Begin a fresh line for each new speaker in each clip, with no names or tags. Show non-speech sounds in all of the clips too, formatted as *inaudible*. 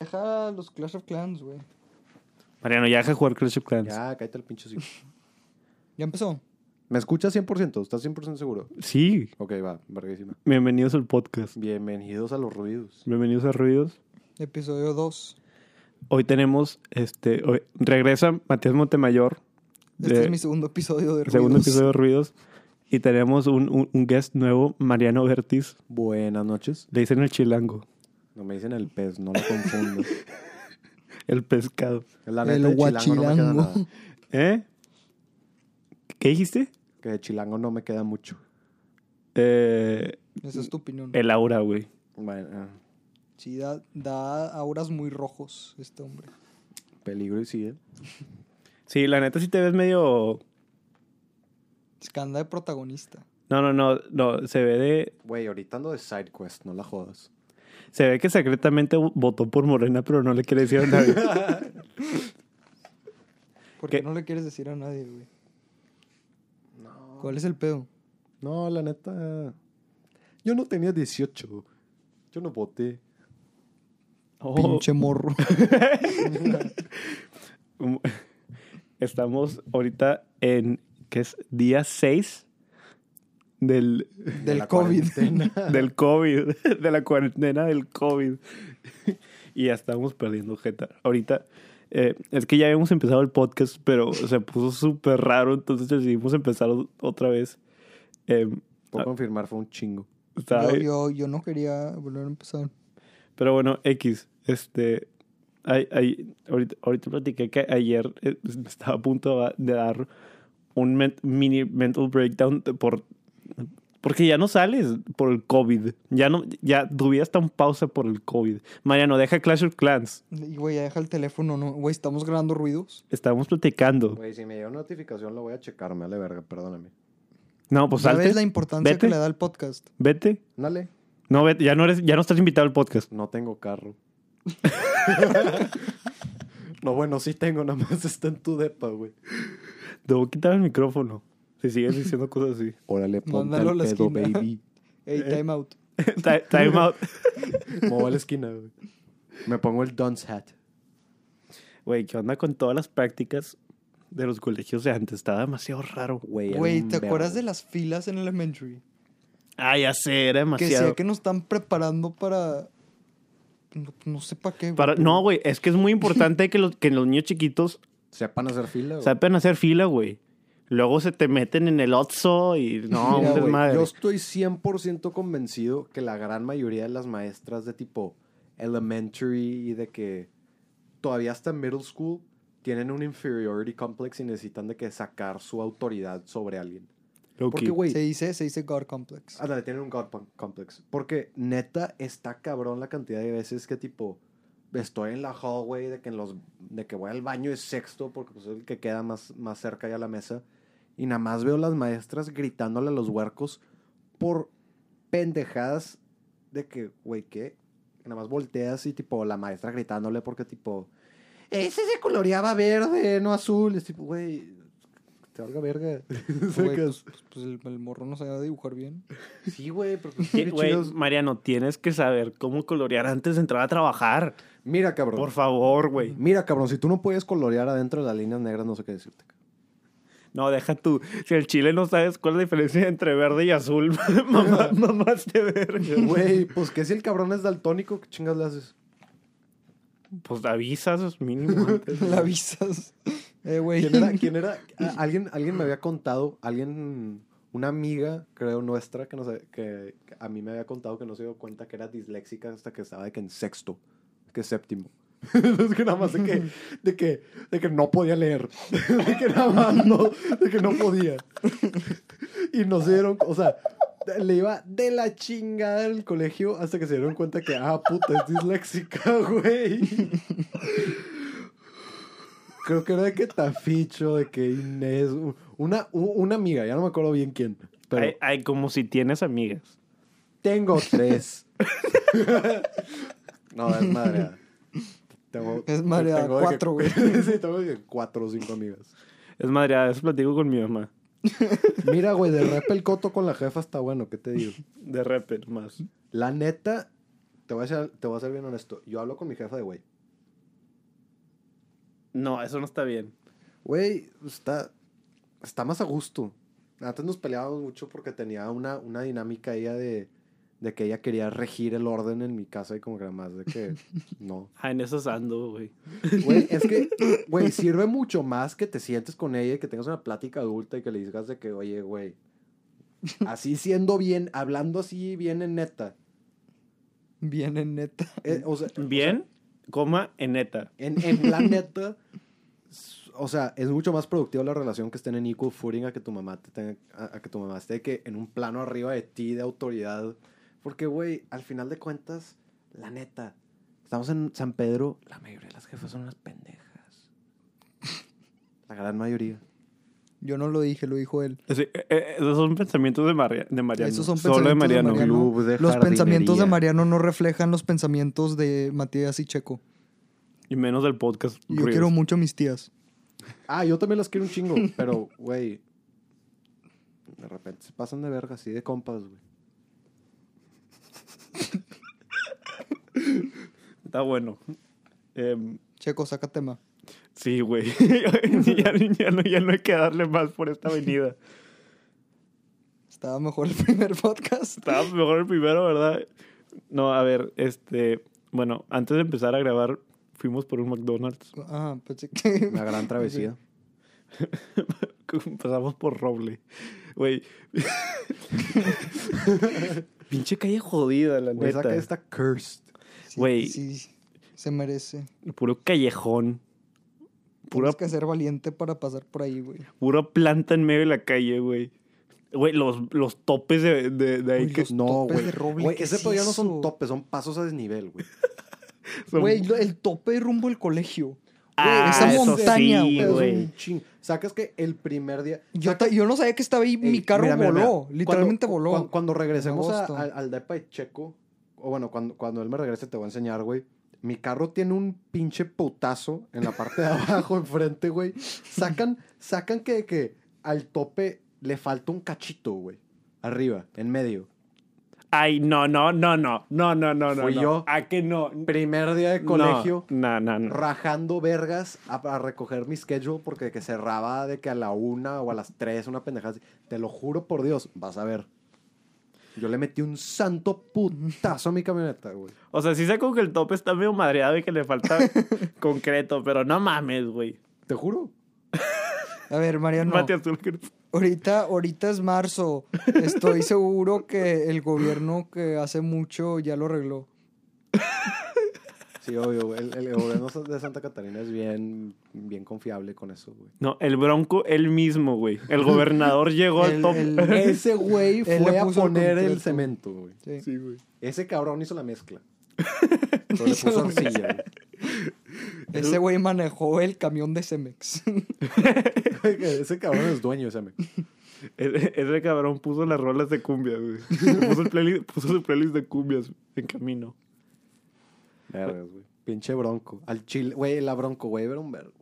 Deja los Clash of Clans, güey.
Mariano, ya deja de jugar Clash of Clans.
Ya, cállate el pinche hocico.
Ya empezó.
*laughs* ¿Me escuchas 100%? ¿Estás 100% seguro?
Sí.
Ok, va, verguísima.
Bienvenidos al podcast.
Bienvenidos a los ruidos.
Bienvenidos a Ruidos.
Episodio 2.
Hoy tenemos, este, hoy- regresa Matías Montemayor.
Este
de-
es mi segundo episodio de Ruidos.
segundo episodio de Ruidos. Y tenemos un, un- un guest nuevo, Mariano Vertiz.
Buenas noches.
Le dicen el chilango,
No me dicen el pez, no lo *laughs* confundo.
el pescado.
La
El
neta, de chilango no me queda
guachilango.
nada.
¿Eh? ¿Qué dijiste?
Que de chilango no me queda mucho.
Eh,
Esa es tu opinión.
el aura, güey.
Bueno, ah,
Sí, da, da auras muy rojos este hombre.
peligro y sigue.
Sí, la neta sí te ves medio...
Es que anda de protagonista.
No, no, no, no, se ve de...
Güey, ahorita ando de side quest, no la jodas.
Se ve que secretamente votó por Morena, pero no le quiere decir
*laughs*
a nadie.
¿Por qué
¿Qué?
no le quieres decir a nadie, güey?
No.
¿Cuál es el pedo?
No, la neta. Yo no tenía 18. Yo no voté.
Oh.
Pinche
*laughs*
morro.
Um, *laughs* Estamos ahorita en, ¿qué es? Día 6 del,
De
Del
la
COVID.
cuarentena.
del COVID, *laughs* de la cuarentena del COVID. *laughs* Y ya estamos perdiendo jeta. Ahorita, eh, es que ya habíamos empezado el podcast, pero se puso súper raro, entonces decidimos empezar o- otra vez. Eh,
Puedo confirmar, fue un chingo.
está-
*laughs* Yo, yo, yo no quería volver a empezar.
Pero bueno, X, este... ay- ay, ahorita, ahorita platiqué que ayer eh, me estaba a punto de dar un men- mini mental breakdown de- por... Porque ya no sales por el COVID. Ya no, ya tu vida está en pausa por el COVID. Mariano, deja Clash of Clans.
Y, güey, ya deja el teléfono, ¿no? Güey, estamos grabando ruidos.
Estábamos platicando.
Güey, si me llega una notificación, la voy a checar, me vale verga, perdóname.
No, pues
¿Sabes
salte.
la importancia
Vete.
que le da el podcast?
Vete.
Dale.
No, vete. Ya no, eres, ya no estás invitado al podcast.
No tengo carro. no, bueno, sí tengo, nada más está en tu depa, güey.
Debo quitar el micrófono. Si sigues diciendo cosas así.
Órale, ponte
Mándalo a
al
la
pedo,
esquina.
baby.
Ey,
Eh.
time out.
Ti- Time out.
Me voy a la esquina, güey. Me pongo el dunce hat.
Güey, ¿qué onda con todas las prácticas de los colegios de antes? Estaba demasiado raro.
Güey, era
Güey,
un
¿te acuerdas de
verbo.
las filas en elementary?
Ah, ya sé, era
Que decía
demasiado.
que nos están preparando para... No, no sé para qué, güey.
Para- no, güey, es que es muy importante que los, que los niños
*laughs*
chiquitos
Sepan hacer fila, güey.
sepan hacer fila, güey. Luego se te meten en el otso y no,
Mira,
un
güey,
desmadre.
yo estoy 100% convencido que la gran mayoría de las maestras de tipo elementary y de que todavía hasta en middle school tienen un inferiority complex y necesitan de que sacar su autoridad sobre alguien.
Low
Porque,
key.
güey,
Se dice, se dice God Complex. *laughs*
Ah,
ándale, tienen un god punk- complex. Porque neta está cabrón la cantidad de veces que tipo estoy en la hallway de que en los de que voy al baño es sexto porque pues, es el que queda más más cerca ya a la mesa y nada más veo las maestras gritándole a los huercos por pendejadas de que güey qué nada más volteas y tipo la maestra gritándole porque tipo ese se coloreaba verde no azul es tipo güey te valga verga
Güey, pues, pues- pues el, el morro no sabía dibujar
*laughs*
bien.
sí güey pues, porque
Ti- güey, Mariano, tienes que saber cómo colorear antes de entrar a trabajar.
Mira, cabrón.
Por favor, güey.
Mira, cabrón, si tú no puedes colorear adentro de las líneas negras, no sé qué decirte.
No, deja tú. Si el chile no sabes cuál es la diferencia entre verde y azul, *laughs*
*laughs*
mamá, mamás te verga.
Güey, pues que si el cabrón es daltónico, ¿qué chingas le haces?
Pues avisas mínimo antes.
La avisas. Eh, güey.
¿Quién
*laughs*
era? ¿Quién era? A- Alguien, alguien me había contado, alguien, una amiga, creo nuestra, que, no sé, que que a mí me había contado que no se dio cuenta que era disléxica hasta que estaba de que en sexto, que séptimo. *laughs* es que nada más de que, de que, de que no podía leer. *laughs* de que nada más no, de que no podía. y no se dieron, o sea, le iba de la chingada en el colegio hasta que se dieron cuenta que, ah, puta, es disléxica, *laughs* güey. Creo que era de que Taficho, de que Inés, u- una, u- una amiga, ya no me acuerdo bien quién, pero
Ay, ay, como si tienes amigas.
tengo
*laughs*
tres. no, es madre. Tengo,
Es madreada,
tengo de que-
cuatro, güey.
*laughs* sí, tengo de que cuatro o cinco amigas.
Es madre, a veces platico con mi mamá.
Mira, güey, de rap el coto con la jefa está bueno, ¿qué te digo?
De rapper más.
La neta, Te voy, a ser, te voy a ser bien honesto. Yo hablo con mi jefa de güey.
No, eso no está bien.
Güey, está, está más a gusto. Antes nos peleábamos mucho porque tenía una, una dinámica ella de, de que ella quería regir el orden en mi casa y como que nada más de que no.
Ah, en eso ando, güey.
Güey, es que, güey, sirve mucho más que te sientes con ella y que tengas una plática adulta y que le digas de que, oye, güey, así siendo bien, hablando así bien en neta.
Bien en neta.
eh, o sea,
Bien, coma, en neta.
En, en la neta, s- o sea, es mucho más productiva la relación que estén en equal footing a que tu mamá te tenga, a, a que tu mamá esté que en un plano arriba de ti de autoridad. Porque, güey, al final de cuentas, la neta, estamos en San Pedro, la mayoría de las jefas son unas pendejas. La gran mayoría.
Yo no lo dije, lo dijo él.
Sí, eh, eh, esos son pensamientos de, Maria- de Mariano.
Esos son
Solo de
pensamientos de
Mariano.
Mariano.
Club de
los pensamientos de
jardinería.
Mariano no reflejan los pensamientos de Matías y Checo.
Y menos del podcast.
Y Yo
Reels.
quiero mucho a mis tías.
Ah, yo también las quiero un chingo, pero, güey, de repente se pasan de verga así de compas, güey.
Está bueno. Em,
Checo, saca tema.
sí, güey. *laughs* ya, ya no, ya no hay que darle más por esta avenida.
Estaba mejor el *laughs* primer podcast.
Estaba mejor el primero, ¿verdad? No, a ver, este... Bueno, antes de empezar a grabar, fuimos por un McDonald's.
Ah, pensé que...
La gran travesía.
*laughs* Pasamos por Roble.
*laughs*
Güey. Pinche calle jodida, la
Güey,
neta.
saca esta cursed.
Sí,
Güey.
Sí, se merece.
Puro callejón. Pura,
Tienes que ser valiente para pasar por ahí, güey.
pura planta en medio de la calle, güey. Güey, los, los topes de, de, de ahí
Uy,
que
los-
No,
topes
güey.
de roble,
Güey,
¿qué
ese
es
todavía no son
eso?
topes, son pasos a desnivel, güey.
son-
Güey, lo- el tope rumbo al colegio.
Ah,
esa
eso
montaña,
sí,
güey.
Es un
güey.
ching- Sacas que el primer día.
Yo,
Saca-
ta- yo no sabía que estaba ahí.
Ey,
mi carro
mira, mira,
voló.
mira.
Literalmente voló.
Cuando- cuan- Cuando, regresemos a-
agosto.
al, al depa de Checo, o bueno, cuando, cuando él me regrese, te voy a enseñar, güey. Mi carro tiene un pinche putazo en la parte de *laughs* abajo, enfrente, güey. Sacan, sacan que, que al tope le falta un cachito, güey. Arriba, en medio.
Ay, no, no, no, no. No, no, no, no.
Fui
no.
yo.
¿A que no?
Este
Primer día de colegio.
No, no, no.
rajando vergas a, a recoger mi schedule porque que cerraba de que a la una o a las tres, una pendejada así. Te lo juro por Dios, vas a ver. Yo le metí un santo putazo a mi camioneta, güey.
O sea, sí sé con que el tope está medio madreado y que
*laughs*
le falta concreto, pero no mames, güey.
Te juro.
A ver, Mariano.
Mate azul. que-
Ahorita, ahorita es marzo.
*laughs*
Estoy seguro que el gobierno que hace mucho ya lo arregló.
Sí, obvio, güey. El, el gobierno de Santa Catarina es bien, bien confiable con eso, güey.
No, el bronco, él mismo, güey. El
*laughs*
gobernador llegó al
El-
tope.
*laughs*
el-
Ese güey
Él le
fue a
puso el
poner el
concreto.
cemento, güey.
Sí.
*laughs* Sí, güey.
Ese cabrón hizo la *laughs* mezcla. Pero le
Hizo
puso
la
arcilla, güey.
Ese güey manejó el camión de Cemex. *laughs*
Ese cabrón es dueño de esa mezcla.
Ese, E-, ese cabrón puso las rolas de cumbias, güey. Puso, el playlist, puso su playlist de cumbias en camino.
*laughs*
Vergas, güey. Pinche bronco. Al chile. Güey, la bronco, güey, era un vergo.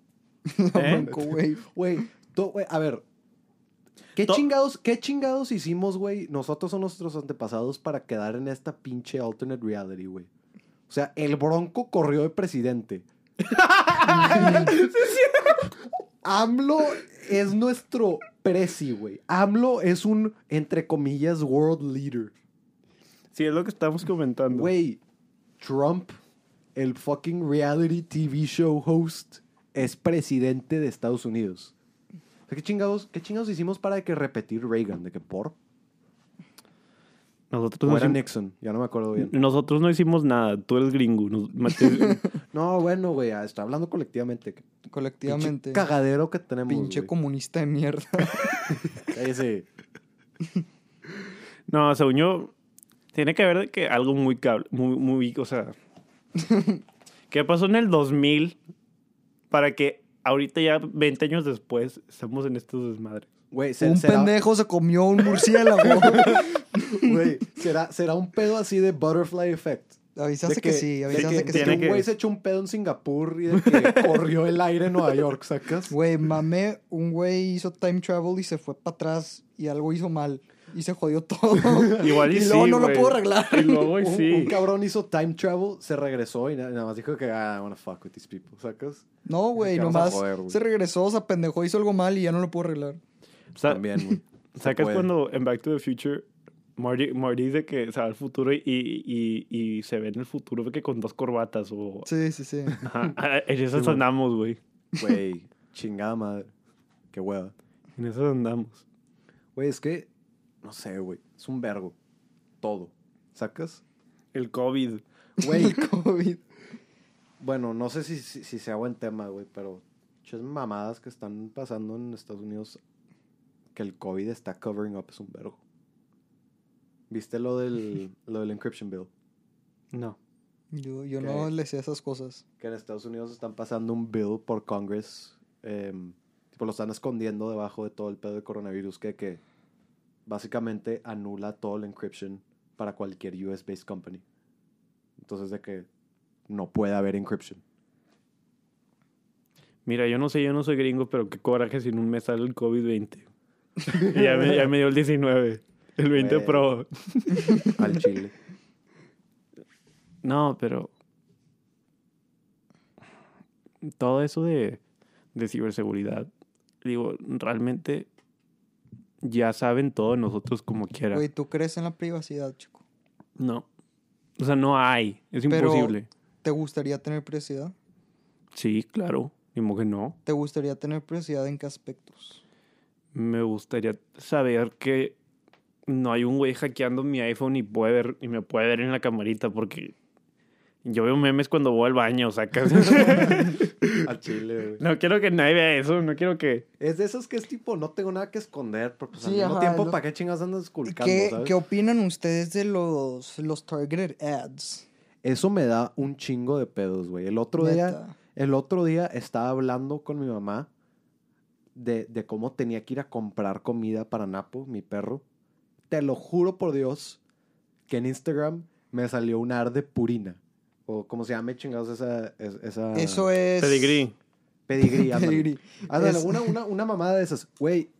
¿Eh?
Bronco, güey.
Güey, to- güey, a ver. ¿Qué
To-
chingados, ¿Qué chingados hicimos, güey? Nosotros o nuestros antepasados para quedar en esta pinche alternate reality, güey. O sea, el bronco corrió de presidente. AMLO es nuestro presi, güey. AMLO es un, entre comillas, world leader.
Sí, es lo que estamos comentando.
Güey, Trump, el fucking reality TV show host, es presidente de Estados Unidos. O sea, ¿Qué chingados, qué chingados hicimos para que repetir Reagan? ¿De que por?
Nosotros
¿O
no,
era
hicimos,
Nixon? Ya no me acuerdo
Mm.
bien.
nosotros no hicimos nada. Tú eres gringo.
*laughs*
Nos- Mateo-
No, bueno, güey, ah, estoy hablando colectivamente. Qué
Colectivamente.
Pinche cagadero que tenemos,
Pinche
güey.
comunista de mierda.
Cállese.
no, según yo, tiene que haber de que algo muy cable, muy, muy,
*laughs*
o sea... ¿Qué pasó en el 2000 para que ahorita ya 20 años después estamos en estos desmadres?
Güey, se-
Un
será-
pendejo se comió un murciélago.
*laughs* güey, será, será un pedo así de butterfly effect.
avisaste
De
que, sí,
de
avisaste
que,
que,
de
sí.
tiene
que
que-
un güey se echó un pedo en Singapur y de que *laughs* corrió el aire en Nueva York, ¿sacas?
Güey, mamé, un güey hizo time travel y se fue para atrás y algo hizo mal. y se jodió *laughs* todo.
Igual
*laughs*
y,
y luego
sí,
no lo
güey.
puedo arreglar.
Y luego y
*laughs* Un-
sí.
Un cabrón hizo time travel, se regresó y na- nada más dijo que ah, I wanna fuck with these people, ¿sacas?
No, güey,
Te vas a
nomás
joder, güey.
se regresó, se apendejó, hizo algo mal y ya no lo puedo arreglar.
O sea, *laughs*
También, güey. Se
¿Sacas
puede.
cuando en Back to the Future Marty, Marty de que se va al futuro y, y, y se ve en el futuro de que con dos corbatas o...
Sí, sí,
*laughs*
sí.
Ajá, ah, en esas
güey.
andamos, güey.
Güey, chingada madre. Qué hueva.
En esas andamos.
Güey, es que, no sé, güey. Es un vergo. Todo. ¿Sacas?
El COVID. *laughs*
Güey,
El COVID.
bueno, no sé si, si, si sea buen tema, güey, pero muchas mamadas que están pasando en Estados Unidos que el COVID está covering up es un vergo. ¿Viste lo del, lo del encryption bill?
No.
Yo, yo no
Ok.
le sé esas cosas.
Que en Estados Unidos están pasando un bill por Congress. em, tipo, lo están escondiendo debajo de todo el pedo de coronavirus que, que básicamente anula todo el encryption para cualquier US-based company. Entonces, de que no puede haber encryption.
Mira, yo no sé, yo no soy gringo, pero qué coraje si en un mes sale el COVID-20. Y ya, me, ya me dio el 19. El 20
Güey.
pro.
*laughs*
Al chile.
No, pero... Todo eso de, de ciberseguridad, digo, realmente ya saben todos nosotros como quiera.
Güey, tú crees en la privacidad, chico.
No. O sea, no hay. Es
Pero-
imposible.
¿Te gustaría tener privacidad?
Sí, claro. Digo que no.
¿Te gustaría tener privacidad en qué aspectos?
Me gustaría saber que no hay un güey hackeando mi iPhone y, puede ver, y me puede ver en la camarita porque yo veo memes cuando voy al baño. O sea, *laughs* casi-
Al chile, güey.
no quiero que nadie vea eso. No quiero que...
Es de esos que es tipo, no tengo nada que esconder, pero pues al
Sí,
mismo
ajá,
tiempo,
lo-
¿para qué chingados andas esculcando,
¿Qué,
sabes?
¿Qué opinan ustedes de los, los targeted ads?
Eso me da un chingo de pedos, güey. El otro día,
Neta.
el otro día estaba hablando con mi mamá de, de cómo tenía que ir a comprar comida para Napo, mi perro. Te lo juro por Dios que en Instagram me salió un ar de purina. O como se llame chingados esa... es- esa
Eso es...
Pedigrí.
*laughs*
Pedigrí. ándale.
Pedigrí.
Ándale,
Es-
una, una, una mamada de esas. Güey,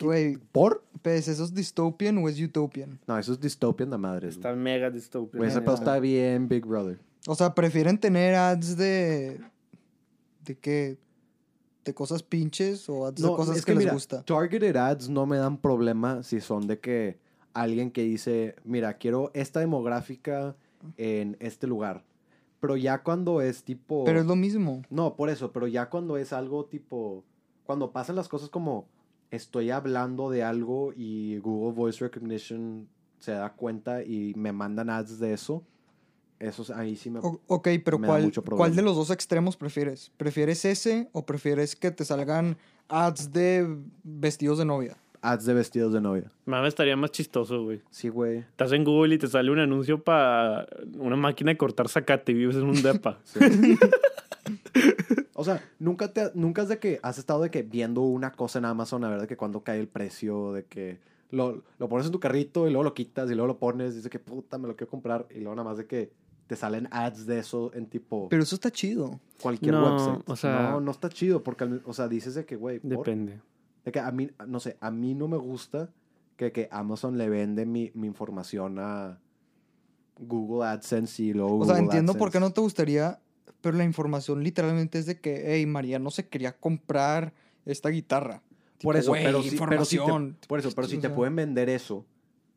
Güey,
¿por?
pues, ¿eso es dystopian o es utopian?
No, eso es dystopian de madres. güey.
Está mega distopia.
Güey, ese pedo está bien, Big Brother.
O sea, prefieren tener ads de. ¿De qué? ¿De cosas pinches o ads de cosas
es
que, les
mira,
gusta?
Targeted ads no me dan problema si son de que alguien que dice, mira, quiero esta demográfica en este lugar. Pero ya cuando es tipo.
Pero es lo mismo.
No, por eso, pero ya cuando es algo tipo. Cuando pasan las cosas como estoy hablando de algo y Google Voice Recognition se da cuenta y me mandan ads de eso. Eso es- ahí sí me.
O- ok, pero
me da
¿cuál,
mucho
¿cuál
problema.
de los dos extremos prefieres? ¿Prefieres ese o prefieres que te salgan ads de vestidos de novia?
Ads de vestidos de novia.
Mame estaría más chistoso, güey.
Sí, güey.
Estás en Google y te sale un anuncio para una máquina de cortar zacate y vives en un depa.
O sea, nunca te nunca es de que has estado de que viendo una cosa en Amazon a ver de que cuando cae el precio, de que lo, lo pones en tu carrito y luego lo quitas y luego lo pones y dices que puta me lo quiero comprar y luego nada más de que te salen ads de eso en tipo
Pero eso está chido.
cualquier
No,
website.
o sea-
no, no está chido porque al- o sea, dices de que güey, ¿por?
*laughs* Depende.
de que a mí no sé, a mí no me gusta que, que Amazon le vende mi, mi información a Google AdSense y luego
O sea,
Google
entiendo por qué
AdSense.
no te gustaría, pero la información literalmente es de que, hey, María no se quería comprar esta guitarra. Tipo,
Por eso,
"Güey,
pero si, pero si
información".
te, por eso, pero si
O
te
sea,
pueden vender eso,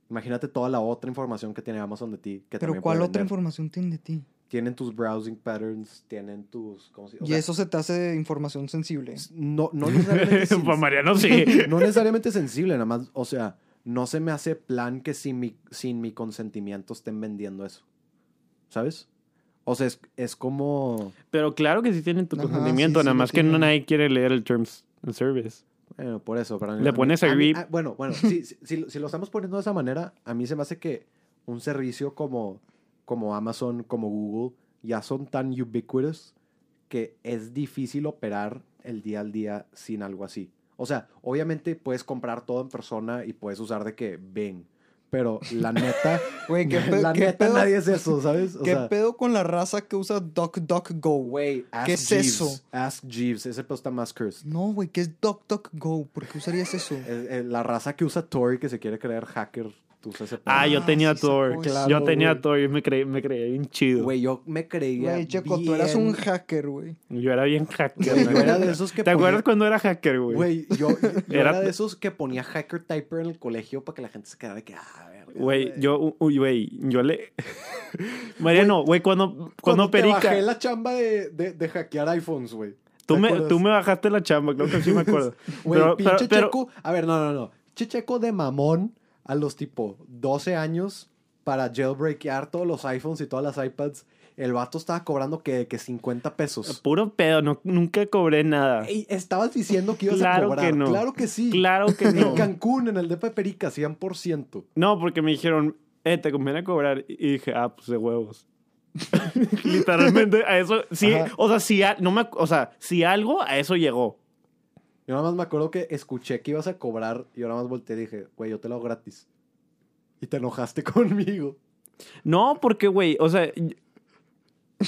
imagínate toda la otra información que tiene Amazon de ti. Que
Pero
también
¿cuál
puede
otra
vender.
información tiene de ti?
Tienen tus browsing patterns, tienen tus. ¿cómo se- o
Y
sea,
eso se te hace información sensible.
No,
*laughs*
no
*laughs*
necesariamente. sen-
para Mariano *laughs* sí.
no necesariamente sensible, nada más. O sea, no se me hace plan que sin mi, sin mi consentimiento estén vendiendo eso. ¿Sabes? O sea, es, es como.
Pero claro que sí tienen tu
Ajá,
consentimiento,
sí, sí
nada
lo
más que no
tienen.
nadie quiere leer el Terms and Service.
Bueno, por eso. Pero a mí-
Le
a mí-
pones
a mí-
agree.
ah, bueno, bueno, si, si- si lo- si lo estamos poniendo de esa manera, a mí se me hace que un servicio como, como Amazon, como Google, ya son tan ubiquitous que es difícil operar el día al día sin algo así. O sea, obviamente puedes comprar todo en persona y puedes usar de que Bing, Pero
*laughs*
la neta,
Güey,
*laughs*
¿qué pe-
la
qué
neta
pedo?
nadie es eso, ¿sabes? O
¿Qué
sea,
pedo con la raza que usa DuckDuckGo?
Güey,
¿Qué
Ask
es
Jeeves.
eso?
Ask Jeeves, ese pedo está más cursed.
No, güey, ¿qué es DuckDuckGo? ¿Por qué usarías eso?
El- el- eh, la raza que usa Tori que se quiere creer hacker, tú usas ese pedo.
Ah, yo
Ah,
tenía
sí, sacó
Tor. yo
eso,
tenía
güey.
Tor y me creí, me creí bien chido.
Güey, yo me creía.
Güey, Checo, tú eras
bien-
un hacker, güey.
Yo era bien hacker.
Güey,
güey.
yo era de esos que
¿Te acuerdas
ponía-
cuando era hacker, güey?
Güey, yo, yo
*laughs* Era-
era... de esos que ponía hacker typer en el colegio para que la gente se quedara de que, ah, verga,
Güey, yo, u- uy, güey, yo le. *laughs* Mariano, güey, cuando, cuando,
te
Perica.
bajé la chamba de, de, de hackear iPhones, güey.
Tú
¿Te
me,
acuerdas?
tú me bajaste la chamba, creo que sí me acuerdo.
*laughs* Güey,
pero, pero,
pinche
pero-
Checo. A ver, no, no, no. Pinche Checo de mamón a los tipo 12 años para jailbreakear todos los iPhones y todas las iPads. El vato estaba cobrando que, que 50 pesos.
puro pedo, no, nunca cobré nada.
Ey, estabas diciendo que ibas
Eh, Claro
a cobrar.
que no.
Claro que sí.
Claro
*laughs*
que
En
no.
Cancún, en el DP de Perica, 100%.
No, porque me dijeron, eh, te conviene cobrar. Y dije, ah, pues de
*laughs*
huevos. Literalmente, a eso, sí,
Ajá.
o sea, si, a- no me, ac- o sea, si algo, a eso llegó.
Yo nada más me acuerdo que escuché que ibas a cobrar y yo nada más volteé y dije, güey, yo te lo hago gratis. Y te enojaste *laughs* conmigo.
No, porque, güey, o sea, y-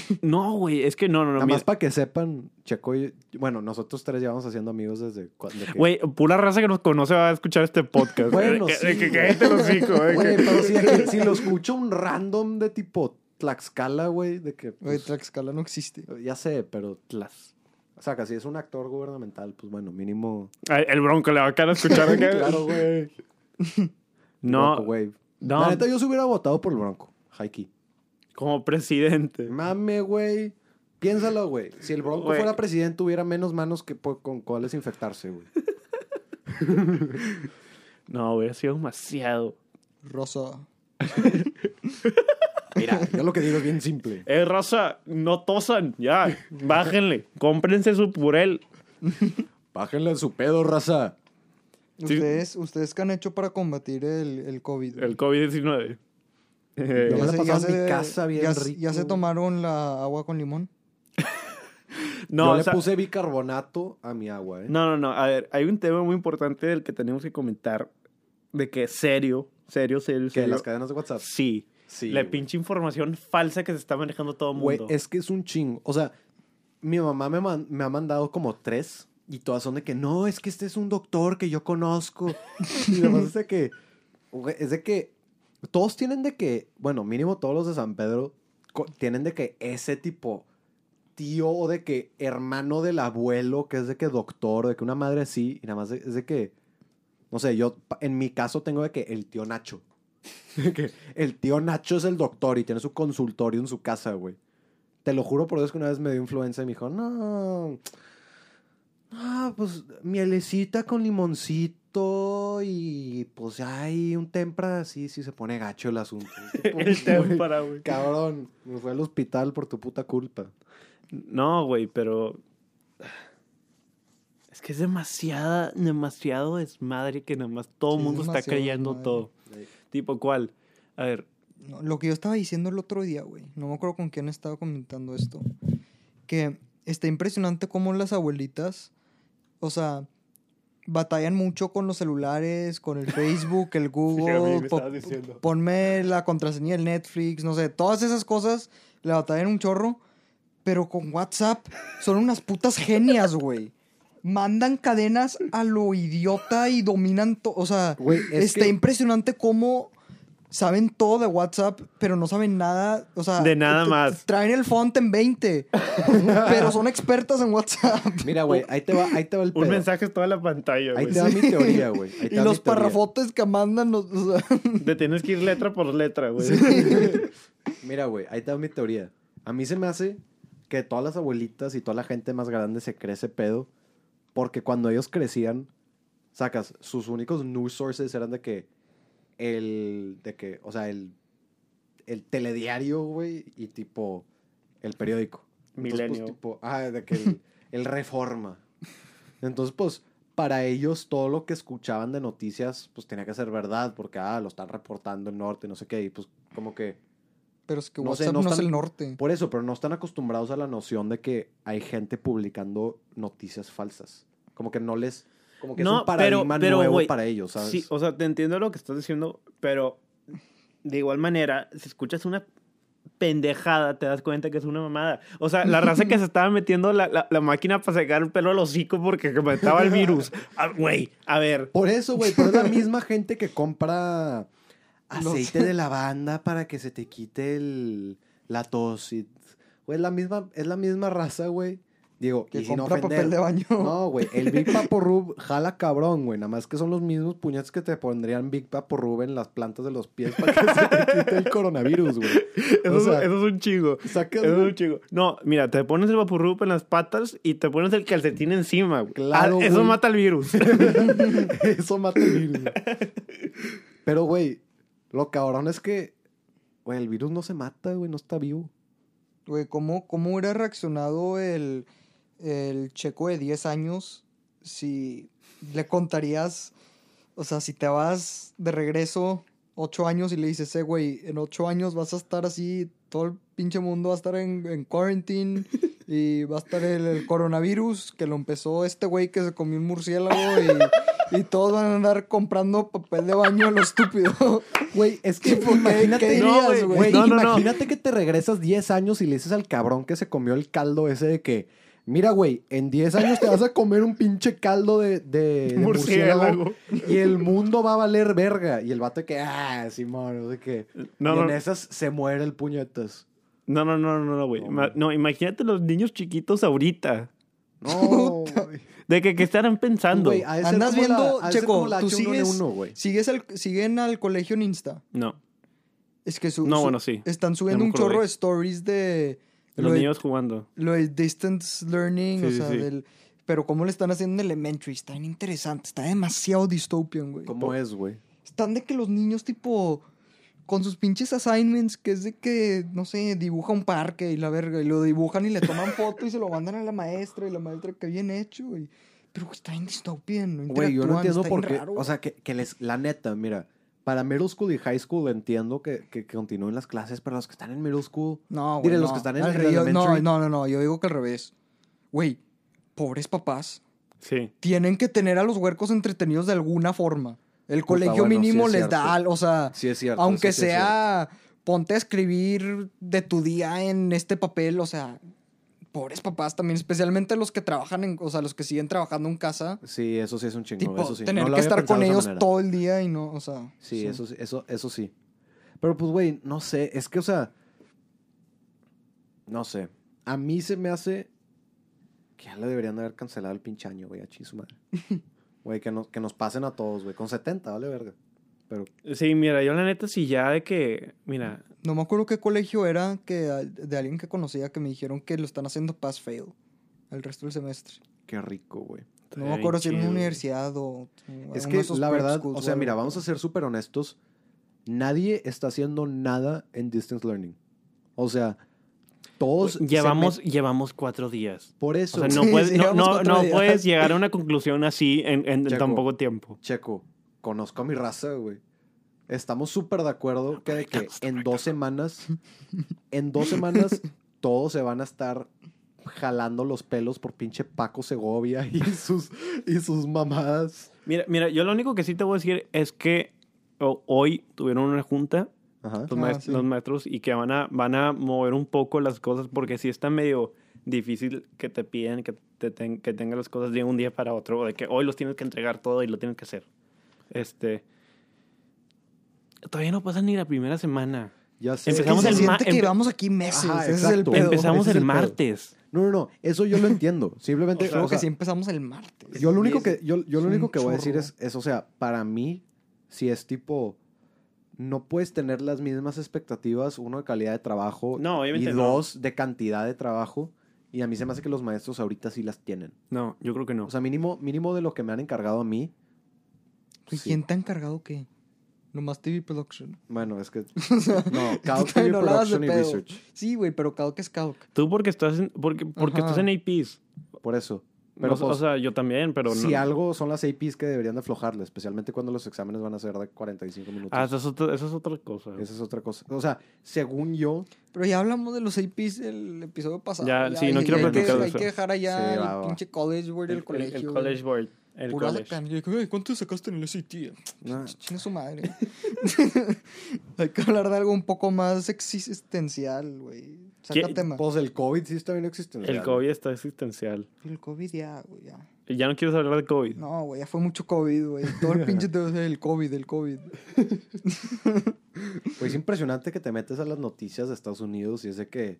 *laughs* no, güey, es que no, no, no,
Nada
mira.
más para que sepan, Checo y... Bueno, nosotros tres llevamos haciendo amigos desde... cua- de que-
Güey, pura raza que nos conoce va a escuchar este podcast.
Bueno,
Que-
sí,
que- que
güey.
cállate el hocico, eh,
Güey,
que-
pero si, de que- si lo escucha un random de tipo Tlaxcala, güey, de que...
Güey,
pues,
Tlaxcala no existe.
ya sé, pero Tlax... O sea, que si es un actor gubernamental, pues bueno, mínimo...
Ay, El bronco le va a quedar a escuchar. acá.
*laughs* Claro, güey. Bronco,
No,
güey.
no,
La neta, yo se hubiera votado por el Bronco. Haiki.
como presidente.
Mame, güey. Piénsalo, güey. Si el Bronco
Güey.
fuera presidente, hubiera menos manos que po- con cuáles infectarse, güey.
No, hubiera sido demasiado.
Rosa.
Mira, yo lo que digo es bien simple.
*laughs* Eh, raza, no tosan, ya, bájenle, cómprense su purel.
Bájenle su pedo, raza.
Sí.
¿Ustedes, ¿Ustedes qué han hecho para combatir el, el COVID? güey?
El COVID-19. Eh,
Yo me la pasaba en mi
se-
casa bien
ya, se-
rico,
¿Ya se
güey.
tomaron la agua con limón?
no,
yo le
o sea,
puse bicarbonato a mi agua, ¿eh?
no, no, no, a ver, hay un tema muy importante del que tenemos que comentar, de que serio, serio, serio,
que
serio.
las cadenas de WhatsApp.
Sí,
Sí.
la
güey.
pinche información falsa que se está manejando todo el
Güey,
mundo.
es que es un chingo. O sea, mi mamá me, man- me ha mandado como tres y todas son de que no, es que este es un doctor que yo conozco. *laughs* y lo más es de que, güey, es de que todos tienen de que, bueno, mínimo todos los de San Pedro co- tienen de que ese tipo tío o de que hermano del abuelo que es de que doctor, de que una madre así y nada más de- es de que, no sé, yo pa- en mi caso tengo de que el tío Nacho. *laughs* De que el tío Nacho es el doctor y tiene su consultorio en su casa, güey. Te lo juro por Dios que una vez me dio influenza y me dijo, no, ah, pues mielecita con limoncito y pues hay un tempra así, sí se pone gacho el asunto.
*laughs* El témpara, güey.
Cabrón, me fue al hospital por tu puta culpa.
No, güey, pero. *sighs* Es que es demasiada, demasiado desmadre que nada más todo
Sí,
el
es
mundo está
demasiado
creyendo
desmadre.
todo. Tipo, ¿cuál? A ver,
No, lo que yo estaba diciendo el otro día, güey. No me acuerdo con quién estaba comentando esto. Que está impresionante cómo las abuelitas, o sea, batallan mucho con los celulares, con el Facebook,
*laughs*
el
a mí
Google.
me
po-
estabas diciendo.
Ponme la contraseña del Netflix, no sé, todas esas cosas le batallan un chorro. Pero con WhatsApp son unas putas genias, güey. Mandan cadenas a lo idiota y dominan todo. O sea,
Güey, es
está
que-
impresionante cómo saben todo de WhatsApp, pero no saben nada. O sea,
De nada
t-
más.
Traen el font en 20,
*laughs*
pero son expertas en WhatsApp.
Mira, güey, ahí te va, ahí te va el
un
pedo.
mensaje es toda la pantalla,
Ahí
güey.
te va mi teoría, güey. Ahí te
Y
va mi
los
teoría.
parrafotes que mandan, los- o sea, *laughs*
Te tienes que ir letra por letra, güey.
Mira, güey, ahí está mi teoría. A mí se me hace que todas las abuelitas y toda la gente más grande se cree ese pedo porque cuando ellos crecían, sacas, sus únicos news sources eran de que el, de que, o sea, el, el telediario, güey, y tipo el periódico. Entonces, pues,
Milenio.
tipo, ah, de que el, el Reforma. Entonces, pues, para ellos todo lo que escuchaban de noticias, pues tenía que ser verdad, porque, ah, lo están reportando el norte, no sé qué, y pues, como que
pero es que
No sé,
WhatsApp no,
no
es
están-
el norte.
por eso, pero no están acostumbrados a la noción de que hay gente publicando noticias falsas. Como que no les. Como que
No,
es
pero-
un paradigma
pero,
nuevo
güey,
para ellos, ¿sabes?
Sí, o sea, te entiendo lo que estás diciendo, pero de igual manera, si escuchas una pendejada, te das cuenta que es una mamada. O sea, la
*laughs*
raza que se estaba metiendo la, la- la máquina para sacar el pelo al hocico porque que mataba
*laughs*
el virus. Ah, Güey, a ver.
Por eso, güey, pero es la misma gente que compra aceite de lavanda para que se te quite el, la tos. y- güey, es la misma, es la misma raza, güey. Digo,
Que
y sin
compra
ofender.
papel de baño.
No, güey,
*laughs*
el Big Papo Rub jala cabrón, güey. Nada más que son los mismos puñetes que te pondrían Big Papo Rub en las plantas de los pies para que se te quite el coronavirus, güey.
Eso,
O
es-
sea,
eso es un chingo.
Sacas,
Eso es
güey,
un chingo. No, mira, te pones el vapurrup en las patas y te pones el calcetín encima, güey.
Claro,
Ah, eso
güey.
mata el virus.
*laughs* Eso mata el virus.
*laughs*
güey. Pero, güey, lo cabrón es que, güey, el virus no se mata, güey, no está vivo.
Güey, ¿cómo, ¿cómo hubiera reaccionado el, el checo de 10 años si le contarías, o sea, si te vas de regreso 8 años y le dices, eh, güey, en 8 años vas a estar así, todo el pinche mundo va a estar en, en quarantine y va a estar el, el coronavirus que lo empezó este güey que se comió un murciélago y, y todos van a andar comprando papel de baño a lo estúpido. *laughs*
Güey, es *laughs* que
Tipo, ¿qué- qué
imagínate,
No,
dirías,
güey,
güey?
Güey,
No, no, no.
imagínate que te regresas 10 años y le dices al cabrón que se comió el caldo ese de que, mira, güey, en 10 años te vas a comer un pinche caldo de, de-
*laughs*
de
Murciélago.
murciélago y el mundo va a valer verga. Y el vato de que, ah, Simón, no sé qué.
No,
y en
no.
esas se muere
*laughs*
el puñetas.
No, no, no, no, no, güey.
No,
Ma-
güey.
No, imagínate los niños chiquitos ahorita.
No, güey.
De que, que estarán pensando.
Güey, ah, ha de ser
Andas
como la-
viendo,
ha de ser
Checo,
como la
tú
H1N1,
sigues,
güey.
sigues al, siguen al colegio en Insta.
no.
Es que su,
No,
su-
bueno, sí.
están
Ya
subiendo
me
un chorro
acordé.
de stories de
Los
lo, de,
niños jugando.
lo de distance learning,
Sí,
o
sí,
sea,
sí.
del- pero cómo le están haciendo en elementary, está bien interesante, está demasiado dystopian, güey.
¿Cómo es, güey?
Están de que los niños tipo con sus pinches assignments, que es de que, no sé, dibuja un parque y la verga, y lo dibujan y le
*laughs*
toman foto y se lo mandan a la maestra y la maestra que bien hecho, güey. Pero güey, está bien dystopian, no
Güey, yo no
interactúan,
entiendo
está bien
por qué.
raro,
O sea, que, que les, la neta, mira, para middle school y high school entiendo que, que, que continúen las clases, pero los que están en middle school.
No, güey.
Dile,
no.
los que están en
Al
el
re- yo- No,
elementary.
no, no, no, yo digo que al revés. Güey, pobres papás
Sí.
tienen que tener a los huercos entretenidos de alguna forma. El
Puta,
colegio
bueno, sí
mínimo
es
les
cierto.
da, al- o sea,
Sí, es cierto.
aunque
eso sí es
sea ponte a escribir de tu día en este papel, o sea, pobres papás también, especialmente los que trabajan en, o sea, los que siguen trabajando en casa,
cierto. Sí, eso sí es un chingón.
tipo,
eso sí.
tener
No lo
que
había
estar
pensado
con
de esa
ellos
manera.
todo el día y no, o sea,
Sí, Eso, sí- eso, eso sí. Pero pues, güey, no sé. Es que, o sea. No sé. A mí se me hace que ya le deberían de haber cancelado el pinche año, güey, a chingar su madre. Güey, que nos, que nos pasen a todos, güey. Con 70, vale verga. Pero
Sí, mira, yo la neta, si ya de que. Mira,
No me acuerdo qué colegio era que al- de alguien que conocía que me dijeron que lo están haciendo pass fail el resto del semestre.
qué rico, güey.
No me acuerdo si era una universidad o
Es que la verdad, o sea, mira, vamos a ser súper honestos. Nadie está haciendo nada en distance learning. O sea, todos. se
Llevamos,
met-
llevamos cuatro días.
Por
O
eso,
sea, no
Sí,
puedes, no,
llevamos
no,
cuatro
no
días.
puedes llegar a una conclusión así en, en- en
Checo.
tan poco tiempo.
Checo, conozco a mi raza, güey. Estamos súper de acuerdo que, de que en
*laughs*
dos semanas, en dos semanas, todos se van a estar jalando los pelos por pinche Paco Segovia y sus, y sus mamadas.
Mira, mira, yo lo único que sí te voy a decir es que oh, hoy tuvieron una junta
Ajá.
los,
Ah,
maest-
sí.
los maestros y que van a, van a mover un poco las cosas porque sí está medio difícil que te piden que, te ten- que tengas las cosas de un día para otro o de que hoy los tienes que entregar todo y lo tienes que hacer. Este... Todavía no pasa ni la primera semana.
Ya sé.
Empezamos
Empezamos
el
el
ma-
siente que
empe-
llevamos aquí meses.
Ajá,
ese es el
exacto.
pedo.
Empezamos
ese es
el,
el pedo.
martes.
No, no, no. Eso yo lo entiendo. Simplemente.
O sea,
o sea,
que sí empezamos el martes.
Yo lo
Y
único
es-
que, yo, yo
es
lo
un
único que voy a decir
chorro.
es, es, o sea, para mí, si es tipo, no puedes tener las mismas expectativas, uno de calidad de trabajo
No,
y
obviamente no.
dos de cantidad de trabajo. Y a mí se me hace que los maestros ahorita sí las tienen.
No, yo creo que no.
O sea, mínimo, mínimo de lo que me han encargado a mí.
¿Y
sí.
quién te ha encargado qué? Nomás TV Production.
Bueno, es
*laughs*
que...
O sea,
No,
tú
Chaos
todavía
Theory
no la hagas de
Production y
pedo.
Research.
Sí, güey, pero Calc es Calc.
Tú porque estás en, porque, porque
Ajá.
estás en APs.
Por eso. Pero,
o sea-
pues,
o sea, yo también, pero
si
no.
algo son las APs que deberían de aflojarle, especialmente cuando los exámenes van a ser de 45 minutos.
Ah, eso es, otra- eso es otra cosa.
Esa es otra cosa. O sea, según yo,
Pero ya hablamos de los APs el episodio pasado.
Ya, sí, no
hay-
quiero
hay que-
platicar de
Hay
eso.
que dejar allá
Sí, va,
el
va.
pinche college board, el, colegio.
El
güey.
college board. El
Pura
college.
sacan. Yo digo, "Ey, ¿Cuánto sacaste en el SAT?
no,
Chinga su madre. *laughs* hay que hablar de algo un poco más existencial, güey. Saca
¿Qué-
tema.
pues el COVID sí está bien existencial.
El COVID está existencial.
El COVID ya, güey, ya.
Ya no quieres hablar de COVID.
No, *laughs* güey, ya fue mucho COVID, güey. Todo el pinche te el COVID, el COVID.
Pues es impresionante que te metes a las noticias de Estados Unidos y es de que...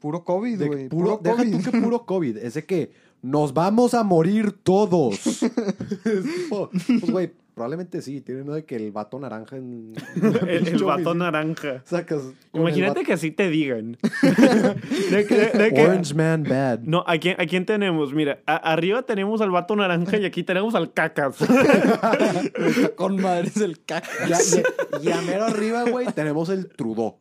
Puro COVID,
de
güey.
que puro,
Puro,
deja
COVID.
tú que puro COVID. Es de que nos vamos a morir todos. Es tipo, pues, güey, probablemente sí. Tiene uno de que el vato naranja en...
*laughs* El, el vato
Oficina.
naranja.
Sacas con el
Imagínate
vato-
que así te digan. De que- de que-
Orange Man Bad.
No, ¿a quién, ¿a quién tenemos? Mira, a- arriba tenemos al vato naranja y aquí tenemos al cacas.
Está con madres el caca.
Ya, ya- ya mero arriba, güey, tenemos el Trudeau.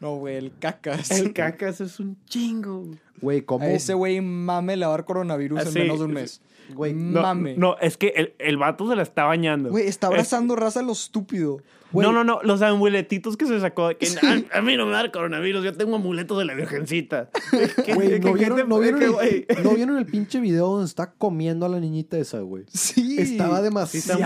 No, güey, el cacas.
El cacas es un chingo.
Güey, ¿cómo?
A ese güey mame le va a dar coronavirus
Ah,
en
sí,
menos de un
sí.
mes.
Güey,
No,
mame.
no, es que el, el vato se la está bañando.
Güey, está
Es-
abrazando raza a lo estúpido.
güey.
No, no, no, los amuletitos que se sacó. de Que, "Ah, a, mí no me da el coronavirus, yo tengo amuletos de la virgencita. *laughs* ¿Qué-
*laughs* Güey,
qué-
¿no,
qué te-
vieron, no vieron
qué,
el,
güey?
*laughs* no vieron el pinche video donde está comiendo a la niñita esa, güey?
Sí.
Estaba
Sí está muy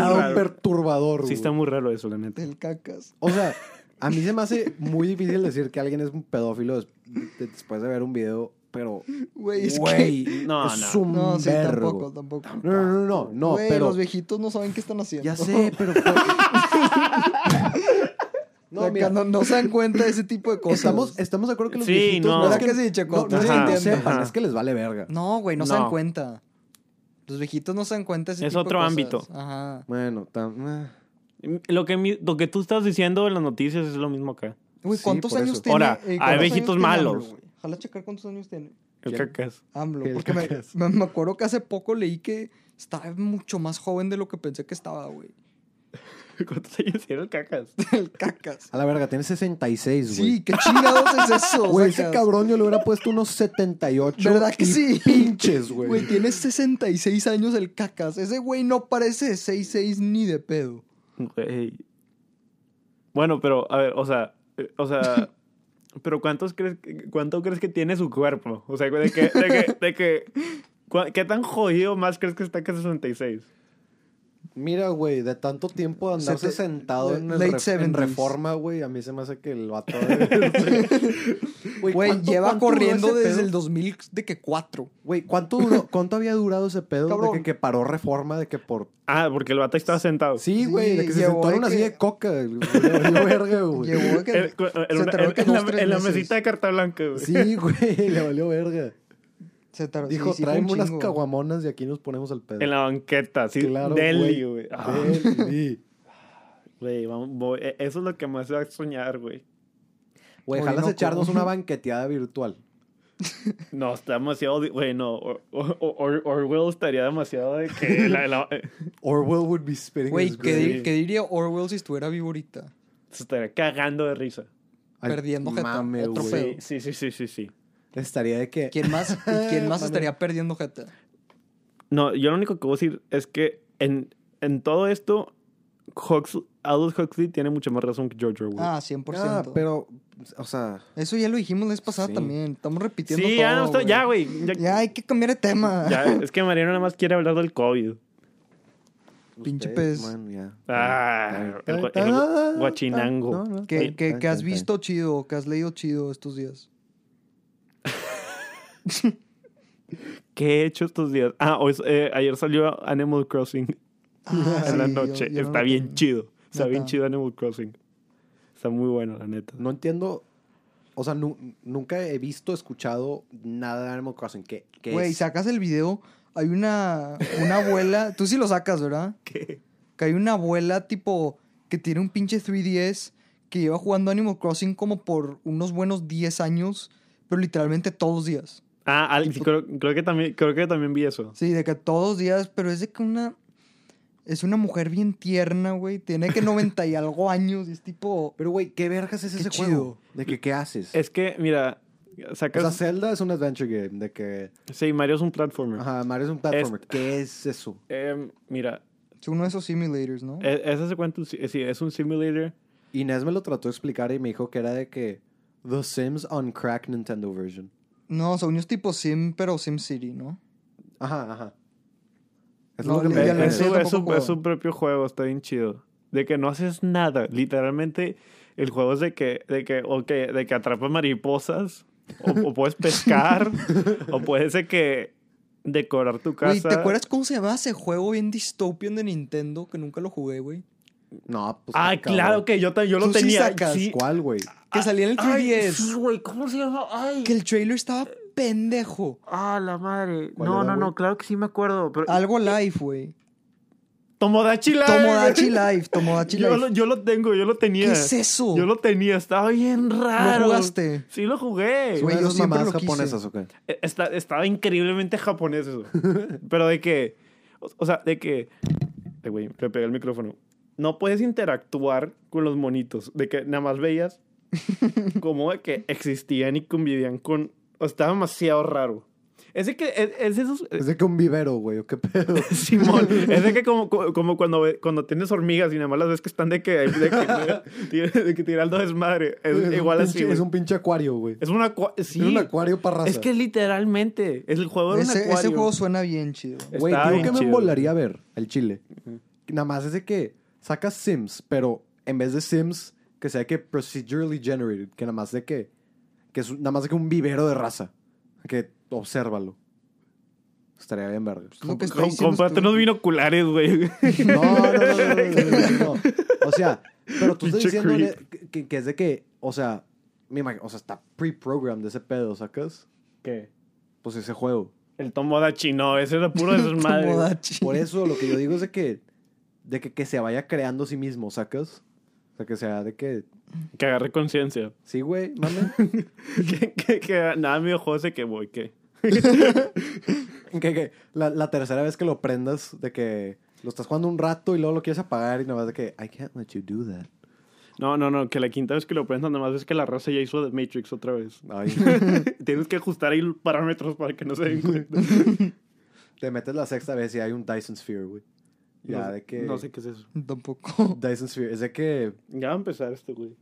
demasiado
raro.
perturbador,
Sí,
güey.
está muy raro eso, la neta.
El cacas.
O sea, a mí se me hace muy difícil decir que alguien es un pedófilo des- de- después de ver un video, pero...
Güey, es
güey,
No,
es
no.
un
No, sí,
vergo.
tampoco, tampoco.
No, no, no, no, no,
Güey,
pero...
los viejitos no saben qué están haciendo. *laughs*
Ya sé, pero...
O sea, que no, no se dan cuenta de ese tipo de cosas.
Estamos, estamos de acuerdo que los
Sí,
viejitos
no.
¿Verdad
es
que sí, Checo?
no, no es
Ajá,
que no sepan,
ajá.
es que les vale verga.
No, güey, no, se dan
No.
cuenta. Los viejitos no se dan cuenta de ese
Es
tipo de
otro
cosas.
ámbito.
Ajá.
Bueno, tam- eh.
Lo que, mi- lo que tú estás diciendo en las noticias es lo mismo acá.
Güey,
Sí,
¿cuántos
por
años
eso.
tiene? eh,
Ahora, hay
cuántos años
viejitos
tiene AMLO,
malos.
güey? Ojalá checar cuántos años tiene.
El
¿Quién?
cacas. *laughs*
AMLO,
El *laughs*
porque me,
cacas.
me- me acuerdo que hace poco leí que estaba mucho más joven de lo que pensé que estaba, güey.
¿Cuántos años tiene el cacas?
El cacas.
A la verga, tiene 66, güey.
Sí, qué chingados es eso.
Güey,
Sacas.
ese cabrón yo le hubiera puesto unos 78.
¿Verdad que
y
sí?
Pinches,
Güey,
güey.
tiene 66 años el cacas. Ese güey no parece de 66 ni de pedo.
Güey. Bueno, pero, a ver, o sea, eh, o
*laughs*
sea, pero ¿cuántos crees, que- ¿cuánto crees que tiene su cuerpo? O sea, de que, de que, de que cua- ¿qué tan jodido más crees que está que 66?
Mira, güey, de tanto tiempo de andarse
Sete-
sentado en, el
late
ref-
70s.
en reforma, güey, a mí se me hace que el vato.
*laughs* Güey,
Güey, ¿cuánto-
lleva
cuánto duró
corriendo
ese
desde
pedo?
el 2000 de que 4.
Güey, ¿cuánto, duró- ¿cuánto había durado ese pedo
Cabrón.
de que, que paró reforma? De que por.
Ah, porque el vato estaba sentado.
Sí,
Sí, güey, de que se
llevó
sentó
de
en una
que-
silla de coca. güey, valió verga,
*laughs*
güey.
Llegó de que
El- Eh, cu- en
se
una-
tardó
en-
que
en la-
dos, tres
en la
meses.
mesita de carta blanca, güey.
Sí, güey, le valió verga.
Se tardó. Pues sí,
Dijo,
sí, fue un
tráeme unas
chingo".
caguamonas y aquí nos ponemos al pedo.
En la banqueta, sí.
Claro,
Delhi,
güey.
güey. Ah,
Delhi.
Güey, vamos- voy- e- eso es lo que más se va a soñar, güey.
Güey,
Oye,
jalas
no,
echarnos
¿cómo?
una banqueteada virtual.
No, está demasiado. de- Güey, no. Or- Or- Or- Orwell estaría demasiado de *laughs* que. la- la- eh, se
Orwell would be spitting
Güey,
his
¿qué,
grave.
di- qué diría Orwell si estuviera vivo ahorita?
estaría cagando de risa.
Ay,
perdiendo jeta,
mame,
otro
güey.
pedo.
Sí, sí, sí, sí, sí, sí.
Estaría de que...
¿Quién *laughs* más, y quién más
Mame.
estaría perdiendo jeta?
No, yo lo único que voy a decir es que en, en todo esto, Hux- Aldous Huxley tiene mucha más razón que George Orwell.
Ah, 100%.
Ah, pero... O sea...
Eso ya lo dijimos la vez pasada
Sí.
también. Estamos repitiendo
sí,
todo,
ya no está. Ya, güey. Ya,
Ya hay que cambiar de tema.
*laughs* ya, es que Mariano nada más quiere hablar del COVID.
Pinche
ustedes,
pez.
man, ya.
Ah,
Ta-
el gua-
ta-
el gua-
ta-
guachinango.
No, no,
¿Qué,
ta-
qué-
ta-
qué has
ta-
visto chido? ¿Qué has leído chido estos
*laughs*
días?
¿Qué he hecho estos días? Ah, hoy- eh, ayer salió Animal Crossing
Ah,
*laughs* en la
sí, yo-
noche.
yo no
está
lo
bien
tengo.
chido. Está
Neta.
bien chido Animal Crossing. Está muy bueno, la neta.
No entiendo... O sea, nu- nunca he visto, escuchado nada de Animal Crossing. ¿Qué, qué
Güey,
es?
sacas el video. Hay una, una abuela. Tú sí lo sacas, ¿verdad?
*laughs* ¿Qué?
Que hay una abuela tipo que tiene un pinche 3DS que lleva jugando Animal Crossing como por unos buenos 10 años, pero literalmente todos los días.
Ah, Alex, creo, creo que también, creo que también vi eso.
Sí, de que todos los días, pero es de que una. Es una mujer bien tierna, güey. Tiene que 90 y algo años. Y es tipo.
Pero, güey, ¿qué vergas es
Qué
ese
chido.
juego? ¿De que qué haces?
Es que, mira,
O
Sacas.
sea, Zelda es un adventure game de que...
sí, Mario es un platformer.
Ajá, Mario es un platformer. ¿Qué es eso?
Em, mira,
Es uno de esos simulators, ¿no?
e- ese se cuenta, un si- sí, es un simulator.
Inés me lo trató de explicar y me dijo que era de que... The Sims on crack Nintendo version.
No, según yo es tipo Sim, pero Sim City, ¿no?
Ajá, ajá. Es
No,
lo que
Y *laughs*
Eh,
me
al
Es,
dijeron.
Nintendo
su, es su-
tampoco
es su propio juego, está bien chido. De que no haces nada. Literalmente, el juego es de que, de que, ok, de que atrapas mariposas, o,
*laughs*
o puedes pescar, o puedes de que decorar tu casa.
Güey, ¿te acuerdas cómo se llamaba ese juego bien dystopian de Nintendo? Que nunca lo jugué, güey.
No, pues...
Ah,
cabrón.
claro que yo, ta- yo lo
Tú sí
tenía.
sacas,
sí.
¿Cuál, güey?
Que salía en el
Ay,
3DS.
sí, güey, ¿cómo se llama? Ay.
Que el trailer estaba pendejo.
Ah, la madre.
¿Cuál
No,
era,
no,
güey?
no, claro que sí me acuerdo. Pero...
Algo live, güey.
Tomodachi Live.
Tomodachi Live, Tomodachi
*laughs* Yo
Live.
lo, yo lo tengo, yo lo tenía.
¿Qué es eso?
Yo lo tenía, estaba bien raro.
jugaste?
Sí, lo jugué.
Güey,
Una
yo
de esas
siempre
mamadas
lo quise.
japonesas, ¿o qué?
Eh, está- estaba increíblemente japonés eso. Pero de que. O, o sea, de que. eh, Güey, le pegué el micrófono. No puedes interactuar con los monitos. De que nada más veías como de que existían y convivían con. O estaba demasiado raro. Es de que. Es, es de
*laughs*
esos. eh,
Es de que un vivero, güey, ¿o qué *laughs* pedo?
Simón, es de que como, co- como cuando, ve- cuando tienes hormigas y nada más las ves que están de que, de que, de que tirando desmadre. Es,
un
igual así.
pinche-
güey.
Es un pinche acuario, güey.
Es una cua- sí.
Es un acuario para raza.
Es que literalmente es el juego de un
Ese,
acuario.
ese juego suena bien chido.
Güey,
Está
digo
bien
que me
chido.
volaría a ver el chile. Nada más es de que sacas Sims, pero en vez de Sims, que sea que procedurally generated, que nada más de que. que es un- nada más de que un vivero de raza. Que obsérvalo. Estaría bien, verga.
Lo que está
Com-
diciendo
Comprate
estuvo-
unos binoculares, güey.
No, no, no, no, no, no, no. O sea, pero tú estás
Pinche
diciendo
creep.
ne- que- que, que es de que, o sea, me imagino, o sea, está pre-programmed ese pedo, ¿sacas?
*laughs* ¿Qué?
Pues ese juego.
El Tomodachi, no, ese era puro desmadre. güey.
Tomodachi.
Por eso lo que yo digo es de que, de que, que se vaya creando a sí mismo, ¿sacas? O sea, que sea de que,
que agarre conciencia.
sí, güey, mame.
*laughs* que, que, que nada, mi juego ese que voy, que.
que, que la, la tercera vez que lo prendas, de que lo estás jugando un rato y luego lo quieres apagar y nada más de que, I can't let you do that.
No, no, no, que la quinta vez que lo prendas, nada más ves que la raza ya hizo The Matrix otra vez.
Ay,
*laughs* Tienes que ajustar ahí los parámetros para que no se den
*laughs*
cuenta.
te metes la sexta vez y hay un Dyson Sphere, güey. Ya,
no, sé-
de que...
No sé qué es eso.
*laughs* Tampoco.
Dyson Sphere, es de que
Ya va a empezar este, güey.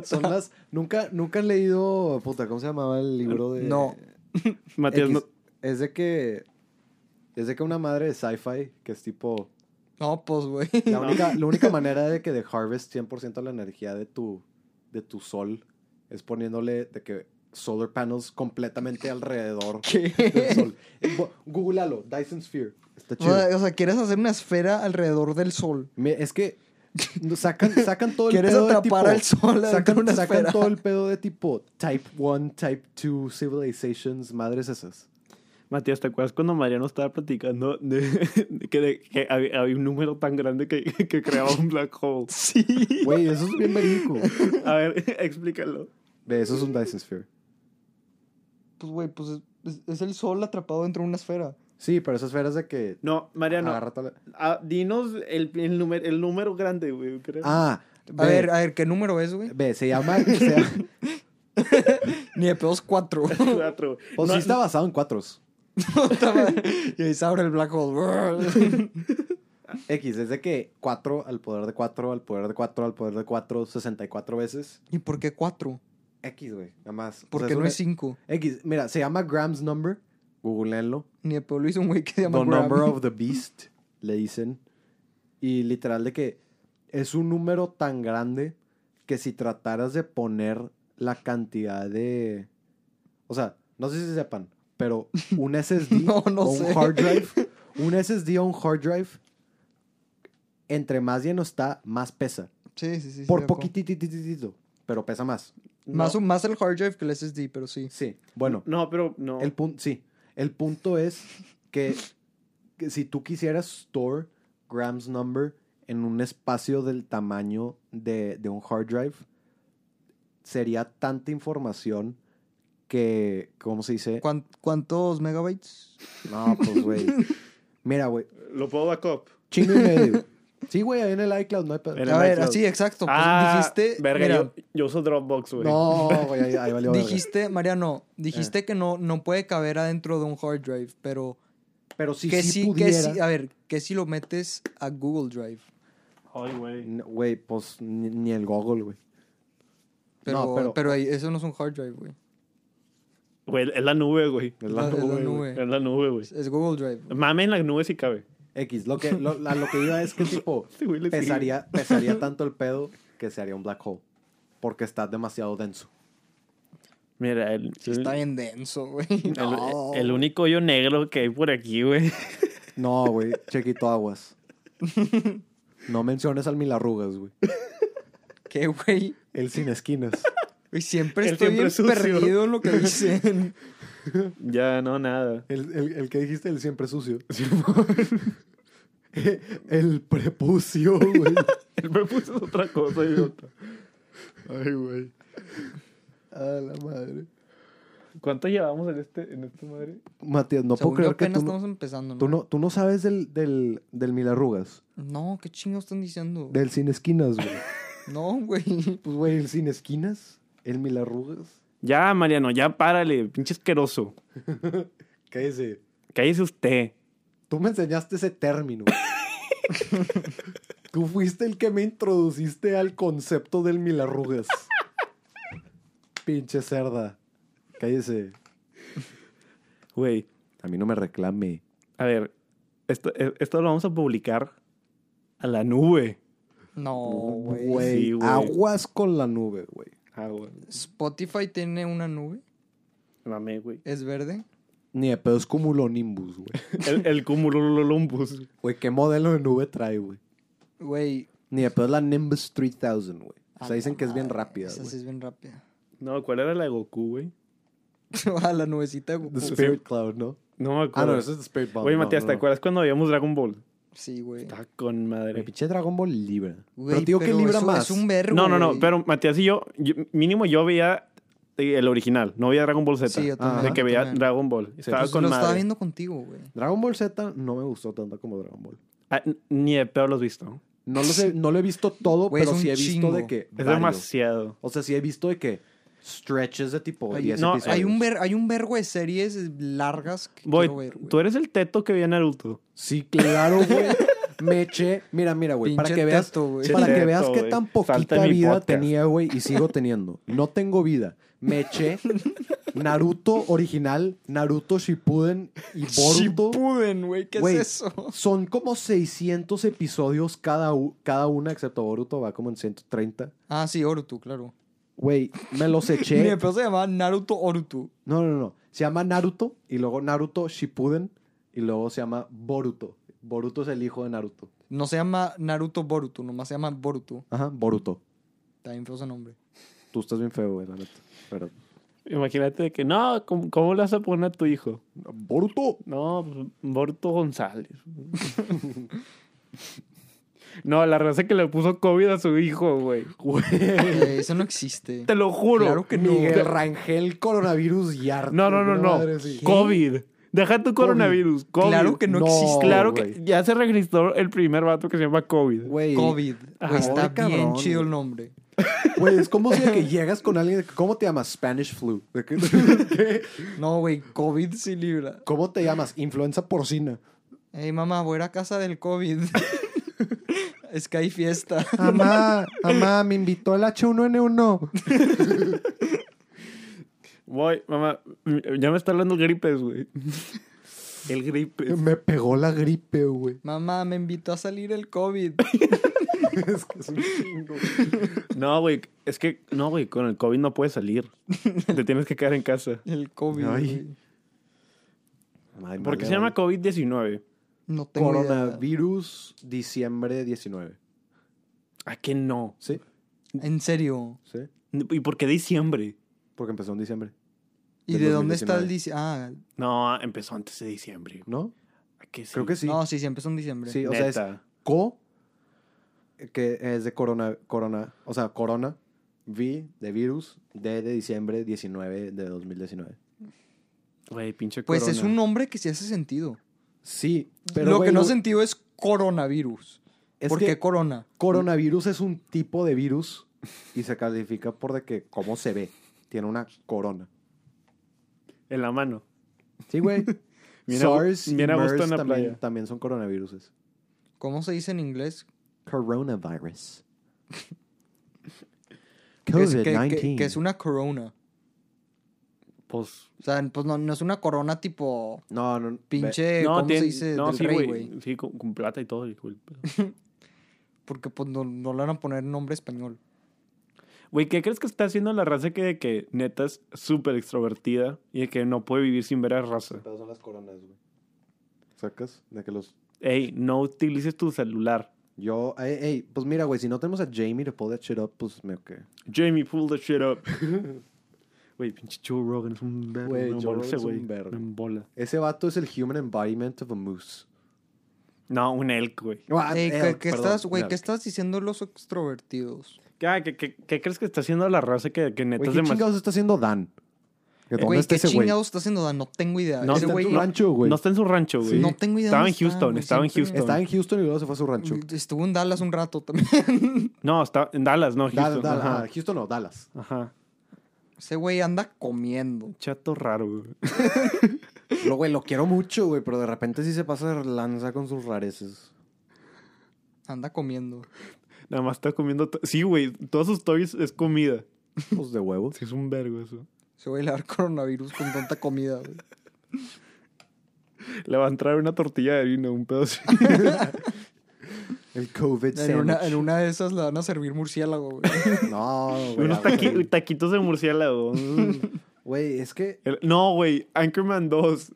son *laughs* las... Nunca, nunca han leído, puta, ¿cómo se llamaba el libro de...?
No.
Matías,
X?
no-
Es de que... Es de que una madre de sci-fi, que es tipo...
No, pues, güey.
La única,
*laughs*
la única manera de que de harvest 100% la energía de tu, de tu sol es poniéndole de que solar panels completamente alrededor del sol. Eh, bu- Googlealo, Dyson Sphere. Está
O
chido.
sea, o sea, quieres hacer una esfera alrededor del sol.
Me- es que no, sacan, sacan todo el
¿Quieres
pedo de
atrapar
tipo-
al
*laughs*
sol adentro
sacan,
de una
sacan
esfera? *laughs*
todo el pedo de tipo Type 1, Type 2 civilizations, madres esas.
Matías, ¿te acuerdas cuando Mariano estaba platicando de, de que, de- que había, había un número tan grande que, que creaba un black hole? Sí.
Güey, eso es bien verídico.
A ver, *laughs* explícalo.
Ve, eso es un Dyson Sphere.
Pues, güey, pues es, es- es el sol atrapado dentro de una esfera.
Sí, pero esas esferas de que...
No, Mariano,
agarra tal-
ah, dinos el, el, número, el número grande, güey. creo.
Ah,
A
ve,
ver, a ver, ¿qué número es, güey?
ve, se llama... *laughs* se-
Ni de pedos cuatro.
*laughs*
*laughs*
Cuatro.
Pues
No,
sí está basado en cuatros.
y ahí se abre el black hole.
*laughs* X, es de que 4 al poder de 4, al poder de 4, al poder de 4, 64 veces.
¿Y por qué cuatro?
X, güey, nada más. O
¿Por
sea,
qué no
una-
es cinco?
X, mira, se llama Graham's Number. Googleenlo.
Ni de pedo lo hizo un güey que se
The
llama Graham.
Number of the Beast, le dicen. Y literal de que es un número tan grande que si trataras de poner la cantidad de... O sea, no sé si sepan, pero
*laughs*
un SSD
No, no
o un
sé.
hard drive, un SSD o un hard drive, entre más lleno está, más pesa.
Sí, sí, sí. sí, de
Por
acuerdo.
poquititititito, pero pesa más.
Más,
no,
un- más el hard drive que el SSD, pero sí.
Sí, bueno.
No, pero no.
El punto, sí. El punto es que, que si tú quisieras store Graham's number en un espacio del tamaño de, de un hard drive, sería tanta información que, ¿cómo se dice?
¿Cuán- ¿Cuántos megabytes?
No, pues, güey. Mira, güey.
Lo puedo backup.
Chingo y medio. Sí, güey, ahí en el iCloud no hay pedo.
En el
A ver,
iCloud.
así, exacto. Pues
ah,
dijiste.
verga,
mira,
yo, yo uso Dropbox, güey.
No, güey, ahí, ahí valió verga. Ah.
dijiste, Mariano, dijiste que no, no puede caber adentro de un hard drive, pero
Pero si
que
sí,
sí,
pudiera...
que sí, a ver, que si lo metes a Google Drive.
Ay, güey.
No, Güey, pues ni, ni el Google, güey.
Pero,
No, pero-
pero, ahí- eso no es un hard drive, güey.
Güey, es la nube, güey.
Es
No,
la
es la
nube, güey.
nube.
Es la nube, güey.
Es Google Drive. güey.
Mame en la nube si cabe.
X, lo que, lo, la- lo que iba es *laughs* que tipo
Este güey le sigue.
pesaría, pesaría tanto el pedo que se haría un black hole. Porque está demasiado denso.
Mira, el,
Sí, está bien denso, güey. *laughs*
el- el único hoyo negro que hay por aquí, güey.
No, güey, chiquito aguas. No menciones al Milarrugas, güey.
Qué güey.
El sin esquinas.
Güey, Siempre
Él
estoy
siempre
bien
es sucio.
perdido en
*laughs*
lo que dicen.
*laughs* Ya, no, nada. *laughs*
El, el, el que dijiste, el siempre *laughs* sucio. el prepucio, güey.
Él me puso otra cosa, idiota.
Ay, güey. A la madre.
¿Cuánto llevamos en este, en esta madre?
Matías, no
Según yo,
puedo creer que
apenas
tú, no-
estamos empezando, ¿no?
tú no, tú no sabes del, del, del Milarrugas.
No, qué chingados están diciendo.
Del sin esquinas, güey.
No, güey. *laughs*
Pues, güey, el sin esquinas, el mil arrugas.
Ya, Mariano, ya párale, pinche asqueroso.
Cállese.
Cállese usted.
Tú me enseñaste ese término. Tú fuiste el que me introduciste al concepto del mil arrugas. Pinche cerda. Cállese.
Güey,
A mí no me reclame.
a ver, esto, eh, esto lo vamos a publicar a la nube.
No, güey.
Güey,
Sí, güey.
aguas con la nube, güey.
Ah, güey.
Spotify tiene una nube.
Mame, güey.
Es verde.
Ni de pedos cumulonimbus, güey.
El, el cumululumbus.
Güey, ¿qué modelo de nube trae, güey?
Güey.
Ni de pedos la Nimbus 3000, güey. O
a
sea,
la
dicen que es bien
Ah,
madre,
rápida,
Esa sí
güey.
es bien rápida. *laughs*
No, ¿cuál era la de Goku, güey?
A la nubecita de Goku.
The Spirit Cloud, ¿no?
No me
Ah,
acuerdo.
no, eso es The Spirit Bomb.
Güey,
No,
Matías,
no,
¿te
no.
acuerdas cuando veíamos Dragon Ball?
Sí, güey.
Está Ah, con
Me
madre.
pinché Dragon Ball Libra.
Güey,
pero te digo que Libra
eso
más.
Es un verbo.
No, no, no, pero Matías y yo, yo- mínimo yo veía eh, el original, no veía Dragon Ball Z.
Sí, yo
Ajá.
también.
de que
yo
veía
también.
Dragon Ball. Estaba
Pues
con
lo
madre.
estaba viendo contigo, güey.
Dragon Ball Z no me gustó tanto como Dragon Ball.
Ah, n- ni de pedo lo has visto.
No lo, sé, no lo he visto todo,
Güey, es
pero
un
sí he visto
chingo.
de que.
Es
varios.
demasiado.
O sea, sí he visto de que stretches de tipo
Ay,
10
no,
episodios.
Hay un, ver, hay un vergo de series largas que
Voy,
quiero ver, güey.
tú eres el teto que veía Naruto.
Sí, claro, güey. Me eché. Mira, mira, güey. Para
Pinche
que veas,
teto, güey.
para
Pinche
que
teto,
veas qué
güey.
tan
Salta
poquita
en mi
vida
podcast.
tenía, güey, y sigo teniendo. No tengo vida.
*laughs*
Me eché Naruto original, Naruto Shippuden y Boruto.
Shippuden, güey. ¿Qué
Güey,
es eso?
Son como 600 episodios cada, u- cada una, excepto Boruto, va como en 130.
Ah, sí, Orutu, claro.
Güey,
*laughs*
me los
Mi
eché.
después se llamaba Naruto Orutu.
No, no, no. Se llama Naruto y luego Naruto Shippuden y luego se llama Boruto. Boruto es el hijo de Naruto.
No se llama Naruto Boruto, nomás se llama Boruto.
Ajá, Boruto.
Está bien feo ese
*laughs*
nombre.
Tú estás bien feo, güey, la neta. Pero...
Imagínate que, no, ¿cómo, cómo le vas a poner a tu hijo?
¡Boruto!
No, pues, Borto González. no, la raza que le puso COVID a su hijo, güey.
Eh, eso no existe.
Te lo juro.
Claro que no.
Miguel Rangel Coronavirus Yard.
No, no, no,
Una
no.
madre así.
COVID. Deja tu coronavirus. COVID.
Claro que no,
No,
existe.
Claro
güey.
que ya se registró el primer vato que se llama COVID.
Güey.
COVID. Güey,
Ah,
está
pobre
bien
cabrón,
chido
güey.
el nombre.
Güey, es como si
*laughs*
de que llegas con alguien. de que, ¿Cómo te llamas? Spanish flu. De que- *laughs* ¿Qué?
No, güey, COVID sí libra.
¿Cómo te llamas? Influenza porcina.
Ey, mamá, voy a ir a casa del *laughs* COVID. es que hay fiesta.
Mamá, mamá, me invitó el H1N1.
Voy, mamá. Ya me está hablando el gripes, güey. El gripes.
Me pegó la gripe, güey.
Mamá, me invitó a salir el COVID.
Es que es un chingo.
No, güey. Es que, no, güey. Con el COVID no puedes salir. Te tienes que quedar en casa.
El COVID.
Ay.
güey.
¿Por qué se llama COVID-19?
No tengo idea.
Coronavirus diciembre 19.
¿A qué no?
¿Sí?
En serio.
¿Sí?
¿Y por qué diciembre?
Porque empezó en diciembre.
¿Y
Del
de dónde está el
2019.
diciembre? Ah,
No, empezó antes de diciembre.
¿No?
¿A qué sí?
Creo que sí.
no, sí, sí empezó en diciembre.
Sí, o sea,
Neta.
es co, que es de corona, corona, o sea, corona, vi de virus, D de diciembre 19 de 2019.
Güey, pinche
Pues
corona.
es un nombre que sí hace sentido.
Sí, pero
lo
güey,
que no
lo-
hace sentido es coronavirus.
Es
¿Por
que
qué corona?
coronavirus es un tipo de virus y se califica por de que cómo se ve. Tiene una corona.
En la mano.
Sí, *laughs* güey.
Bien a gu-
SARS y
bien a gusto
MERS
en la
también,
playa.
también son coronaviruses.
¿Cómo se dice en inglés?
*laughs* Coronavirus.
Que es, que- que-
COVID-19.
que es una corona.
Pues.
O sea, pues no, no es una corona tipo
No, no. ve-
pinche, ¿cómo
tiene-
se dice?
no,
del
sí,
rey, güey.
güey. Sí, con, con plata y todo. y cool.
Porque pues no, no le van a poner nombre español.
Güey, ¿qué crees que está haciendo la raza que de que neta es súper extrovertida y de que no puede vivir sin ver a raza?
Pero son las coronas, güey. ¿Sacas? De que los...
Ey, no utilices tu celular.
Yo, ey, ey, pues mira, güey, si no tenemos a Jamie to pull that shit up, pues me ok.
Jamie, pull the shit
*laughs*
up. Güey, pinche Joe Rogan es un verga.
Güey,
me
Joe
embola
Rogan
ese
es un
güey,
verga.
me embola.
Ese vato es el human embodiment of a moose.
No, un elk, güey.
Ey, Eh, ¿qué-
elk,
¿qué,
perdón,
estás, güey,
un
¿Qué
elk.
estás diciendo los extrovertidos?
Ah, ¿Qué, qué, qué crees que está haciendo la raza que, que neta
Güey,
es
¿qué
demasiado...
chingados está haciendo Dan? ¿Que ¿Dónde
Güey,
está
¿qué
ese güey?
chingados está haciendo? Dan? No tengo idea. Ese
No,
está en
güey
tu rancho, güey.
No está en su rancho, güey.
No tengo idea
Estaba
dónde
en
está,
Houston,
güey,
estaba en
siempre-
Houston.
Está en Houston Mm, y luego se fue a su rancho.
estuvo en Dallas un rato también. *laughs*
No, está en Dallas, no
Dallas,
Houston.
Dallas,
ajá.
ah, Houston no, Dallas.
Ajá.
Ese güey anda comiendo.
Chato raro, güey. *laughs*
Lo, güey, lo quiero mucho, güey, pero de repente sí se pasa de lanza con sus rareces.
Anda comiendo.
Nada más está comiendo... to- Sí, güey, todas sus toys es comida.
Pues de huevo.
Sí, es un vergo eso.
Ese güey le va a dar *laughs* coronavirus con tanta comida,
*laughs*
güey.
Le va a entrar una tortilla de vino, un pedo así.
El COVID
En una,
sandwich.
en una de esas le van a servir murciélago,
*laughs*
güey.
No, güey.
Unos
a ver.
taqui- taquitos de murciélago. Mm.
Güey, es que...
El- no, güey, Anchorman 2.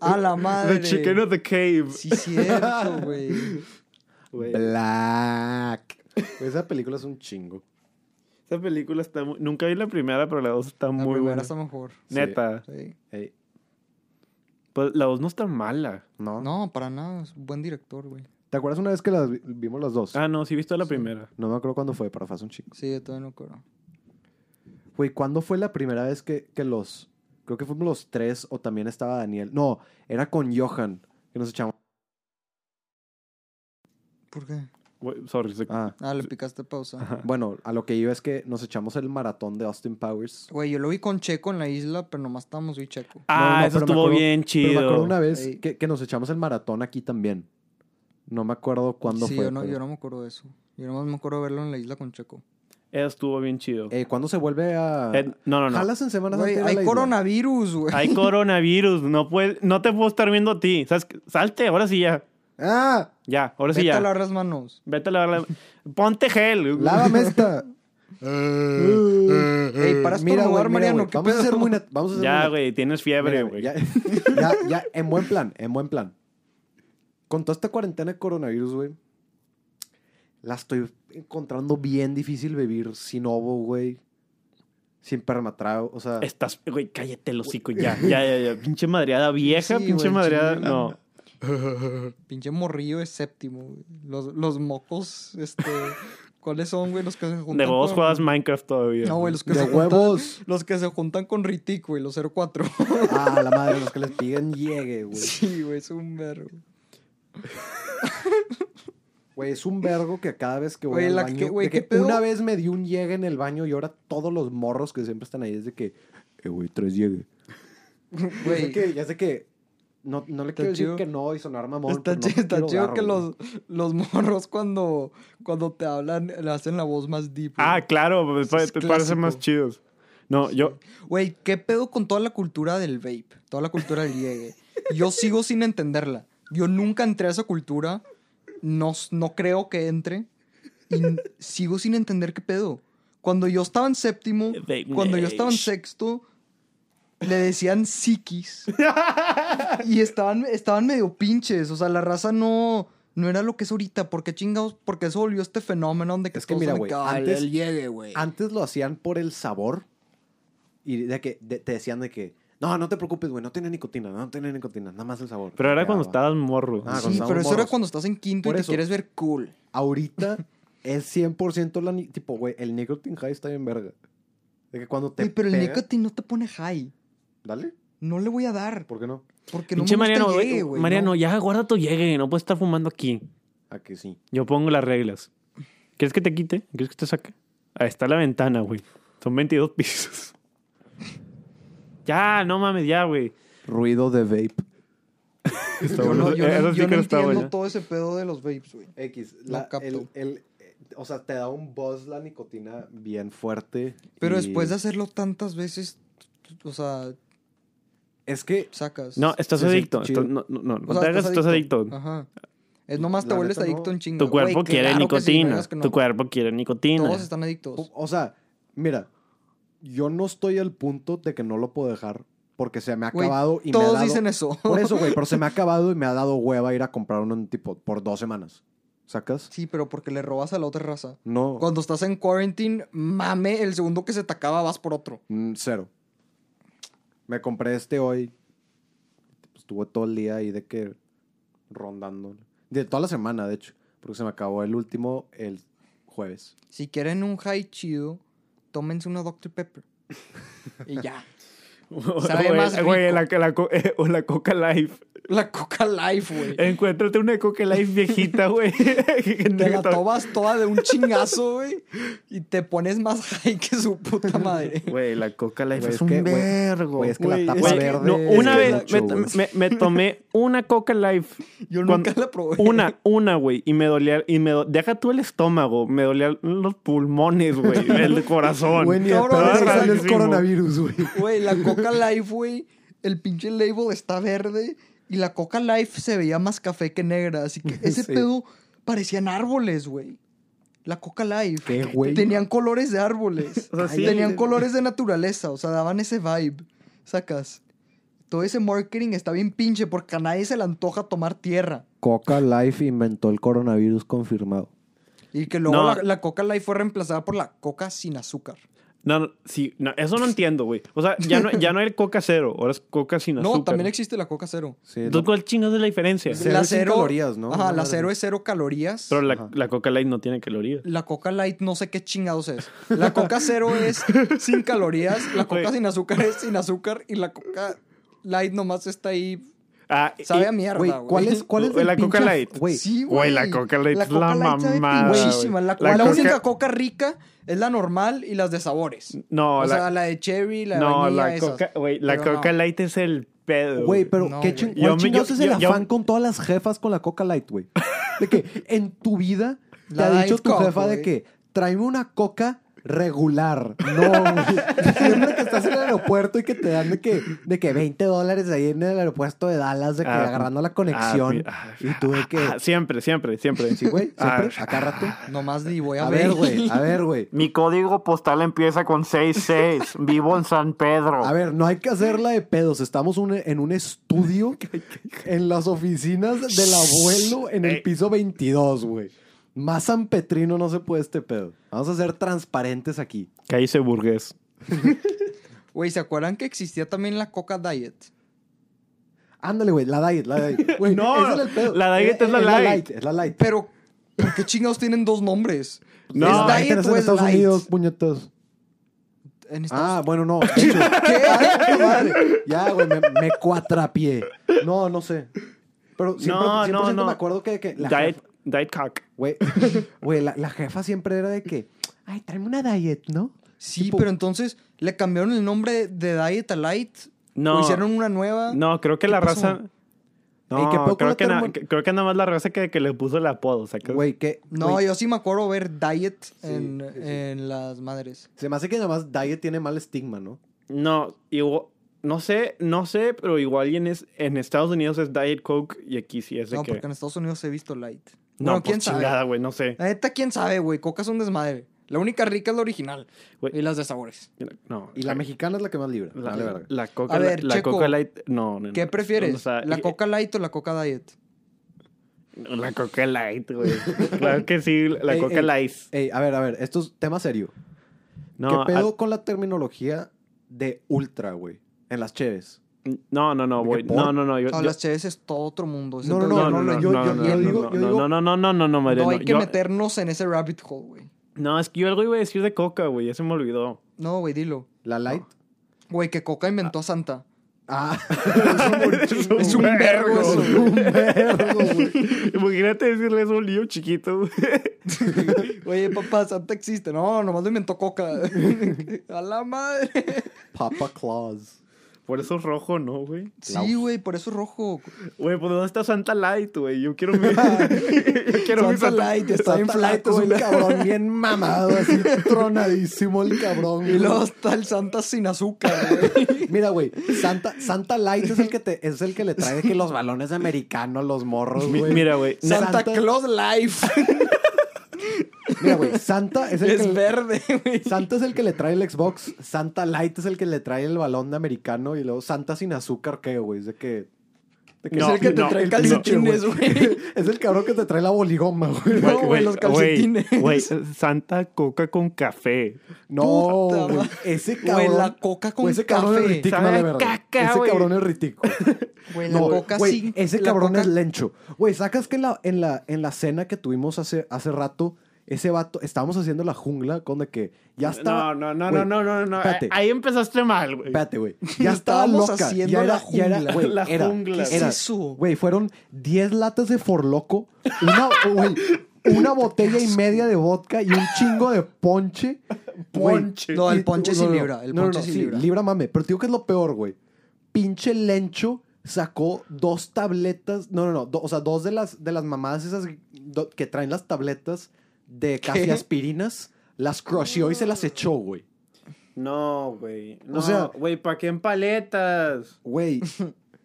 A la madre.
The Chicken of the Cave.
Sí, cierto,
*laughs*
güey.
Güey,
Black. Esa película es un chingo.
Esa película está muy... Nunca vi la primera, pero la dos está
La
muy
primera
buena.
está mejor.
Neta.
Sí.
Ey,
Pues la dos no está mala.
no.
No, para nada. Es un buen director, güey.
¿Te acuerdas una vez que las vi- vimos las dos?
Ah, no, sí he visto la primera.
No me acuerdo cuándo fue, pero fue hace un chingo.
Sí, yo todavía no creo.
Güey, ¿cuándo fue la primera vez que, que los... Creo que fuimos los tres o también estaba Daniel. No, era con Johan, que nos echamos...
¿Por qué?
Güey, sorry. se-
Ah,
Ah, le picaste pausa.
bueno, a lo que iba es que nos echamos el maratón de Austin Powers.
Güey, yo lo vi con Checo en la isla, pero nomás estábamos y Checo.
Ah,
no,
eso
pero me
estuvo
acuerdo-
bien
Pero me acuerdo
chido.
una vez
Ey.
que, que nos echamos el maratón aquí también. No me acuerdo cuándo
sí,
fue.
yo no,
pero-
yo no me acuerdo de eso. Yo nomás me acuerdo verlo en la isla con Checo.
Eso estuvo bien chido.
Eh, ¿Cuándo se vuelve a...?
Eh, no, no, no.
¿Jalas en Semana
Güey,
Santa ir a la
hay
isla?
coronavirus, güey.
*laughs*
Hay coronavirus. No, puede, no te puedo estar viendo a ti. ¿Sabes qué? Salte, ahora sí ya.
¡Ah!
Ya, ahora sí
Vete
ya.
a lavar las manos.
Vete a lavar la... Ponte gel.
¡Lávame esta!
*laughs*
Eh.
Ey, para
Mira,
estornudar,
güey, mira,
Mariano,
güey,
¿qué
Vamos a
pedo?
ser muy... nat- Vamos a ser muy
Ya,
nat-
güey, tienes fiebre,
Mira,
güey.
Ya, ya, *laughs* ya, en buen plan, en buen plan. Con toda esta cuarentena de coronavirus, güey, la estoy encontrando bien difícil vivir sin ovo, güey. Sin permatrao, o sea...
Estás, güey, cállate el hocico ya, ya, ya, ya. Pinche madreada vieja,
Sí,
pinche
güey,
madreada.
chinga.
No.
Pinche morrillo de séptimo, güey. Los, los mocos, este.
*laughs*
¿Cuáles son, güey? Los que se juntan.
De vos
con-
juegas Minecraft todavía.
No, güey, los que
¡De
se juntan.
huevos!
Los que se juntan con Ritik, güey, los 04.
Ah, la madre, los que les piden llegue,
*laughs*
güey.
sí, güey, es un verbo.
Güey, es un vergo que cada vez que voy
Güey,
al
la
baño...
que- güey,
de que
¿qué pedo?
Una vez me dio un llegue en el baño y ahora todos los morros que siempre están ahí es de que... Eh, güey, tres llegue. Ya sé
Güey,
que, ya sé que... No, no le
Está
quiero
chido.
decir que no y sonar mamón.
está,
pero no
chi- está
quiero
chido
dar,
que
güey.
los, los morros cuando, cuando te hablan le hacen la voz más deep. güey.
Ah, claro, me
Eso
pa-
es
me parecen más
clásico.
chidos. No, yo,
Güey, ¿qué pedo con toda la cultura del vape? Toda la cultura del llegue. Yo sigo sin entenderla. Yo nunca entré a esa cultura. No, s- no creo que entre. Y n- sigo sin entender qué pedo. Cuando yo estaba en séptimo,
Vape
cuando yo estaba en
Nation.
sexto, le decían psiquis. y estaban, estaban medio pinches. O sea, la raza no, no era lo que es ahorita. ¿Por qué chingados? Porque eso volvió este fenómeno de que
Es que
todos
mira,
son de
güey,
que, "Ah,
antes-
el llegue, güey.
Antes lo hacían por el sabor. Y de que de- te decían de que, no, no te preocupes, güey, no tiene nicotina, no tiene nicotina, nada más el sabor.
pero era
Ya,
cuando
va.
estabas morro.
Ah, cuando
sí,
estábamos
pero eso era
morros.
cuando estás en quinto
Por
y te
eso.
quieres ver cool.
Ahorita es 100% la... ni- Tipo, güey, el nicotine high está bien verga. De que cuando te
Güey, pero el
pega-
nicotine no te pone high.
Dale,
No le voy a dar.
¿por qué no?
Porque no me
Pinche
gusta
Mariano,
el
güey,
llegue, güey.
Mariano,
no.
ya guarda tu llegue, no puedes estar fumando aquí.
A que sí.
Yo pongo las reglas. ¿Quieres que te quite? ¿Quieres que te saque? Ahí está la ventana, güey. Son 22 pisos. Ya, no mames, ya, güey.
Ruido de vape.
Está
yo
bueno.
no, yo no-
Eso sí
yo
que
no
no está
entiendo
bueno.
todo ese pedo de los vapes, güey.
X.
No
la-
capto.
el- el- eh, o sea, te da un buzz la nicotina bien fuerte.
Pero
y-
después de hacerlo tantas veces, o sea,
Es que.
sacas.
No, estás
Sí, sí,
adicto.
chido.
Estás- no, no, no, no
O sea,
te hagas, estás adicto.
Ajá. Es nomás te
La
vuelves
neta, no.
adicto en chinga.
Tu cuerpo
Ah, Güey,
quiere
claro que sí, no
nicotina.
digas que no.
Tu cuerpo quiere nicotina.
Todos están adictos.
O sea, mira, yo no estoy al punto de que no lo puedo dejar porque se me ha
Güey,
acabado y me ha
Todos
dado.
dicen eso.
Por eso, güey, pero se me
*laughs*
ha acabado y me ha dado hueva ir a comprar uno en tipo por dos semanas. ¿Sacas?
*laughs* Sí, pero porque le robas a la otra raza.
No.
Cuando estás en quarantine, mame, el segundo que se te acaba vas por otro.
Mm, Cero. Me compré este hoy. Pues, Estuve todo el día ahí de que rondando. De toda la semana, de hecho. Porque se me acabó el último el jueves.
Si quieren un high chido, tómense una Dr. Pepper. Y ya. Sabe
*laughs* Güey,
más
Güey,
rico.
la, la co- eh, o la Coca Life.
La Coca Life, güey.
Eh, Encuéntrate una Coca Life viejita, güey. *laughs* Que
Te la
to-
tomas toda de un chingazo, güey. Y te pones más high que su puta madre.
Güey, la Coca Life
Güey,
es,
es
un
que, güey,
vergo.
güey, es que
Güey,
la
es
tapa
que-
verde.
no, una
es
vez
mucho,
me,
mucho, güey.
me- me tomé una Coca Life.
Yo
Cuando-
nunca la probé.
Una, una, güey. Y me dolía. Y me do- Deja tú el estómago. Me dolían los pulmones,
*laughs*
gügüey. El corazón.
Güey, ni de
Cabrón,
pedo
es
te sale el
rarísimo.
coronavirus, güey.
Güey, la Coca Life, güey. El pinche label está verde. Y la Coca Life se veía más café que negra. Así que ese
Sí.
pedo parecían árboles, güey. La Coca Life.
¿Qué, güey?
Tenían colores de árboles.
*laughs* O sea, sí.
Tenían colores de naturaleza. O sea, daban ese vibe. Sacas. Todo ese marketing está bien pinche porque a nadie se le antoja tomar tierra.
Coca Life inventó el coronavirus confirmado.
Y que luego
No.
la, la Coca Life fue reemplazada por la Coca sin azúcar.
No, no, sí, no, eso no entiendo, güey. O sea, ya no, ya no hay el coca cero, ahora es coca sin
No,
azúcar.
también existe la Coca cero.
Sí,
Entonces, ¿cuál chingados es la diferencia?
Cero
la
es sin calorías, ¿no?
Ajá,
Una
la
madre
cero
así.
es cero calorías.
Pero la,
Ajá.
la coca light no tiene calorías.
La Coca Light no sé qué chingados es. La Coca Cero es sin calorías, la Coca
Güey.
sin azúcar es sin azúcar y la Coca Light nomás está ahí.
Ah, y-
Sabe a
y-
mierda,
Eh, Güey,
güey.
¿cuál es, cuál es
Güey,
del
la Coca
pinche-
Light.
Güey,
Sí,
Güey,
güey.
la Coca Light es la
sabe
mamada,
pinchísima.
güey.
La,
La
la
Coca-
única Coca rica es la normal y las de sabores.
No,
o
la,
sea, la de cherry, la de
no,
vainilla,
la
esas.
coca, güey, la
Pero no.
coca light es el pedo.
Güey, pero
No,
¿qué
güey.
ching-
Yo
cuál
me-
chingados
yo-
es el
yo- yo-
afán con todas las jefas con la Coca Light,
*laughs*
güey? De que en tu vida te
La
ha dicho
Diet
tu
Coke,
jefa de
güey.
que tráeme una Coca regular. No,
*laughs*
güey. Siempre que estás en el aeropuerto y que te dan de que, de que 20 dólares ahí en el aeropuerto de Dallas, de que
Ah,
agarrando la
Ah,
conexión.
ah,
y tú de que,
ah, siempre, siempre, siempre.
sí, güey, siempre,
Ah,
acá rato.
Nomás di, voy a,
A
ver,
ver, güey, a ver, güey.
Mi código postal empieza con 66. Vivo en San Pedro.
A ver, no hay que hacerla de pedos. Estamos un- en
*laughs*
un estudio en las oficinas del abuelo en el
Ey.
piso 22, güey. Más San Petrino no se puede este pedo. Vamos a ser transparentes aquí.
Que ahí se burgués.
Güey, ¿se acuerdan que existía también la Coca Diet?
Ándale, güey, la diet, la
*laughs*
diet. Güey,
No,
ese era el pedo.
la diet
Eh,
es la
eh,
light.
Es la light.
Pero, ¿por qué chingados tienen dos nombres?
No,
¿Es
la pues
Diet
es
o
en
es
Estados
Light?
Unidos, puñetos.
En Estados
Ah, bueno, no. de
*laughs*
hecho. Ay, madre. Ya, güey, me, me cuatrapié. No, no sé. Pero siempre,
No, no,
100%
no.
me acuerdo que, que la
Diet,
jefa-
diet cock.
*laughs* Güey, güey, la, la jefa siempre era de que, ay, tráeme una diet, ¿no?
Sí,
Tipo-
pero entonces le cambiaron el nombre de Diet a Light.
No.
¿O hicieron una nueva.
No, creo que
Ah. ¿Qué
la
pasó?
raza.
Ey, ¿qué
No,
poco
creo
la
que, na-
termo-
que- creo que nada más la raza que, que le puso el apodo. o sea, que-
Güey, que.
No,
güey,
yo sí me acuerdo ver Diet en,
sí, sí.
en las madres.
Se me hace que nada más diet tiene mal estigma, ¿no?
No, igual- no sé, no sé, pero igual y en, es- en Estados Unidos es Diet Coke y aquí sí es de
No,
que.
porque en Estados Unidos he visto Light.
No,
bueno,
pues,
quién sabe. Eh,
chingada, güey, no sé.
La neta, quién sabe, güey. Coca es un desmadre. La única rica es la original.
Güey.
Y las de sabores.
No.
Y la
güey.
mexicana es la que más libra.
La,
Vale, verga.
la Coca,
A
la-
ver,
la,
Checo,
Coca Light. No, no, no.
¿Qué prefieres?
O sea,
¿La
y- eh,
Coca Light o la Coca Diet?
La Coca Light, güey. claro que sí, la
Ey,
Coca
ey,
Light.
Ey, a ver, a ver, esto es tema serio.
No,
¿Qué pedo con la terminología de ultra, güey? En las cheves.
a- no, no, no,
¿De
güey.
qué por?
No, no, no. Yo,
No,
yo-
las Cheves es todo otro mundo. Ese
No, no,
pedo-
no,
no,
no, no,
yo-
no,
yo-
no,
yo
no,
digo-
no,
yo
no,
digo-
no, no, no, no, no, María,
No hay
no,
que
yo-
meternos en ese rabbit hole, güey.
No, es que yo algo iba a decir de Coca, güey. Ya se me olvidó.
No, güey, dilo.
La light.
Güey, que Coca inventó a Santa. *laughs*
Ah, *laughs*
Es un
Es un vergo eso,
vergo.
güey.
Imagínate decirle eso a un niño chiquito. güey.
Oye, papá, Santa existe. No, nomás lo inventó Coca. *laughs* a la madre.
Papa Claus.
Por eso rojo, ¿no, güey?
Sí, güey, por eso es rojo.
Güey, ¿por dónde está Santa Light, güey? Yo quiero mi... *laughs* Yo quiero mi
Santa Light está bien
Santa Light
flaco,
es un
güey.
cabrón bien mamado,
*laughs*
así tronadísimo el cabrón.
Y
güey.
luego está el Santa sin azúcar, güey.
Mira, güey, Santa, Santa Light es el que te, es el que le trae que los balones de americano a los morros,
Mi-
güey.
mira, güey.
*laughs*
Sa-
Santa
Santa-
Claus Life.
Mira, güey, Santa es el
*laughs*
que
Es
le-
verde, güey.
Santa es el que le trae el Xbox, Santa Light es el que le trae el balón de americano y luego Santa sin azúcar, ¿qué, güey? Es de que... de que-
es
No,
el que te
no,
trae
no,
calcetines, güey.
Es el cabrón que te trae la boligoma, güey.
No, güey, los calcetines.
Güey, güey, Santa Coca con café.
No,
Puta
güey.
madre.
Ese
Güey,
cabrón...
la coca con
güey, ese cabrón es
café.
ritico,
Sabe
vale
a
verga.
caca,
Ese
güey.
cabrón es ritico.
Güey, la
No,
coca
güey,
sin.
ese
la
cabrón
coca-
es lencho. Güey, sacas que en la, en, la, en la cena que tuvimos hace, hace rato, ese vato, estábamos haciendo la jungla con de que ya estaba...
No, no, no,
güey,
no, no, no, no.
espérate.
Ahí empezaste mal, güey.
*laughs*
Espérate, güey. Ya estaba
Estábamos
loca.
haciendo
ya era,
la
ya era,
jungla.
güey,
La
era-
jungla,
¿Qué es
era-
eso?
Güey, fueron 10 latas de forloco, una, güey, una botella y media de vodka y un chingo
*laughs*
de ponche. güey.
Ponche.
No, el
Y-
ponche sí libra, el ponche sí
sí,
libra.
mame. Pero te digo que es lo peor, güey. Pinche lencho sacó dos tabletas. No, no, no. do- o sea, dos de las, de las mamadas esas do- que traen las tabletas de casi aspirinas. Las crusheó y se las echó, güey.
No, güey.
O sea-
güey, ¿para qué en paletas?
Güey,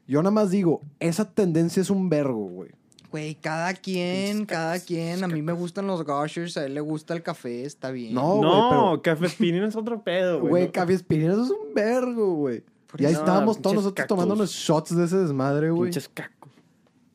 yo nada más digo, esa tendencia es un vergo, güey.
Güey, cada quien, cada quien. A mí me gustan los gushers, a él le gusta el café, está bien.
No,
No,
güey, pero...
café spinning es otro pedo, güey.
Güey,
No.
Café Espinero es un vergo, güey.
Por
Y ahí
eso-
estábamos todos
pinches
nosotros
cactus.
tomando unos shots de ese desmadre, güey.
Pinches cacos.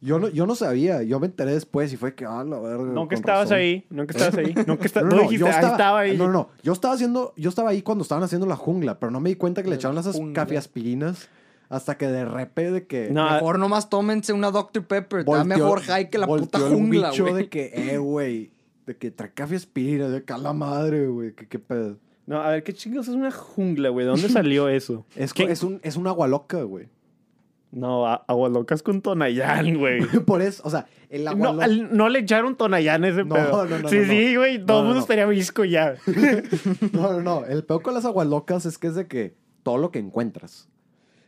Yo no, yo no sabía, yo me enteré después y fue que, ah, la verga.
No que
con
estabas
razón".
ahí, no que estabas
*laughs*
ahí, no que
No,
esta-
no,
no
no,
dijiste,
yo
"Ah,
estaba,
estaba ahí.
no, no, no, yo estaba haciendo, yo estaba ahí cuando estaban haciendo la jungla, pero no me di cuenta que le
La
echaron esas
jungla.
cafiaspirinas hasta que de repente de que
No,
Mejor nomás tómense una Dr. Pepper. Está
ah, volteó-
mejor high que la puta
volteó el
jungla,
bicho
güey.
de que, eh, güey, de que trae cafiaspirinas, de que a la madre, güey, que qué pedo.
No, a ver, ¿qué chingos es una jungla, güey? ¿De dónde salió eso?
Es,
¿Qué-
es un, es un agua loca, güey. *laughs*
No, a- agualocas con Tonayán,
*laughs*
güey.
Por eso, o sea, el agua
No,
loca-
al- no le echaron Tonayán a ese
No,
pedo.
no, no,
sí,
no, no.
sí, güey,
No,
todo
no,
el mundo
no.
estaría visco
*laughs*
ya.
No, no, no, el peor con las aguas locas es que es de que todo lo que encuentras.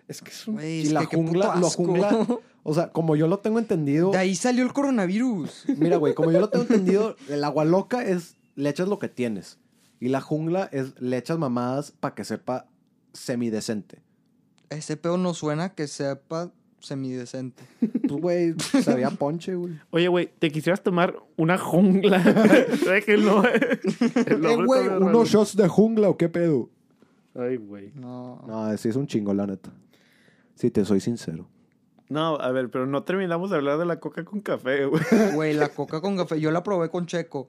es que es un...
Güey,
y
es
la
que qué
jungla,
puto
la
asco.
jungla, o sea, como yo lo tengo entendido,
*laughs* De ahí salió el coronavirus.
*laughs* Mira, güey, como yo lo tengo entendido, el agua loca es le echas lo que tienes. Y la jungla es le echas mamadas para que sepa semidecente.
Ese pedo no suena que sepa semidecente.
Pues, güey, sabía ponche, güey.
Oye, güey, ¿te quisieras tomar una
*laughs*
jungla? *laughs* Déjenlo. El
Eh,
nombre
güey,
está bien *laughs*
unos
raro.
shots de jungla o qué pedo.
Ay, güey.
No. *laughs*
No, sí es un chingo, la neta. Si te soy sincero.
No, a ver, pero no terminamos de hablar de la coca con café, *laughs* güey.
Güey, la coca con café. Yo la probé con Checo.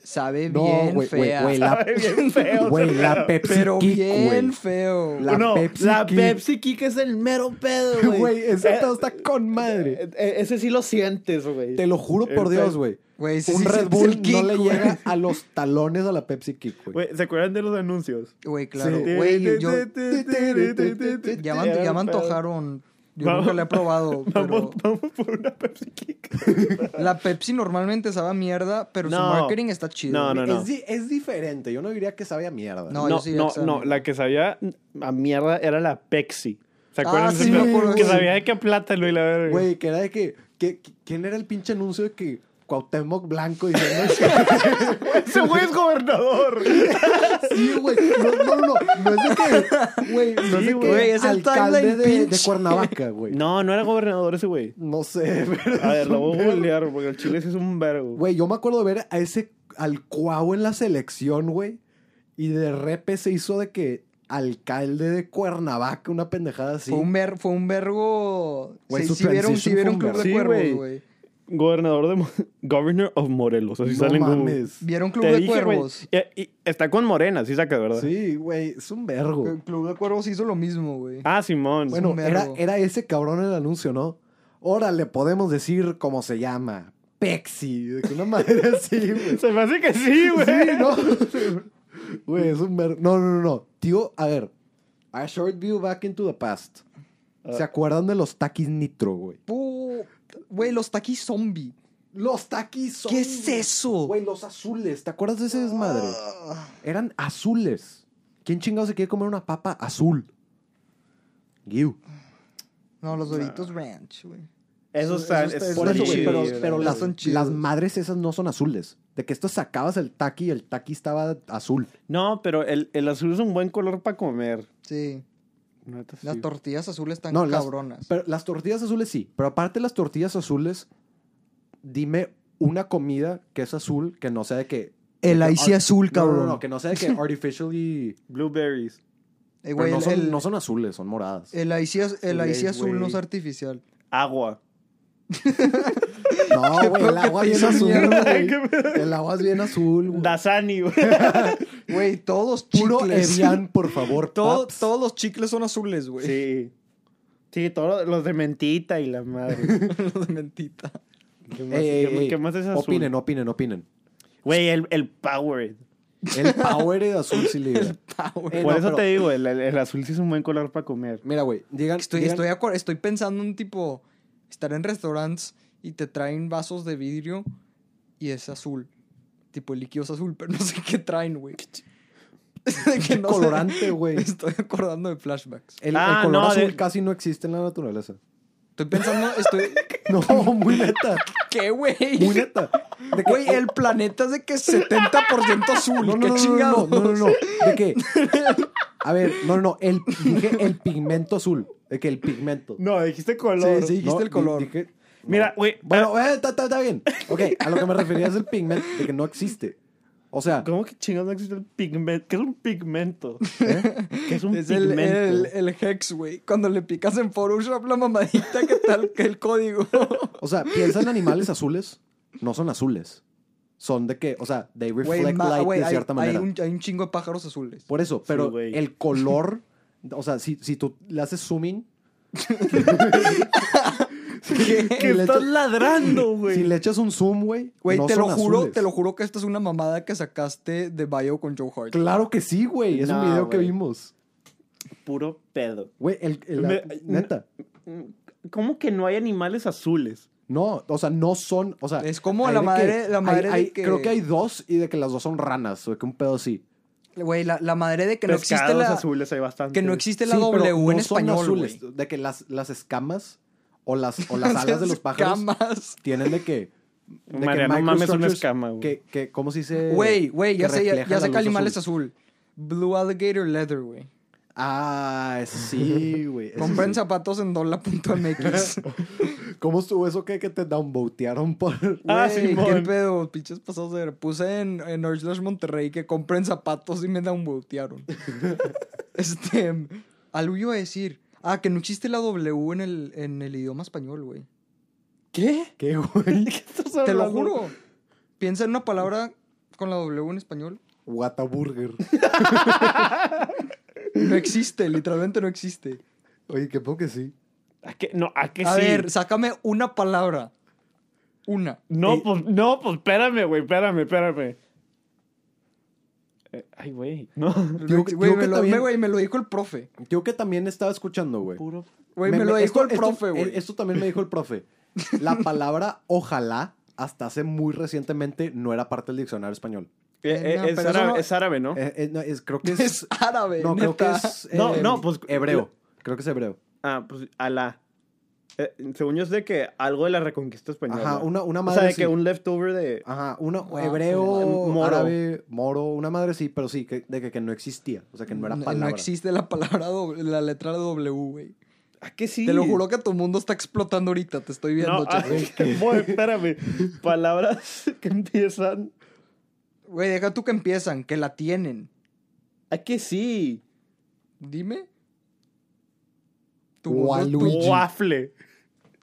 Sabe
No,
bien
güey, güey,
fea. *laughs*
güey, la,
Ay, bien feo.
güey,
ese
la
pedo.
Pepsi
Pero
Kick,
bien
güey.
feo.
La
no,
Pepsi
la
Kick.
Pepsi Kick es el mero pedo, *laughs* güey.
Güey, ese
Eh,
pedo está con madre.
eh, eh, ese sí lo sientes, güey.
Te lo juro por
El
Dios,
pe-
güey.
Güey, sí,
Un
sí
Red
sientes el
Bull no
kick,
le
güey.
llega a los talones a la Pepsi Kick, güey.
Güey, ¿se acuerdan de los anuncios?
Güey, claro.
Sí.
Güey, yo- yo-
yo-
*laughs* ya, me- ya me antojaron. Yo
Vamos-
nunca la he *laughs* probado.
Vamos,
Pero
vamos por una Pepsi Kick.
la Pepsi normalmente sabe a mierda, pero su
No.
marketing está chido.
No, no, no.
Es, di- es diferente. Yo no diría que sabe a mierda.
No,
No,
yo
no,
sí,
no,
exacto.
la que sabía a mierda era la Pepsi. ¿Se acuerdan?
Ah,
de
sí,
ese
me
pedo?
acuerdo,
que
güey.
sabía de qué plátano y la verga.
Güey, que era de que, que- que- ¿Quién era el pinche anuncio de que Cuauhtémoc Blanco diciendo
*laughs*
Ese güey es gobernador.
Sí, güey. No, no, no. No es de que. Güey, no es de
Sí,
que.
güey, es el
alcalde
timeline
de, de
pinche.
Cuernavaca, güey. No.
No, no era gobernador ese güey.
sé, *laughs* pero.
A ver,
es
lo
un
voy a
vergo.
googlear porque el chile sí es un vergo.
Güey, yo me acuerdo de ver a ese. Al Cuau en la selección, güey. Y de repe se hizo de que. Alcalde de Cuernavaca, una pendejada así.
Fue un, ver- fue un vergo.
Güey,
sí,
su
sí vieron, sí
transition
vieron
fue un
Club de
vergo. Sí,
Cuervos,
güey.
güey.
Gobernador de. Mo- Governor of Morelos. Así
No
sale en Google.
mames.
Vieron Club
Te
de
dije, güey.
Cuervos.
Y, y está con Morena, sí saca, ¿verdad?
Sí, güey, es un vergo.
El Club de Cuervos hizo lo mismo, güey.
Ah, Simón.
Bueno,
un
era,
verbo.
era ese cabrón el anuncio, ¿no? Ahora le podemos decir cómo se llama. Pepsi. De que una madre *laughs* así,
*laughs*
güey.
Se me hace que sí, güey.
Sí, ¿no?
*laughs*
Güey, es un ver... No, no, no, no. Tío, a ver. A short view back into the past.
Ah.
¿Se acuerdan de los taquis nitro, güey?
Pu- Güey, los taquis zombie.
Los taquis
¿Qué es eso?
Güey, los azules. ¿Te acuerdas de ese desmadre?
Ah.
Eran azules. ¿Quién chingado se quiere comer una papa azul? Guiu.
No, los Doritos Ranch, güey. Eso-
Esos están.
eso está-
es
eso
por
está
eso,
chido,
pero,
güey.
pero
la-
las.
las,
son chidos.
las madres esas no son azules. De que esto sacabas el taqui y el taqui estaba azul.
No, pero el, el azul es un buen color para comer.
Sí.
Neta, sí.
Las tortillas azules están
No, las-
cabronas.
Pero las tortillas azules sí. Pero aparte de las tortillas azules, dime una comida que es azul que no sea de que.
El
de que
icy
ar-
azul,
Ah, No, no, No,
cabrón.
no, que no sea
*laughs*
de que artificially.
Blueberries.
Eh,
Pero
güey,
no,
el,
son,
el,
no son azules, son moradas.
el icy, az- el
Güey,
icy azul no es
güey.
artificial.
Agua.
No, güey,
pedo
el
que
agua
te
es
hizo
bien azul.
mierda,
güey.
¿Qué pedo?
El agua es bien azul, güey.
Dasani, güey.
Güey, todos
Puro
chicles.
Evian, por favor.
*laughs* Todo-
paps.
todos los chicles son azules, *laughs* güey.
Sí. Sí, todos los de mentita y la madre.
Los de mentita.
¿Qué más,
Ey,
qué-
ey, ey,
qué más es azul?
Eh, Opinen, opinen, opinen.
Güey, el, el Powerade.
El power de azul sí libra. Eh,
Por
no,
eso
pero-
te digo, el, el- el azul sí es un buen color para comer.
Mira, güey, digan.
Estoy,
digan-
estoy, acor- estoy pensando en tipo estar en restaurantes y te traen vasos de vidrio y es azul. Tipo el líquido es azul, pero *laughs* no sé qué traen, güey. *laughs* De que
Qué
no sé.
colorante, güey.
Me estoy acordando de flashbacks.
El, el
Ah,
color
no,
azul
de-
casi no existe en la naturaleza.
Estoy pensando, estoy.
*laughs* No, muy neta.
*laughs* ¿Qué, *laughs* güey?
Muy neta. De que-
Güey, el planeta es de que 70% azul. ¿Qué
No, no, no, no, no,
chingados?
no, no, no. ¿De qué? A ver, no, no, no. El, dije el pigmento azul. De que el pigmento.
No, dijiste
color. Sí, sí.
No,
dijiste el
di-
color.
dije-
Mira, güey.
Bueno, eh, está está- está bien. Ok, a lo que me refería es el pigmento, de que no existe. O sea,
¿Cómo que chingados no existe el pigmento? ¿Qué es un pigmento? ¿Eh? ¿Qué es un
*laughs* Es el,
pigmento?
el, el hex, güey. Cuando le picas en Photoshop la mamadita que tal que el código.
o sea, piensa en animales azules, no son azules. Son de que, o sea, they reflect
Güey, ma-
light
güey,
de
hay,
cierta
hay
manera.
un, hay un chingo de pájaros azules.
Por eso, pero
güey.
el color, o sea, si, si tú le haces zoom in,
*laughs*
Que
le
estás
echa-
ladrando,
si
güey.
le echas un zoom, güey,
Güey,
no
te lo
son
juro,
azules.
te lo juro que esta es una mamada que sacaste de Bio con Joe Hart.
Claro que sí, güey, es
No,
un video que
güey.
vimos.
Puro pedo.
Güey, el, el-
Me-
neta.
¿Cómo que no hay animales azules?
No, o sea, no son, o sea,
Es como
hay
la
de
madre- la madre de
hay- hay-
que-
creo que hay dos y de que las dos son ranas, o de que un pedo así.
Güey, la, la madre de que no existe
Pescados
la
azules hay bastante.
que no existe la
Sí, pero
W este en
no son
español,
azules,
güey.
de que las, las escamas o las, o
*laughs*
las alas de los pájaros
Escamas.
tienen de que. de que
Mariano, mames, una
microstructures
escama, güey.
Que, que, ¿Cómo se dice?
Güey, güey, ya
Eh, Que
sé, ya,
refleja
ya
la
sé que
luz
animal es
azul.
azul. Blue alligator leather, güey.
Ah, sí, güey. eso
Compren
sí.
zapatos en
*laughs*
dola.mx.
¿Cómo estuvo eso que, que te downvotearon
*laughs*
por.
Ah,
Güey, ¿Qué
Simón.
pedo? Pinches pasados de ver. Puse en, en Orange Lash Monterrey que compren zapatos y me
*laughs*
downvotearon. este. Algo iba a decir. Ah, que no existe la W en el, en el idioma español, güey.
¿Qué? ¿Qué, güey?
Te lo juro. Piensa en una palabra con la W en español.
Whataburger.
No existe, literalmente no existe.
Oye, que poco que sí.
¿A qué? No, ¿a qué
A
sí?
ver, sácame una palabra. Una.
No,
Eh,
pues, no, pues, espérame, güey, espérame, espérame. Eh, ay, güey, no.
Digo que-
Güey,
digo
me,
que
lo-
también-
me- güey, me lo dijo el profe.
Yo que también estaba escuchando, güey.
Puro...
Güey, me, lo dijo
esto-
el
esto-
profe, güey.
Esto también me dijo el profe. La
*laughs*
palabra ojalá, hasta hace muy recientemente, no era parte del diccionario español.
Eh, eh,
no,
es,
pero eso
árabe,
no-
es árabe, ¿no?
Eh, eh, no, es- creo que es.
Es árabe.
no, creo que
neta.
es.
No,
eh,
no, pues-
Hebreo. Creo que es hebreo.
Ah, pues, alá. Eh, según yo es de que algo de la reconquista española.
Ajá, una, una
O
madre.
sea, de
sí.
que un leftover de...
Ajá, una
Ah,
hebreo,
sí. Moro.
árabe, moro, una madre sí, pero sí, que, de que, que no existía. O sea, que no era
Mm, No-
palabra.
No existe la palabra doble- la letra W, güey.
¿A qué sí?
Te lo juro que tu mundo está explotando ahorita, te estoy viendo,
No, ah,
chaval.
*laughs* voy, espérame. Palabras que empiezan...
Güey, deja tú que empiezan, que la tienen.
¿A qué sí?
Dime. Tu mundo,
Waluigi.
tu,
Waffle.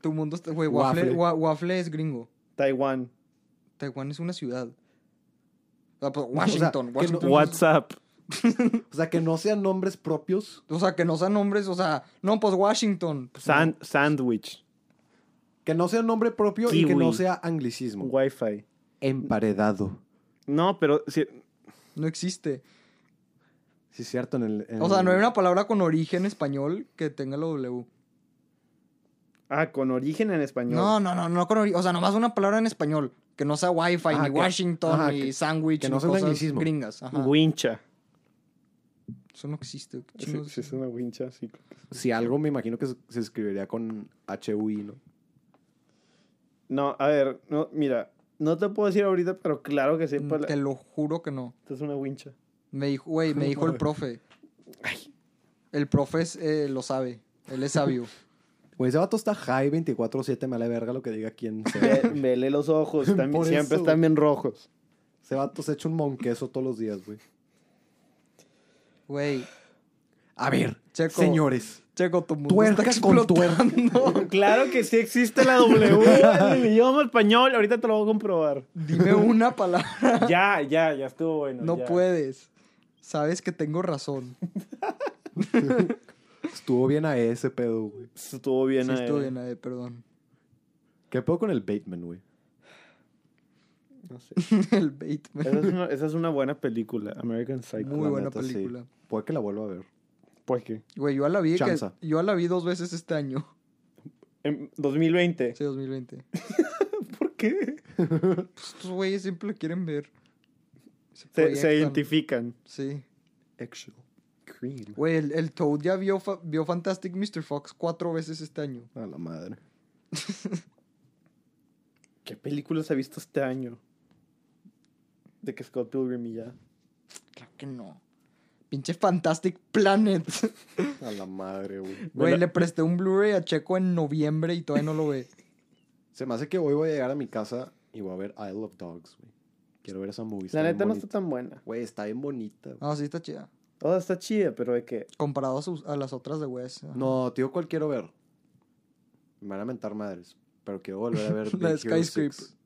tu mundo está. Güey, waffle,
Waffle.
wa- waffle es gringo.
Taiwán.
Taiwán es una ciudad. Ah, pues,
sea,
Washington,
que no-
Washington. es-
WhatsApp.
O sea, que no sean nombres propios.
O sea, que no sean nombres, o sea, no, pues Washington. Pues,
San- sandwich.
Que no sea nombre propio y que
Kiwi.
no sea anglicismo.
Wi-Fi.
Emparedado.
No, pero... sí-
no, no existe.
Sí, cierto. En el, en
O sea, no hay
el-
una palabra con origen español que tenga la W.
Ah, con origen en español.
No, no, no, no con ori- O sea, nomás una palabra en español. Que no sea Wi-Fi,
Ajá,
ni
Ah, que-
Washington,
ajá,
ni
que-
sándwich,
que no
ni
sea un
cosas
anglicismo.
gringas. Ajá.
Wincha.
Eso no existe. qué
Sí,
chingados.
sí, es una wincha, sí. creo que sí.
Si algo, me imagino que se, se escribiría con HUI, ¿no?
No, a ver, no, mira, no te puedo decir ahorita, pero claro que sí. pues, la-
Te lo juro que no.
Esta es una wincha.
Me dijo, güey, me dijo
*laughs*
el profe. El profe es, eh, lo sabe. Él es
*laughs*
sabio.
Güey, ese vato está high 24-7, me la verga lo que diga quien sea.
*laughs* Ve- Vele los
*laughs*
ojos, también,
Por
siempre
eso.
están bien rojos.
ese vato se echa un monqueso todos los días, güey.
Güey,
A ver,
Checo.
señores.
Checo, tu mundo
Tuerca
está
con *laughs*
explotando.
Claro que sí existe la W
*laughs*
en el idioma español. Ahorita te lo voy a comprobar.
Dime una palabra.
Ya, ya, ya estuvo bueno.
No
ya.
puedes. Sabes que tengo razón.
Estuvo bien a ese pedo, güey.
Estuvo bien
Sí,
ahí.
eh.
estuve en la de perdón. *laughs*
¿Qué pedo con el Bateman, güey?
No sé.
el Bateman.
Esa es, una,
Esa es una buena película, American Psycho.
Muy
La
buena
neta, sí.
película.
Puede que la vuelva a ver.
¿Por qué?
Güey, yo a la vi que-
Chanza.
yo a la vi dos veces este año. *laughs* este
En 2020.
Sí, 2020.
¿Por qué?
Pues estos güeyes siempre la quieren ver. Se,
Se, se
proyectan.
identifican.
Sí.
Actual. Cream.
Güey, el, el Toad ya vio, fa- vio Fantastic Mr. Fox cuatro veces este año.
A la madre.
¿Qué películas ha visto este año? De que Scott Pilgrim y ya.
Claro que no. Pinche Fantastic Planet. *laughs*
A la madre, güey.
Güey, le presté un Blu-ray a Checo en noviembre y todavía no lo ve.
Se me hace que hoy voy a llegar a mi casa y voy a ver Isle of Dogs, güey. Quiero ver esa movie.
la
bien
neta no
bonita.
está tan buena.
Güey, está bien bonita. güey.
Ah, sí, está chida.
O sea, está chida, pero de que.
Comparado a, sus- a las otras de Wes. ajá.
No, tío, ¿cuál quiero ver? Me van a mentar madres. Pero quiero volver
*laughs*
a ver
La de
Big Hero
Skyscraper.
6.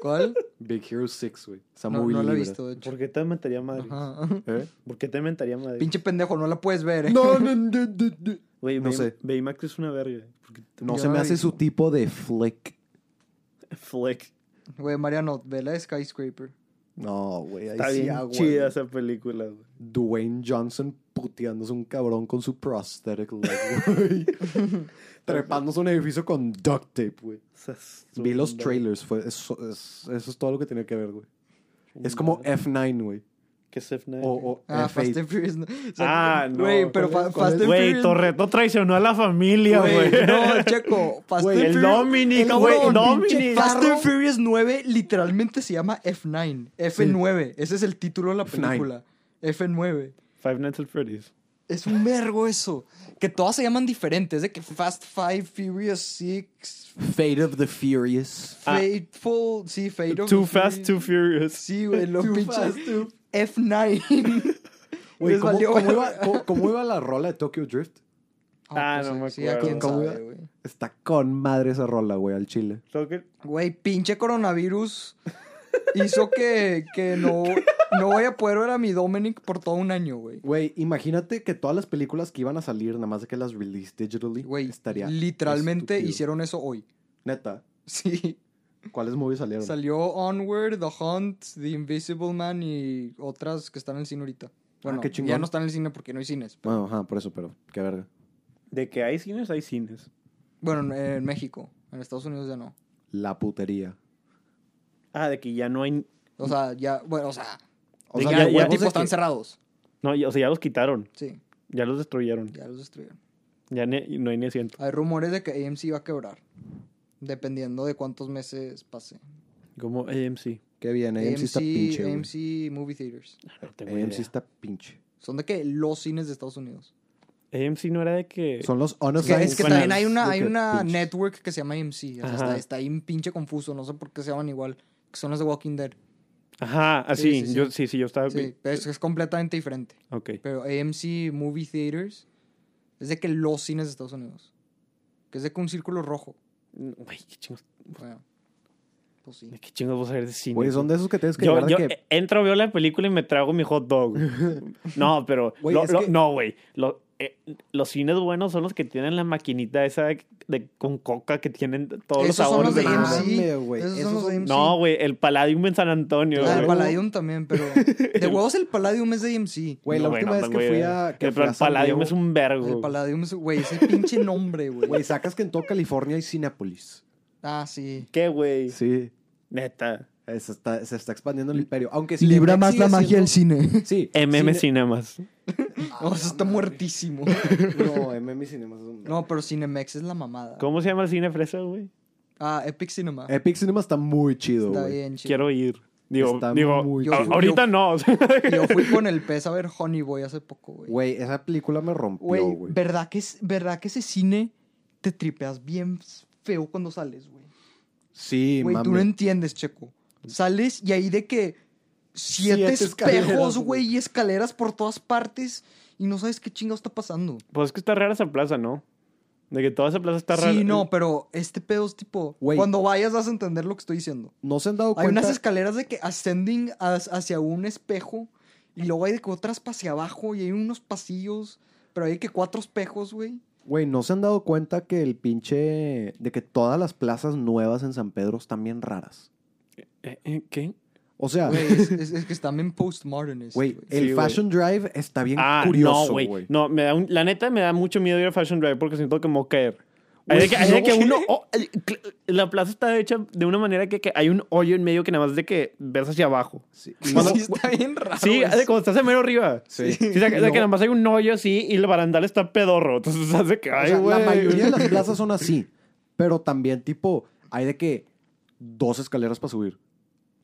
¿Cuál?
Big Hero 6, güey. Esa
No,
movie
no la he
libra.
visto, de hecho.
¿Por qué te mentaría madre?
Ajá. *laughs*
¿Eh?
¿Por qué te mentaría madre?
Pinche pendejo, no la puedes ver, ¿eh?
No, no, no, no, no.
Güey,
no
Bay-
sé.
Baymax es una verga. ¿Por
*laughs*
qué te-
No
Yo
se
no
me
la
hace
vi.
su tipo de flick.
Flick.
*laughs* Güey, Mariano, ve la de Skyscraper.
No, güey. Ahí
Está
sí
bien
agua,
chida
güey.
esa película, güey.
Dwayne Johnson puteándose un cabrón con su prosthetic leg, güey.
*laughs*
Trepándose a un edificio con duct tape, güey.
Esas-
Vi los trailers, fue, eso, es, eso es todo lo que tenía que ver, güey. Es como F9, güey.
¿Qué es F9?
O, o
Ah, Fast
F8.
and Furious. no. O sea,
Ah, no.
Güey, pero
¿Cuál
fa-
es- cuál
Fast
es?
and
Güey,
Furious-
Torreto traicionó a la familia,
Güey,
güey.
no, Checo. Fast
Güey,
and
el
Furious-
Dominic,
Cabrón,
güey, Dominic.
pinche Fast
Carro.
and Furious 9 literalmente se llama F9. F9. Ese es el título de la
F9.
película. F9.
Five Nights at Freddy's.
Es un vergo eso. Que todas se llaman diferentes. De que Fast Five, Furious Six,
Fate of the Furious.
Ah.
Fateful. Sí, Fate of
Too
the
Fast,
Furious.
Too Furious.
Sí, güey, los
Too
pinches.
fast, too-
F9.
Güey,
Les
¿cómo,
valió,
cómo
güey.
iba, cómo- cómo iba la rola de Tokyo Drift?
*laughs*
Ah, no me
pues ya
acuerdo.
quién
¿Cómo
sabe,
iba?
güey.
Está con madre esa rola, güey, al chile.
Creo que-
Güey, pinche coronavirus hizo que, que no, no voy a poder ver a mi Dominic por todo un año, güey.
Güey, imagínate que todas las películas que iban a salir, nada más de que las release digitally,
Güey,
estaría
literalmente
estúpido.
hicieron eso hoy. *laughs*
Neta,
Sí.
¿cuáles movies salieron?
Salió Onward, The Hunt, The Invisible Man y otras que están en el cine ahorita. Bueno,
qué chingón.
ya no están en el cine porque no hay cines.
Bueno, ajá, por eso, pero qué verga.
De que hay cines, hay cines.
Bueno, en, en México. En Estados Unidos ya no.
La putería.
Ah, de que ya no hay.
O sea, ya, bueno, o sea,
O
De
ya,
sea,
que
ya
de
ya
huevos
tipo
de
están
que-
cerrados.
No, ya- o sea, ya los quitaron.
Sí,
Ya los destruyeron.
ya los destruyeron.
Ya ni- no hay ni asiento.
Hay rumores de que AMC va a quebrar. Dependiendo de cuántos meses pase.
Como AMC.
Qué bien, AMC, está pinche, güey. AMC,
AMC Movie Theaters.
No tengo AMC,
está pinche.
Son de que los cines de Estados Unidos.
AMC no era de que.
Eh, Son los
Es
honest
que,
sea,
es que
buenas.
también hay una,
de
hay
que
una
pinches.
network que se llama AMC. O sea,
Ajá.
está, está ahí un pinche confuso. No sé por qué se llaman igual. Que son las de Walking Dead.
Ajá, así.
Sí, sí, sí.
Yo, sí, sí, yo estaba.
Sí, pero es, es completamente diferente.
Ok.
Pero AMC Movie Theaters es de que los cines de Estados Unidos. Que es de que un círculo rojo.
Güey, qué chingos.
Bueno, pues sí.
¿De qué chingos vas a ver de cine?
Güey, son de esos que tienes que
Yo,
llegar de
yo
que...
eh,
*laughs*
entro, veo la película y me trago mi hot dog. No, pero.
Güey,
lo-
es
lo-
que-
No, güey. Lo- eh, los cines buenos son los que tienen la maquinita esa de, de- con coca que tienen todos
Esos
los
son
sabores
los de
del mundo.
IMSI.
Mame, güey.
Esos
Esos
son los de
son-
IMSI.
No, güey, el Palladium en San Antonio.
Ah, el
güey.
Palladium también,
*laughs*
pero. De huevos el Palladium es de AMC.
Güey, la
No,
última
no,
vez que
güey. eh.
fui a. Que
el
fui a
Pal-
San
Palladium
Diego-
es un
El
vergo.
Palladium es. Güey, ese pinche nombre,
Güey,
güey.
sacas que en toda California hay Cinepolis.
Ah, sí.
¿Qué, güey?
Sí.
Neta.
Se está, se está expandiendo el imperio. Aunque
Libra
Cinemex
más
sigue
la magia del
siendo-
cine.
Sí.
MM
Cine-
Cinemas.
*laughs* No, eso está muertísimo.
*laughs*
*laughs*
No, MM Cinemas es un-
No, pero Cinemex es la mamada.
¿Cómo se llama el cine fresa, güey?
Ah, Epic Cinema.
Epic Cinema está muy chido,
Está
güey.
bien, chido.
Quiero ir. Digo,
Está
digo
muy
a-
chido.
ahorita no. *laughs*
Yo fui con el pez a ver Honey Boy hace poco, güey.
Güey, esa película me rompió,
Güey,
güey.
¿verdad que, es- ¿verdad que ese cine te tripeas bien feo cuando sales, güey?
Sí,
Güey, tú no
mami.
entiendes, Checo. Sales y ahí de que siete,
Siete
espejos,
escaleras,
güey, y escaleras por todas partes y no sabes qué chingado está pasando.
pues es que está rara esa plaza, ¿no? De que toda esa plaza está rara.
Sí, no, pero este pedo es tipo,
Güey.
cuando vayas vas a entender lo que estoy diciendo.
No se han dado
Hay
cuenta.
unas escaleras de que ascending as- hacia un espejo y luego hay de que otras pa' hacia abajo y hay unos pasillos, pero hay de que cuatro espejos, güey.
Güey, ¿no se han dado cuenta que el pinche... De que todas las plazas nuevas en San Pedro están bien raras?
Eh, eh, ¿Qué?
O sea,
Güey, es, es- es que están bien postmodernistas,
güey,
güey.
el
Sí, Ah. güey. eh,
Fashion Drive está bien
Ah,
curioso,
no,
güey.
güey. No, me da un- la neta me da mucho miedo ir a Fashion Drive porque siento que me voy a caer. Hay de que, hay de que
*laughs*
uno. oh, el- cl- la plaza está hecha de una manera que, que hay un hoyo en medio que nada más de que ves hacia abajo.
Sí.
*laughs*
Cuando-
Sí, está bien raro.
Sí,
eso.
hace como estás en mero arriba.
Ah, Sí.
Sí, o sea, que- o sea, que nada más hay un hoyo así y el barandal está pedorro. Entonces hace que,
O
ay,
sea,
güey.
la mayoría de las plazas
*laughs*
son así. Pero también, tipo, hay de que dos escaleras para subir.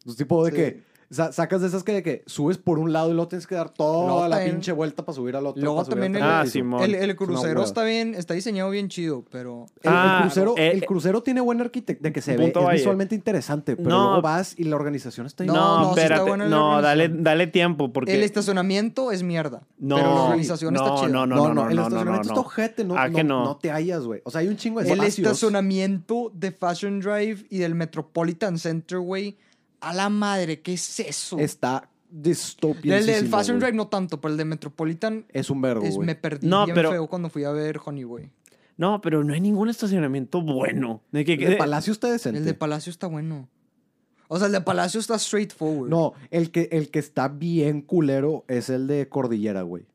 Es tipo de
Sí.
que sa- sacas de esas que, de que subes por un lado y luego tienes que dar toda
Luego
la
también-
pinche vuelta para subir al otro.
luego
para subir
también
al
el-
tercer
Ah,
piso.
Simón.
El, el crucero
hueva.
está bien, está diseñado bien chido, pero
El, el
Ah,
crucero,
eh,
el crucero tiene buena arquitectura, de que se ve,
Punto
es
Valle.
visualmente interesante, pero
No.
luego vas y la organización está
No,
No,
no, sí está
espérate.
buena la
no, dale,
organización.
dale tiempo porque.
el estacionamiento es mierda.
No,
pero la organización
no,
está chida.
no, no,
No, no, el
no,
estacionamiento
no,
está
no.
ojete, no,
Ah,
no,
que no.
no te hallas, güey. O sea, hay un chingo de
El
espacios.
estacionamiento de Fashion Drive y del Metropolitan Center, güey. A la madre, ¿qué es eso?
está distopia.
el del Fashion Drive no tanto, pero el de Metropolitan
es un verbo,
es,
güey.
me perdí
No,
bien
pero-
feo cuando fui a ver Honey, güey.
No, pero no hay ningún estacionamiento bueno. De que,
El de Palacio está decente.
El de Palacio está bueno. O sea, el de Palacio está straightforward.
No, el que, el que está bien culero es el de Cordillera, güey.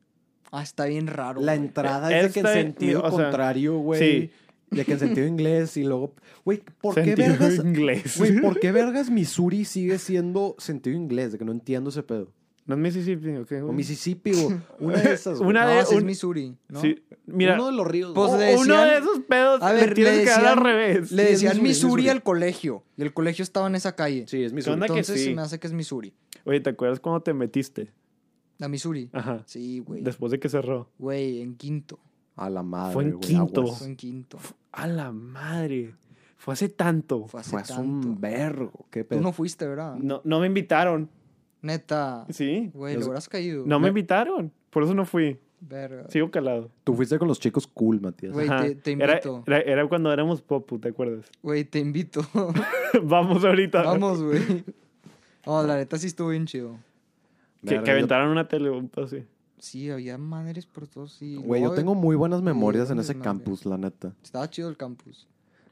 Ah, está bien raro.
La
güey.
entrada es de que en
Este,
sentido
o sea,
contrario, güey.
sí.
De que en sentido inglés y luego... Güey, ¿por qué
Sentido
vergas...
*laughs* inglés.
Güey, ¿por qué vergas Missouri sigue siendo sentido inglés? De que no entiendo ese pedo.
No es Mississippi, ¿ok? güey?
O Mississippi, o una de esas, güey.
Una
No,
de-
ese es
un-
Missouri, ¿no?
Sí, mira,
Uno de los ríos.
Pues,
o-
le
uno de
decían-
esos pedos
A ver,
le
le
tienes que
decían,
dar al revés.
le
Sí, es
decían
Missouri,
Missouri,
es Missouri.
al colegio. Y el colegio estaba en esa calle.
Sí, es Missouri.
onda que
Entonces
sí?
se me hace que es Missouri.
Oye, ¿te acuerdas cuando te metiste?
La Missouri.
Ajá.
Sí, güey.
Después de que cerró.
Güey, en quinto.
A la madre,
Fue en
güey,
quinto.
aguas.
Fue en quinto.
A la madre. Fue hace tanto.
Fue hace
Fue hace un
tanto.
vergo. Qué
Tú
pedo.
no fuiste, ¿verdad?
No, no me invitaron.
Neta.
Sí.
Güey,
Yo
lo
sé-
hubieras caído.
No me invitaron. Por eso no fui.
Verga.
Sigo calado.
Tú fuiste con los chicos cool, Matías.
Güey,
Ajá.
te- te
Era-
invito.
Era, era cuando éramos popu, ¿te acuerdas? *laughs*
Güey, te invito.
Vamos ahorita.
Vamos, güey. *laughs* No, la neta sí estuvo bien chido.
Que, que aventaron una tele un pedo así.
Sí, había madres por todos y...
Güey, yo
luego
tengo muy buenas memorias en
no,
ese
no,
campus, la neta.
Estaba chido el campus.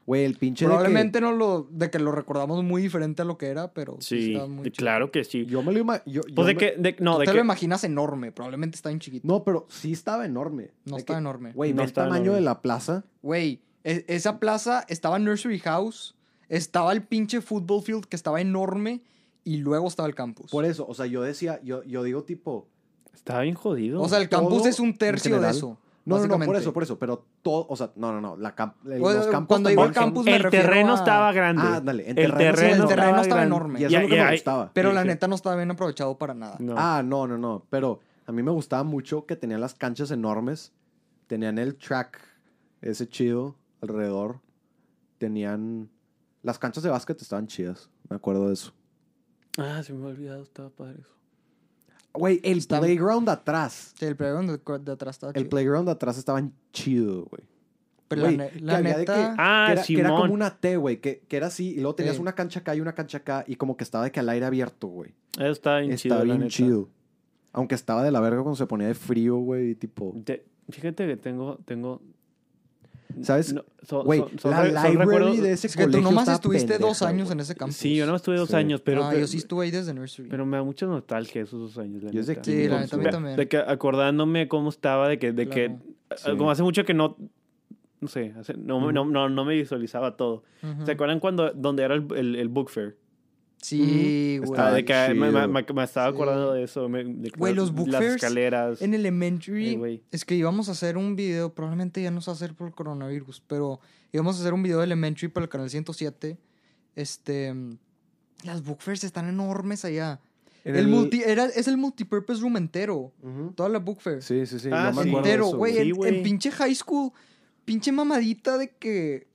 Güey, el pinche de que-
Probablemente no lo... De que lo recordamos muy diferente a lo que era, pero...
Sí,
estaba muy chido.
claro que sí.
Yo me lo ima- yo- yo
pues de
me-
que, de-
Tú
no, de
te
que,
lo imaginas enorme. Probablemente está bien chiquito.
No, pero sí estaba enorme.
No
De
estaba
que,
enorme.
Güey,
No
ve el
estaba
tamaño
enorme.
de la plaza.
Güey, e- esa plaza estaba Nursery House, estaba el pinche football field que estaba enorme y luego estaba el campus.
Por eso, o sea, yo decía, yo, yo digo tipo...
estaba bien jodido.
o sea, el
todo
campus es
en
un tercio de
general.
eso.
No, no, no, por
básicamente.
eso, por eso. Pero todo, o sea, no, no, no. La camp- el-
Bueno,
los campos
cuando iba al
también son-
campus me
el
refiero
terreno
a-
estaba grande.
Ah, dale, el
el
terreno-
Sí,
terreno,
el terreno
estaba,
estaba
grande.
enorme.
Y eso
Ya-
es lo que
ya
me
hay-
gustaba.
Pero
Sí,
la
sí.
neta no estaba bien aprovechado para nada.
No.
Ah, no, no, no. Pero a mí me gustaba mucho que tenían las canchas enormes. Tenían el track ese chido alrededor. Tenían... Las canchas de básquet estaban chidas. Me acuerdo de eso.
Ah, se me había olvidado, estaba padre eso.
Güey, el
Están-
playground atrás.
Sí, el playground de, de atrás estaba
El
chido.
playground de atrás estaban chido, güey.
Pero
Güey,
la, ne-
que
la
había de
neta...
que-
Ah,
que, era, que era
Simón.
como una T, güey, que, que era así, y luego tenías
Sí.
una cancha acá y una cancha acá, y como que estaba de que al aire abierto, güey.
Eso estaba bien chido.
Estaba
la
bien
neta.
chido. Aunque estaba de la verga cuando se ponía de frío, güey, y tipo...
Te- Fíjate que tengo, tengo.
¿Sabes?
no, son-
Güey,
son- son
la
re- son
library
recuerdos-
de ese
Es que tú
ah, colegio
nomás
está
estuviste dos
pendeja,
años
güey.
en ese campus.
Sí, yo no estuve dos
Sí.
años, pero.
ah,
pero-
yo sí estuve ahí desde nursery.
Pero me da mucha nostalgia esos dos años. La
Yo sé
neta.
que-
sí, la neta, a mí
Ve-
también.
De que acordándome cómo estaba, de que, de
Claro.
que
Sí.
como hace mucho que no, no sé, hace- no, me- no, no, no me visualizaba todo.
Ujú.
¿Se acuerdan cuando, donde era el, el, el book fair?
Sí,
Ujú.
güey.
Ah, de que
chido.
me, me- me- me estaba
Sí.
acordando de eso. me- de que
Güey,
las-
los book
Las
fairs
escaleras.
En
Ay,
Elementary,
pues, güey.
es que íbamos a hacer un video, probablemente ya no se va a hacer por el coronavirus, pero íbamos a hacer un video de Elementary para el canal 107. Este. mm, Las book fairs están enormes allá.
En
el multi- era, es el multipurpose room entero.
Ujú.
Toda la book fair.
Sí, sí, sí.
Ah,
no
sí.
me acuerdo de
Entero,
eso,
güey.
güey.
en-
Sí,
en,
güey.
pinche high school, pinche mamadita de que.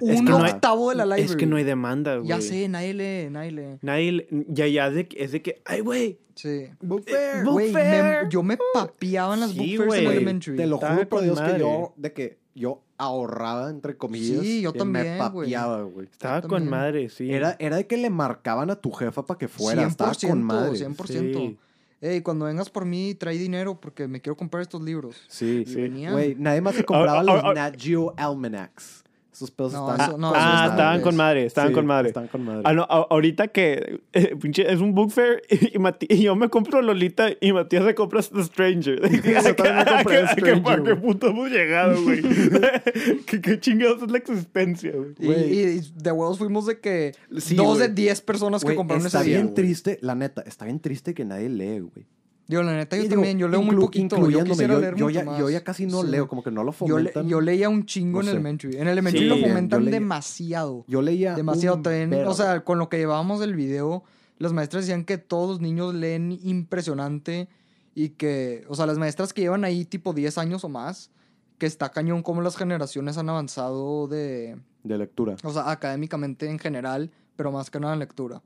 Es
un
que no hay-
octavo de la library.
Es que no hay demanda, güey.
Ya sé, nadie lee, nadie lee.
Nadie, le- ya, ya, de, que- es de que, ay, güey. eh,
Sí.
Book
fair. Book
Güey, me-
fair.
yo me papeaba en las
Sí,
book fairs
güey.
en
Güey,
elementary.
Te lo
Estaba
juro por
con
Dios
madre.
que yo, de que yo ahorraba, entre comillas.
Sí, yo
y
también,
Me
güey.
papeaba, güey.
Estaba
Yo
con
también.
madre, sí.
Era, era de que le marcaban a tu jefa para que fuera. Estaba con madre.
100%.
Sí.
Ey, cuando vengas por mí, trae dinero porque me quiero comprar estos libros.
Sí,
Sí. venían.
Güey, nadie más se compraba
Ahora-
los
ahora-
Nat Geo Almanacs. Esos pedos
No,
estaban
eso- no,
con
eso está
ah,
madre.
estaban
bien.
con madre, estaban
Sí,
con madre.
Estaban con madre.
Ah, no, a- ahorita que eh, pinche, es un book fair *laughs* y, y Mati- y yo me compro Lolita y Matías se compra The Stranger.
*laughs* yo también me compré
¿A *laughs* qué- a qué-
Stranger,
¿A qué
güey.
punto hemos llegado, güey?
*laughs*
*laughs* ¿Qué, qué chingados es la existencia, güey?
Y,
Güey.
y de huevos fuimos de que
Sí,
dos de
güey.
diez personas que
Güey,
compraron
está
ese día.
bien
güey.
triste, la neta, está bien triste que nadie lee, güey.
Digo, la neta, yo
Y digo,
también, yo leo muy
inclu-
poquito. Yo
incluyéndome,
quisiera
yo-
leer
yo
mucho
ya,
más.
Yo ya casi no
Sí.
leo, como que no lo
Yo, le-
fomentan.
yo leía un chingo
No
en
sé.
elementary. En elementary
Sí,
lo
yo
fomentan
leía-
demasiado.
Yo leía.
Demasiado
un
también.
vergo.
O sea, con lo que llevábamos del video, las maestras decían que todos los niños leen impresionante y que, o sea, las maestras que llevan ahí tipo 10 años o más, que está cañón cómo las generaciones han avanzado de,
de lectura.
o sea, académicamente en general, pero más que nada en lectura.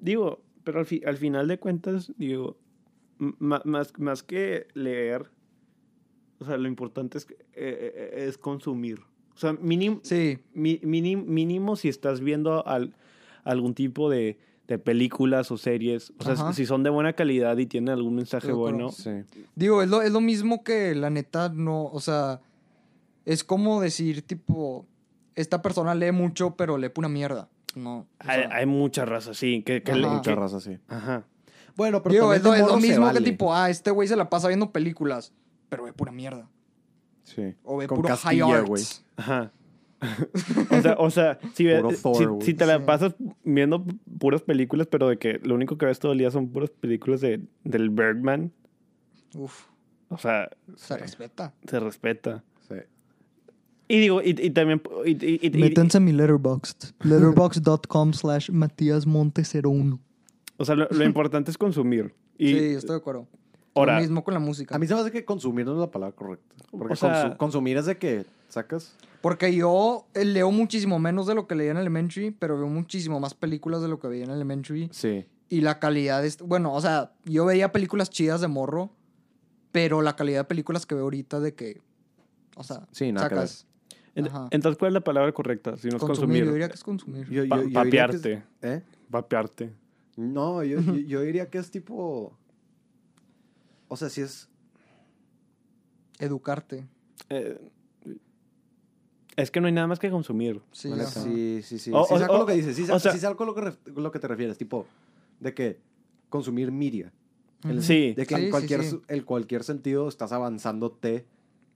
Digo, pero al, fi- al final de cuentas, digo, m- ma- más, más que leer, o sea, lo importante es, que- eh, eh, eh, es consumir. O sea, mínimo,
Sí,
mi- mínim- mínimo si estás viendo al- algún tipo de, de películas o series, o sea,
Ajá.
si son de buena calidad y tienen algún mensaje
Estoy de acuerdo.
bueno.
Sí.
Digo, es lo, es lo mismo que la neta no, o sea, es como decir, tipo, esta persona lee mucho, pero lee pura mierda. No. o
Hay,
sea,
hay mucha raza, sí, que, que le-
Ajá.
que-
Mucha raza, sí.
ajá.
Bueno, pero
digo, es lo,
también de
es lo
morro se
mismo
vale.
que tipo, ah, este güey se la pasa viendo películas, pero ve pura mierda.
Sí.
O ve
Con
puro
Castilla,
high arts.
güey.
Ajá. *laughs* o sea, o sea si, ve-
Puro Thor,
si-
güey.
si te la
Sí.
pasas viendo puras películas, pero de que lo único que ves todo el día son puras películas de, del Bergman,
Uf,
o sea,
se respeta.
se respeta.
Sí.
Y digo, y, y también... y- y- y- y-
a mi Letterboxd. *laughs* Letterboxd.com slash Matías Monte 01.
o sea, lo, lo importante es consumir. Y
Sí, yo estoy de acuerdo.
ahora,
lo mismo con la música.
A mí se me hace que consumir no es la palabra correcta. Porque
O sea-
consu- consumir es de que sacas.
Porque yo eh, leo muchísimo menos de lo que leía en Elementary, pero veo muchísimo más películas de lo que veía en Elementary.
Sí.
Y la calidad es. Bueno, o sea, yo veía películas chidas de morro, pero la calidad de películas que veo ahorita de que. O sea,
Sí, nada que
sacas.
ent-
Ajá.
entonces, ¿cuál es la palabra correcta? Si no es
consumir,
consumir.
Yo diría que es consumir.
Yo,
Pa-
yo- yo diría que es-
papearte.
¿Eh?
Vapearte.
No, yo, yo, yo diría que es tipo. O sea, si es.
Educarte.
Eh, es que no hay nada más que consumir.
Sí,
la neta,
ajá.
Sí, sí, sí.
O-
sí
o-
saco
o-
lo que dices. Sí, sa-
o sea-
sí saco lo que, ref- lo que te refieres. Tipo, de que consumir media.
Ujú.
Sí.
De que
Sí, sí,
en cualquier,
sí.
su- en cualquier sentido estás avanzándote,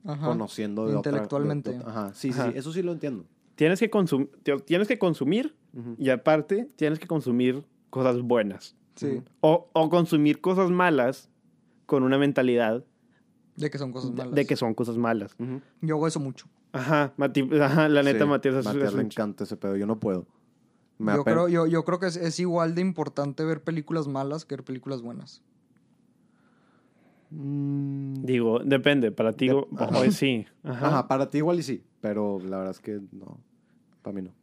Ajá.
conociendo de otra- de
Intelectualmente.
otra- ajá, sí, sí,
Ajá.
sí, eso sí lo entiendo.
Tienes que, consum- te- tienes que consumir
Ujú.
y aparte tienes que consumir cosas buenas.
Sí.
O, o consumir cosas malas con una mentalidad
De que son cosas
de,
malas.
de que son cosas malas.
Ujú.
Yo hago eso mucho.
Ajá, Mati- ajá, la neta,
Sí,
Matías, es-
Matías
es
le
un-
encanta ese pedo, yo no puedo. Me
Yo
apen-
creo, yo, yo creo que es, es igual de importante ver películas malas que ver películas buenas.
Mm,
Digo, depende, para ti
De-
o-
ajá.
hoy sí. Ajá.
Ajá, para ti igual y sí, pero la verdad es que no, para mí no.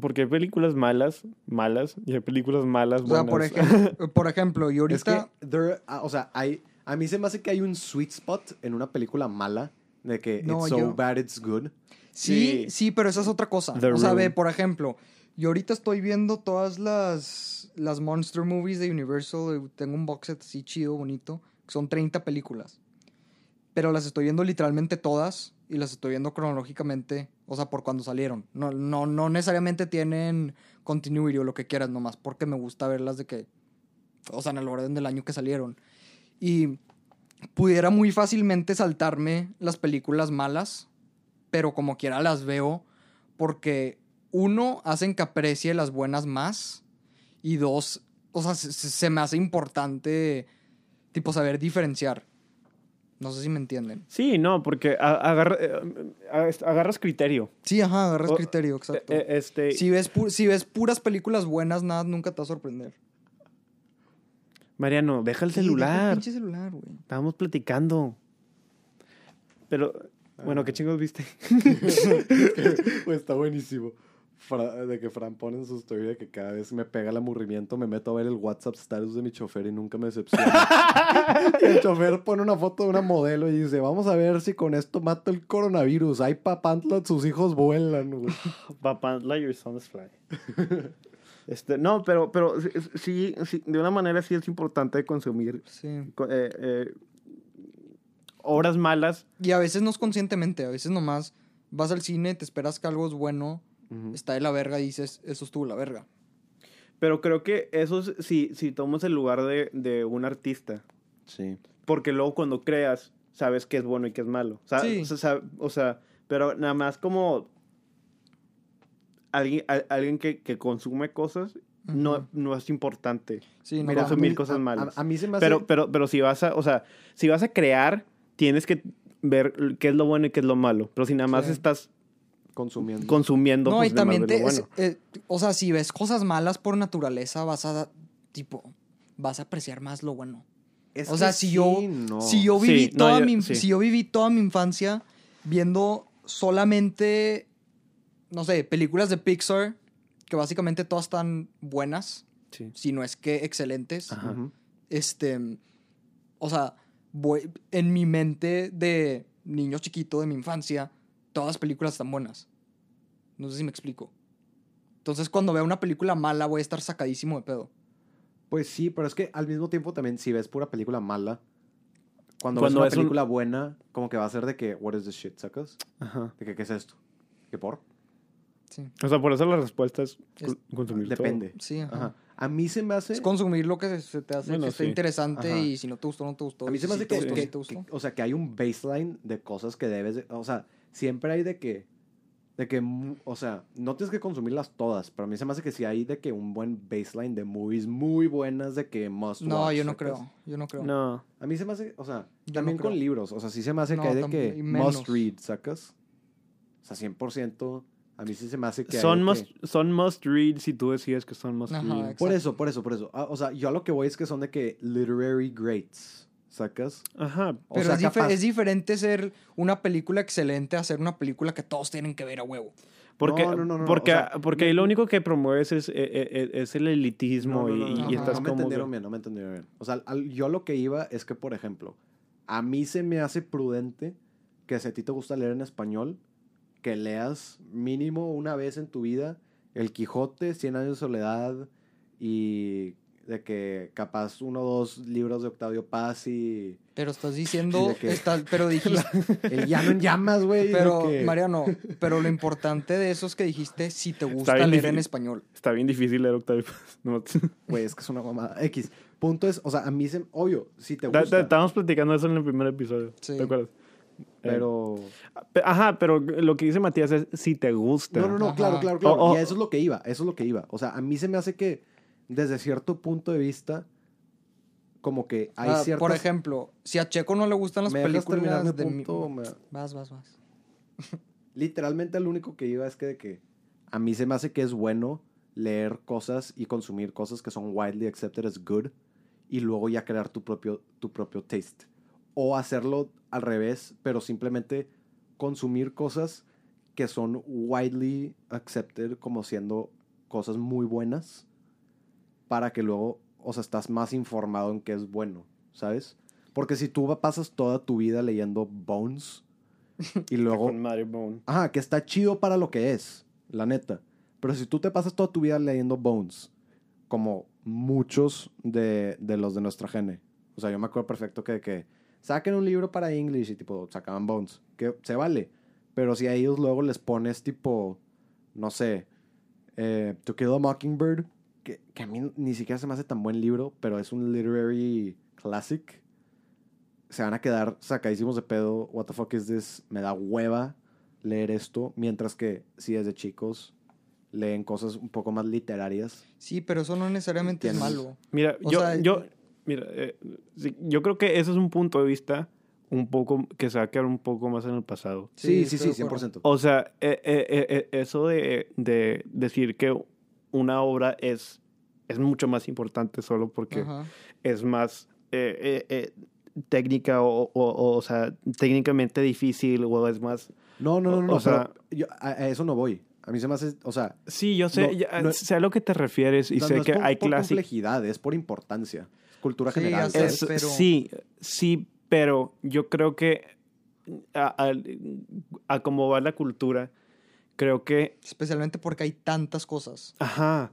Porque hay películas malas, malas, y hay películas malas,
O sea,
buenas.
por, ej- por ejemplo, yo
*laughs* Es
ahorita...
que, there- ah, o sea, hay, a mí se me hace que hay un sweet spot en una película mala de que
No,
it's so
yo-
bad it's good.
Sí,
Sí.
sí, pero esa es otra cosa.
The
o sea, ve,
Room.
por ejemplo, yo ahorita estoy viendo todas las, las Monster Movies de Universal. eh, Tengo un box set así chido, bonito. que Son 30 películas. pero las estoy viendo literalmente todas y las estoy viendo cronológicamente, o sea, por cuando salieron. No, no, no necesariamente tienen continuity o lo que quieras, nomás porque me gusta verlas de que, o sea, en el orden del año que salieron. Y pudiera muy fácilmente saltarme las películas malas, pero como quiera las veo porque, uno, hacen que aprecie las buenas más y dos, o sea, se, se- se me hace importante, tipo, saber diferenciar. No sé si me entienden.
Sí, no, porque a- agarra- eh, eh, agarras criterio.
Sí, ajá, agarras
O-
criterio, exacto.
Oh, Eh, eh, este,
si, ves pu- si ves puras películas buenas, nada, nunca te va a sorprender.
Mariano, deja el
Sí, deja el
celular.
pinche celular, güey.
Estábamos platicando. Pero,
Ah.
bueno, ¿qué chingos viste?
*laughs* Güey, está buenísimo. Fra- de que Fran pone en su historia de que cada vez me pega el aburrimiento, me meto a ver el WhatsApp status de mi chofer y nunca me *laughs* decepciona. y el chofer pone una foto de una modelo y dice, vamos a ver si con esto mato el coronavirus. Ay, papantla, sus hijos vuelan, güey.
Papá, let your sons fly. *laughs* Este, no, pero, pero sí, sí, de una manera sí es importante consumir
Sí.
co- eh, eh, obras malas.
Y a veces no es conscientemente, a veces nomás vas al cine, te esperas que algo es bueno,
Ujú.
está de la verga y dices, eso estuvo la verga.
Pero creo que eso es si, si tomas el lugar de, de un artista.
Sí.
Porque luego cuando creas, sabes qué es bueno y qué es malo. Sa-
Sí.
sa- sa- o sea, pero nada más como alguien, al- alguien que, que consume cosas
Ujú.
no, no es importante.
Sí, no
Mira,
mames.
son mil
A-
cosas
a-
malas.
A, a mí se me hace...
Pero, pero, pero si vas a, o sea, si vas a crear, tienes que ver qué es lo bueno y qué es lo malo. Pero si nada más
Sí.
estás
consumiendo.
consumiendo,
No,
pues
y
nada más
también
ves
te.
lo
es-
bueno.
eh, o sea, si ves cosas malas por naturaleza, vas a. Tipo. Vas a apreciar más lo bueno.
Es
o
que
sea, si
sí,
yo-
no.
Si, yo
Sí,
viví
no,
toda
yo-
mi,
sí.
si yo viví toda mi infancia viendo solamente. No sé, películas de Pixar. Que básicamente todas están buenas.
Sí.
Si no es que excelentes.
Ajá.
Ujú.
Este. O sea, voy- en mi mente de niño chiquito de mi infancia, todas las películas están buenas. No sé si me explico. Entonces, cuando vea una película mala, voy a estar sacadísimo de pedo.
Pues sí, pero es que al mismo tiempo también, si ves pura película mala, cuando,
Cuando
ves una
ves un-
película buena, como que va a ser de que, what is this shit, sacas?
Ajá.
De que, ¿qué es esto? ¿Qué por?
Sí.
O sea, por eso la respuesta es,
Es-
cu- consumir todo.
Depende.
Sí, ajá.
Ajá. A mí se me hace...
Es consumir lo que se te hace,
Bueno,
que esté
sí.
interesante
Ajá.
y si no te gustó, no te gustó.
A mí
y
se me
si
hace
te
que,
gustó,
que-
sí te gustó.
que- o sea, que hay un baseline de cosas que debes, de- o sea, siempre hay de que, de que, mu- o sea, no tienes que consumirlas todas, pero a mí se me hace que sí hay de que un buen baseline de movies muy buenas de que pues. must
No,
watch,
yo no
sacas.
creo. Yo no creo.
No.
A mí se me hace, o sea,
Yo
también
no
con
creo.
libros, o sea, sí se me hace
No,
que hay de
tam- y
que
menos.
must read, sacas. O sea, 100%, a mí sí se me hace que hay
Son
de
must,
que-
son must read si tú decides que son must
Ajá,
read.
exacto.
Por eso, por eso, por eso. Ah, o sea, yo a lo que voy es que son de que literary greats, sacas.
Ajá.
O
Pero
sea,
es, dife-
capaz-
es diferente ser una película excelente a ser una película que todos tienen que ver a huevo.
Porque,
No, no, no, no,
porque,
o sea,
porque ahí lo único que promueves es, eh, eh, eh, es el elitismo
No, no,
y,
no, no,
y-
no,
y
Ajá.
estás
no me
como...
entendieron bien, no me entendieron bien. O sea, al- yo lo que iba es que, por ejemplo, a mí se me hace prudente que si a ti te gusta leer en español, que leas mínimo una vez en tu vida El Quijote, Cien años de soledad y de que capaz uno o dos libros de Octavio Paz y
Pero estás diciendo,
de que-
estás- pero
*laughs*
dijiste,
El Llano en Llamas, güey. de
Pero,
que- *laughs*
Mariano, pero lo importante de eso es que dijiste si te gusta
bien
leer
difícil.
en español.
Está bien difícil leer Octavio Paz. *laughs* No,
Güey, es que es una mamada. X. Punto es, o sea, a mí se... Obvio, si te
Da-
gusta,
da- estábamos platicando eso en el primer episodio.
Sí.
¿Te acuerdas?
pero...
Pe- Ajá, pero lo que dice Matías es si te gusta.
No, no, no,
Ajá.
claro, claro, claro.
O- o-
y a eso es lo que iba, eso es lo que iba. O sea, a mí se me hace que desde cierto punto de vista, como que hay
Ah,
ciertas...
Por ejemplo, si a Checo no le gustan las
¿me dejas terminar mi
películas de mi-
punto? Me-
Vas, vas, vas.
Literalmente lo único que iba es que, de que a mí se me hace que es bueno leer cosas y consumir cosas que son widely accepted as good y luego ya crear tu propio, tu propio taste. O hacerlo al revés, pero simplemente consumir cosas que son widely accepted como siendo cosas muy buenas para que luego, o sea, estás más informado en qué es bueno, ¿sabes? Porque si tú pasas toda tu vida leyendo Bones y luego
Con Mario Bone.
Ajá, que está chido para lo que es, la neta. Pero si tú te pasas toda tu vida leyendo Bones, como muchos de, de los de nuestra gene. O sea, yo me acuerdo perfecto que, que saquen un libro para English y tipo, sacaban Bones, que se vale. Pero si a ellos luego les pones tipo, no sé, eh, To Kill a Mockingbird, que, que a mí ni siquiera se me hace tan buen libro, pero es un literary classic, se van a quedar sacadísimos de pedo, what the fuck is this, me da hueva leer esto, mientras que si desde chicos leen cosas un poco más literarias.
Sí, pero eso no necesariamente es
Tienes-
malo.
Mira,
O
yo,
sea,
yo, mira, eh, sí, yo creo que ese es un punto de vista un poco que se va a quedar un poco más en el pasado.
Sí,
estoy
sí, sí,
de acuerdo.
100%.
O sea, eh, eh, eh, eh, eso de, de decir que una obra es, es mucho más importante solo porque
Ajá.
es más eh, eh, eh, técnica o, o- o, o sea, técnicamente difícil o es más...
No, no, no,
O-
no.
o sea-
pero yo- a, a eso no voy. A mí se me hace, o sea,
Sí, yo sé,
No,
ya-
no-
sé a lo que te refieres y
no-
sé
no es
que
por,
hay
por
clases...
complejidad, es por importancia, es cultura
Sí, ya
general.
sé.
¿sabes?
Es-
pero-
Sí, sí, pero yo creo que a, a- a como va la cultura, creo que,
Especialmente porque hay tantas cosas.
ajá,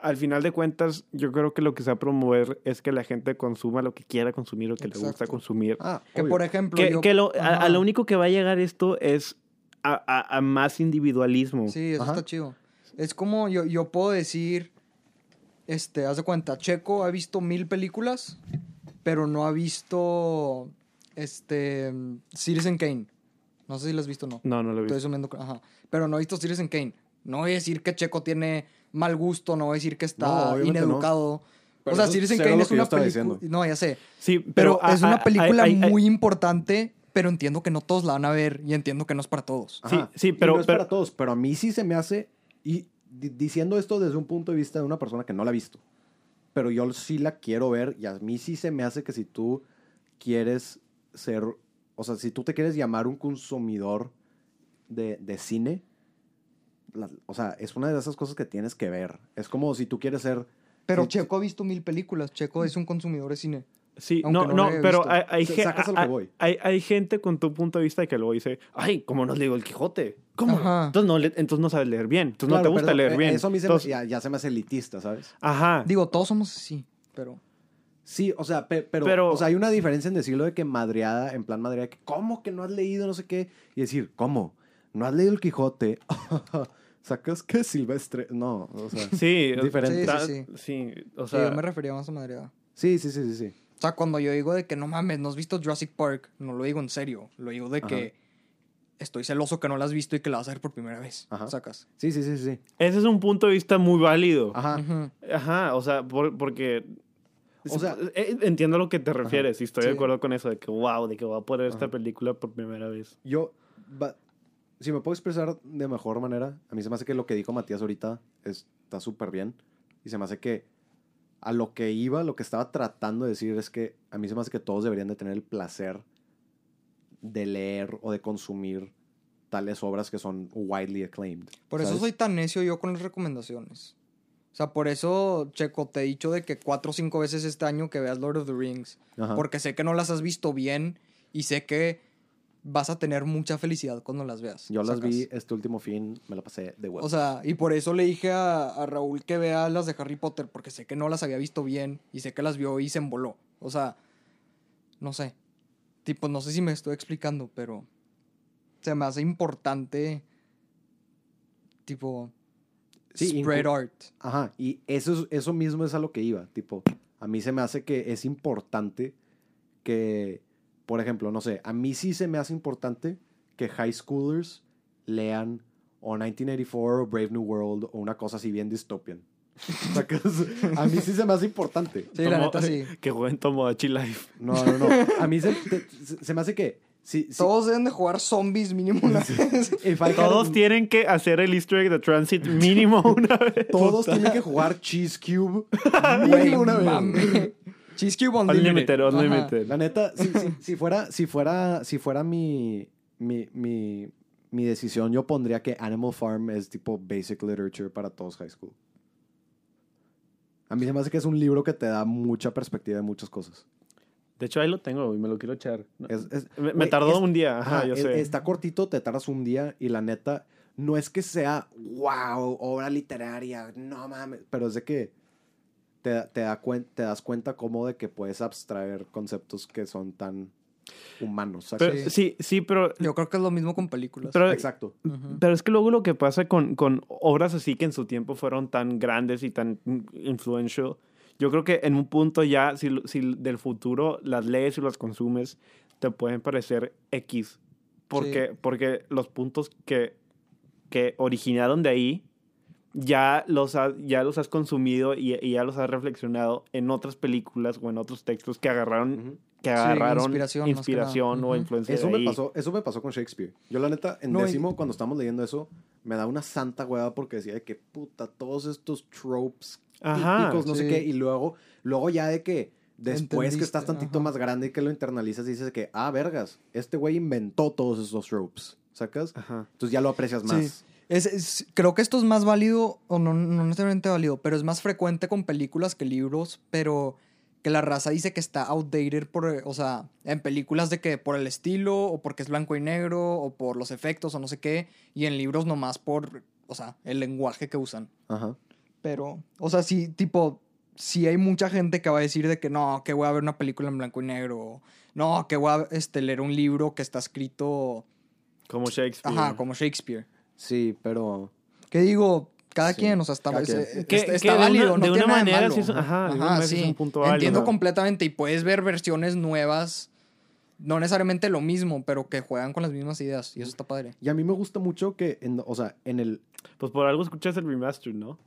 al final de cuentas, yo creo que lo que se va a promover es que la gente consuma lo que quiera consumir o que le gusta
Exacto.
consumir.
Ah,
Que
obvio.
por ejemplo.
que
yo-
que lo, a- a,
Ajá.
lo único que va a llegar esto es a, a- a más individualismo.
Sí, eso
Ajá.
está chido. Es como yo, yo puedo decir, este, haz de cuenta, Checo ha visto mil películas, pero no ha visto, este, Citizen Kane. No sé si las has visto o no.
No, no lo he
Estoy
visto.
asumiendo, que- ajá. Pero no he visto Citizen Kane. No voy a decir que Checo tiene mal gusto, no voy a decir que
No,
está
obviamente no.
ineducado.
Pero
o sea,
eso
Citizen
cero
Kane
lo
es
que yo
una
estaba
película...
diciendo.
No, ya sé.
Sí,
Pero,
pero,
es
a- a-
una
hay-
película
hay- hay-
muy importante, pero entiendo que no todos la van a ver y entiendo que no es para todos.
sí,
Ajá.
sí,
Y
pero-
no es
pero-
para todos, pero a mí sí se me hace, y di- diciendo esto desde un punto de vista de una persona que no la ha visto, pero yo sí la quiero ver y a mí sí se me hace que si tú quieres ser, o sea, si tú te quieres llamar un consumidor de, de cine, la- o sea, es una de esas cosas que tienes que ver. Es como si tú quieres ser...
Pero
Sí,
Checo ha visto mil películas. Checo es un consumidor de cine.
Sí,
Aunque
no,
no lo
no,
haya
pero
visto.
hay, hay,
Sa-
gen-
sacas a lo que
hay-
voy.
hay- hay gente con tu punto de vista que luego dice, ay, ¿cómo no leo el Quijote? ¿Cómo?
Ajá.
Entonces, no le- entonces no sabes leer bien, entonces Pues no
Claro,
te gusta
pero, eh,
leer bien.
Eso a mí se me-
Entonces,
ya, ya se me hace elitista, ¿sabes?
Ajá,
Digo, todos somos así, pero...
Sí, o sea, pe- pero,
Pero-
o sea, hay una diferencia en decirlo de que madreada, en plan madreada, que ¿cómo que no has leído no sé qué? Y decir, ¿cómo? ¿No has leído El Quijote? *laughs* ¿Sacas que Silvestre? No, o sea...
sí,
Diferente.
ta-
Sí,
sí, o
sí,
sea,
yo me refería más a madreada.
Sí, sí, sí, sí, sí.
O sea, cuando yo digo de que no mames, no has visto Jurassic Park, no lo digo en serio. Lo digo de
Ajá.
que estoy celoso que no la has visto y que la vas a ver por primera vez.
Ajá.
Sacas.
Sí, sí, sí, sí, sí.
ese es un punto de vista muy válido. Ajá,
Ajá.
Ujú.
o sea, por- porque...
O sea,
eh, entiendo a lo que te refieres y estoy
Sí.
de acuerdo con eso, de que wow, de que voy a poner esta
Ajá.
película por primera vez.
yo... va- si me puedo expresar de mejor manera, a mí se me hace que lo que dijo Matías ahorita está súper bien. Y se me hace que a lo que iba, lo que estaba tratando de decir es que a mí se me hace que todos deberían de tener el placer de leer o de consumir tales obras que son widely acclaimed.
Por eso
¿sabes?
soy tan necio yo con las recomendaciones. O sea, por eso, Checo, te he dicho de que cuatro o cinco veces este año que veas Lord of the Rings.
Ajá.
Porque sé que no las has visto bien y sé que vas a tener mucha felicidad cuando las veas.
Yo las
sacas.
vi este último fin, me la pasé de huevo.
O sea, y por eso le dije a, a Raúl que vea las de Harry Potter, porque sé que no las había visto bien y sé que las vio y se emboló. O sea, no sé. Tipo, no sé si me estoy explicando, pero se me hace importante, tipo,
Sí,
spread
inclu-
art.
Ajá, y eso, es- eso mismo es a lo que iba. Tipo, a mí se me hace que es importante que, por ejemplo, no sé, a mí sí se me hace importante que high schoolers lean o 1984 o Brave New World o una cosa así bien dystopian. ¿Sacas? a mí sí se me hace importante.
Sí, la
Tomo- *laughs*
neta
*laughs*
sí.
Que jueguen Tomodachi Life.
No, no, no. A mí se, te- se- se me hace que... Si, si-
Todos deben de jugar zombies mínimo
*laughs*
una vez.
if I had-
Todos tienen que hacer el easter egg de Transit
*laughs*
mínimo una vez.
todos tienen que jugar Cheese Cube
Güey,
mínimo una vez.
mame. Cheese Cube Unlimited.
Unlimited,
Ajá.
unlimited.
La neta,
*laughs*
si, si- si fuera, si fuera, si fuera mi, mi, mi, mi decisión, yo pondría que Animal Farm es tipo basic literature para todos high school. A mí se me hace que es un libro que te da mucha perspectiva de muchas cosas.
De hecho, ahí lo tengo y me lo quiero echar.
Es- es-
Me, me
güey,
tardó
es-
un día, ajá,
ajá,
Ah, yo
es-
sé.
Está cortito, te tardas un día y la neta, no es que sea, wow, obra literaria, no mames, pero es de que te, te, da cuen- te das cuenta cómo de que puedes abstraer conceptos que son tan humanos. ¿sacas?
Pero,
Sí.
sí. sí, pero,
Yo creo que es lo mismo con películas.
pero,
Exacto.
Ujú.
pero es que luego lo que pasa con, con obras así que en su tiempo fueron tan grandes y tan in- influential, yo creo que en un punto ya, si, lo- si del futuro las lees y las consumes, te pueden parecer X. Porque, porque los puntos que, que originaron de ahí ya los, ha- ya los has consumido y, y ya los has reflexionado en otras películas o en otros textos que agarraron
Ujú.
que
Sí,
agarraron
inspiración,
inspiración,
más que nada.
o
Ujú.
influencia
Eso
de
me,
ahí.
pasó, eso me pasó con Shakespeare. Yo, la neta, en
No, y-
décimo, cuando estamos leyendo eso, me da una santa hueva porque decía de que puta, todos estos tropes
Ajá,
típicos, no sé
sí.
qué. Y luego, luego ya de que después que
Entendiste,
estás tantito
ajá.
más grande y que lo internalizas, dices que, ah, vergas, este güey inventó todos esos tropes. ¿Sacas?
Ajá.
Entonces ya lo aprecias más.
Sí. Es- es- creo que esto es más válido, o no, no necesariamente válido, pero es más frecuente con películas que libros, pero que la raza dice que está outdated por, eh, o sea, en películas de que por el estilo, o porque es blanco y negro, o por los efectos, o no sé qué, y en libros nomás por, o sea, el lenguaje que usan.
Ajá.
Pero, o sea, sí, tipo, sí hay mucha gente que va a decir de que no, que voy a ver una película en blanco y negro, o, no, que voy a este, leer un libro que está escrito,
Como Shakespeare.
ajá, como Shakespeare.
Sí, pero.
¿qué digo? Cada
Sí,
quien, o sea, está,
cada
es-
quien.
es-
Que-
está-
que
está
de una-
válido, no
de
tiene
una
nada de
manera
malo.
sí es- ajá, de una manera sí es un punto
Entiendo
válido.
completamente y puedes ver versiones nuevas, no necesariamente lo mismo, pero que juegan con las mismas ideas y eso está padre.
Y a mí me gusta mucho que, en- o sea, en el.
Pues por algo escuchas el remaster, ¿no?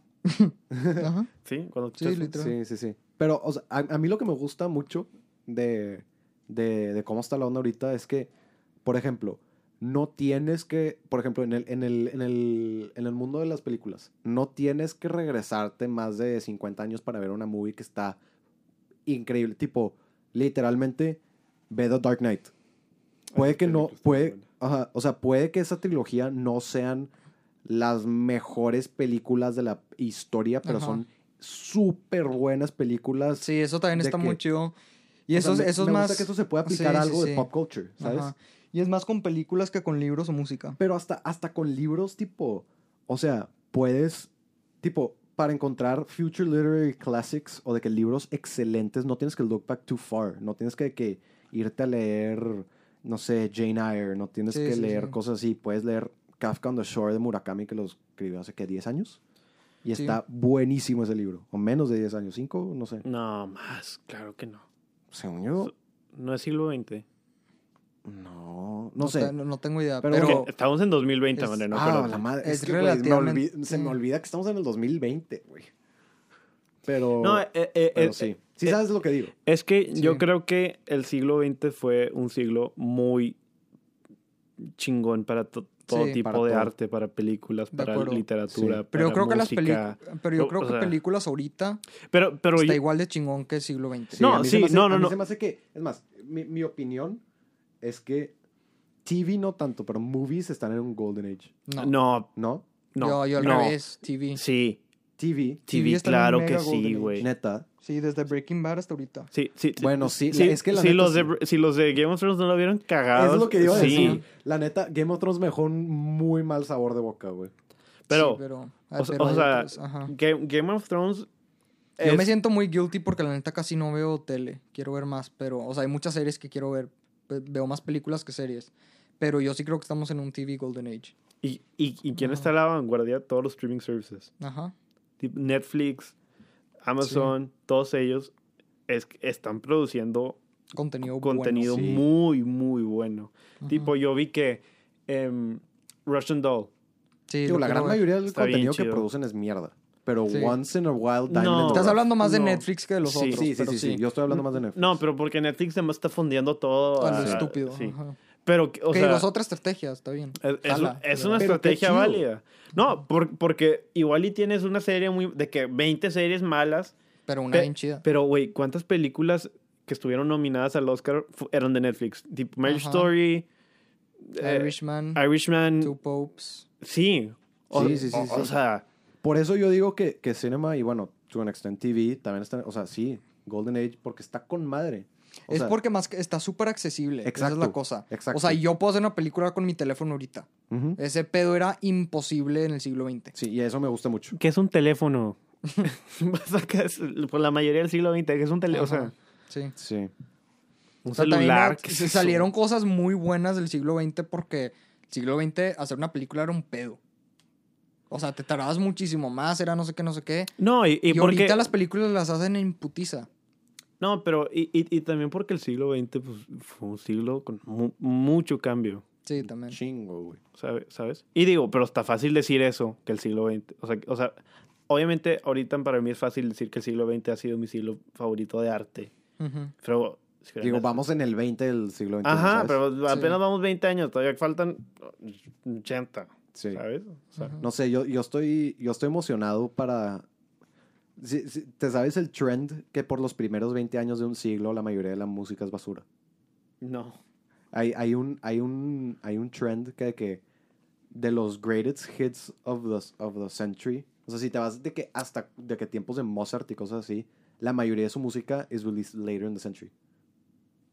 Ajá.
Sí, cuando
Sí,
escuchas-
literal.
Sí, sí, sí. Pero, o sea, a, a mí lo que me gusta mucho de, de, de cómo está la onda ahorita es que, por ejemplo, no tienes que, por ejemplo, en el, en, el, en, el, en el mundo de las películas, no tienes que regresarte más de 50 años para ver una movie que está increíble. Tipo, literalmente, ve The Dark Knight. Puede que no,
película está
puede,
muy
ajá, o sea, puede que esa trilogía no sean las mejores películas de la historia, pero
Ajá.
son súper buenas películas.
Sí, eso también
¿De
está
qué?
muy chido. Y
O
eso,
sea, me-
eso es
me
más...
gusta que eso se puede aplicar
sí,
a
sí,
algo de
sí.
pop culture, ¿sabes?
Ajá. Y es más con películas que con libros o música.
Pero hasta, hasta con libros tipo, o sea, puedes, tipo, para encontrar future literary classics o de que libros excelentes, no tienes que look back too far, no tienes que, que irte a leer, no sé, Jane Eyre, no tienes
Sí,
que
sí,
leer
sí.
cosas así, puedes leer Kafka on the Shore de Murakami que lo escribió hace que 10 años. Y
Sí.
está buenísimo ese libro, o menos de 10 años, 5, no
Mm.
sé.
No, más, claro que no.
Según yo,
No es siglo XX.
no, no sé.
te- No, no tengo idea,
Pero-
pero...
Ok, estamos en 2020,
Es-
madre, no,
ah,
pero-
la madre. Es,
Es
que, güey, me
relativamente-
olvi- se me olvida que estamos en el 2020, güey. Pero,
No, eh, eh, eh,
pero
eh,
sí. Sí
eh,
sabes lo que digo.
Es que
Sí.
yo creo que el siglo XX fue un siglo muy chingón para to- todo
Sí.
tipo
Para
de
todo.
arte, para películas,
De
para
acuerdo.
literatura,
Sí.
Pero yo
para
creo que las
música.
películas... Pero yo
O-
creo
o
que
sea,
películas ahorita
Pero, pero
está
yo-
igual de chingón que el siglo XX.
No,
a mí se
sí,
me hace-
no, no,
a mí
no.
se me hace que, es más, mi, mi opinión es que TV no tanto, pero movies están en un golden age,
no,
No,
no,
¿no?
yo, yo al
no.
revés, TV.
Sí,
TV,
TV
TV,
está en
claro
mega
que
golden
sí,
age.
güey.
neta.
Sí, desde Breaking Bad hasta ahorita.
Sí, sí, sí.
Bueno, sí, la- es que la
si,
neta
los de,
sí.
Br- si los de Game of Thrones no lo vieron cagado.
Es lo que iba a
sí,
decir. La neta, Game of Thrones me dejó un muy mal sabor de boca, güey.
Pero,
Sí, pero, ah,
o, sea-
pero
o
hay
sea,
otros, ajá.
Game, Game of Thrones.
Yo
es-
me siento muy guilty porque la neta casi no veo tele. Quiero ver más, pero... O sea, hay muchas series que quiero ver. Ve- Veo más películas que series. Pero yo sí creo que estamos en un TV Golden Age.
y, y- y quién
Ajá.
está a la vanguardia? Todos los streaming services.
Ajá.
Tipo Netflix, Amazon, todos ellos es- están produciendo
Contenido bueno.
contenido
Oh, Sí.
muy, muy bueno.
Ajá.
Tipo, yo vi que em, Russian Doll.
Sí,
Digo,
lo
la
quiero
gran
ver.
mayoría del
Está bien
contenido que
chido.
producen es mierda. Pero
Sí.
once in a while diamond.
No.
in the
Estás
rough.
hablando más de
No.
Netflix que de los
Sí.
otros.
Sí, sí,
pero
sí, sí. Yo estoy hablando más de Netflix.
No, pero porque Netflix además está fondeando todo.
A lo
a-
estúpido.
sí.
ajá.
Pero, o
que
sea,
digo, es otra estrategia, está bien.
Es, es-
Jala,
es
pero-
una
Pero qué
estrategia
chido.
válida. No, por- porque igual y tienes una serie muy... De que 20 series malas.
Pero una
pe-
bien chida.
Pero, güey, ¿cuántas películas que estuvieron nominadas al Oscar fu- eran de Netflix? Tipo Marriage
Ajá.
Story, eh,
Irishman,
Irishman...
Two Popes.
Sí. O,
Sí, sí, sí,
o-
sí.
o sea,
Por eso yo digo que, que cinema y bueno, to an extent TV también está, o sea, sí, Golden Age, porque está con madre. O
es
sea,
porque más que está súper accesible. Esa es la
Exacto,
cosa.
exacto.
O sea, yo puedo hacer una película con mi teléfono ahorita.
ujú.
Ese pedo era imposible en el siglo XX.
Sí, y eso me gusta mucho.
¿qué es un teléfono? *laughs* O sea, que es- por la mayoría del siglo XX, que es un teléfono? O sea,
Ajá, sí.
Sí.
Un
O sea, también
celular.
a-
¿qué es
se
eso?
salieron cosas muy buenas del siglo XX porque el siglo XX hacer una película era un pedo. O sea, te tardabas muchísimo más, era no sé qué, no sé qué.
No, y, y
Y,
porque.
ahorita las películas las hacen en putiza.
No, pero. Y, y- y también porque el siglo XX pues, fue un siglo con mu- mucho cambio.
Sí, también.
Chingo, güey.
¿sabe- ¿Sabes? Y digo, pero está fácil decir eso que el siglo XX. O sea, o sea, obviamente, ahorita para mí es fácil decir que el siglo XX ha sido mi siglo favorito de arte.
Ujú.
Pero.
Digo, vamos en el 20 del siglo XXI.
Ajá,
¿sabes?
pero apenas
Sí.
vamos 20 años, todavía faltan 80,
Sí.
¿sabes? O sea,
Ujú.
No sé, yo, yo, estoy, yo estoy emocionado para... si- si- ¿Te sabes el trend que por los primeros 20 años de un siglo la mayoría de la música es basura?
no.
Hay, hay, un, hay, un, hay un trend que, que de los greatest hits of the, of the century, o sea, si te vas de que hasta de que tiempos de Mozart y cosas así, la mayoría de su música is released later in the century.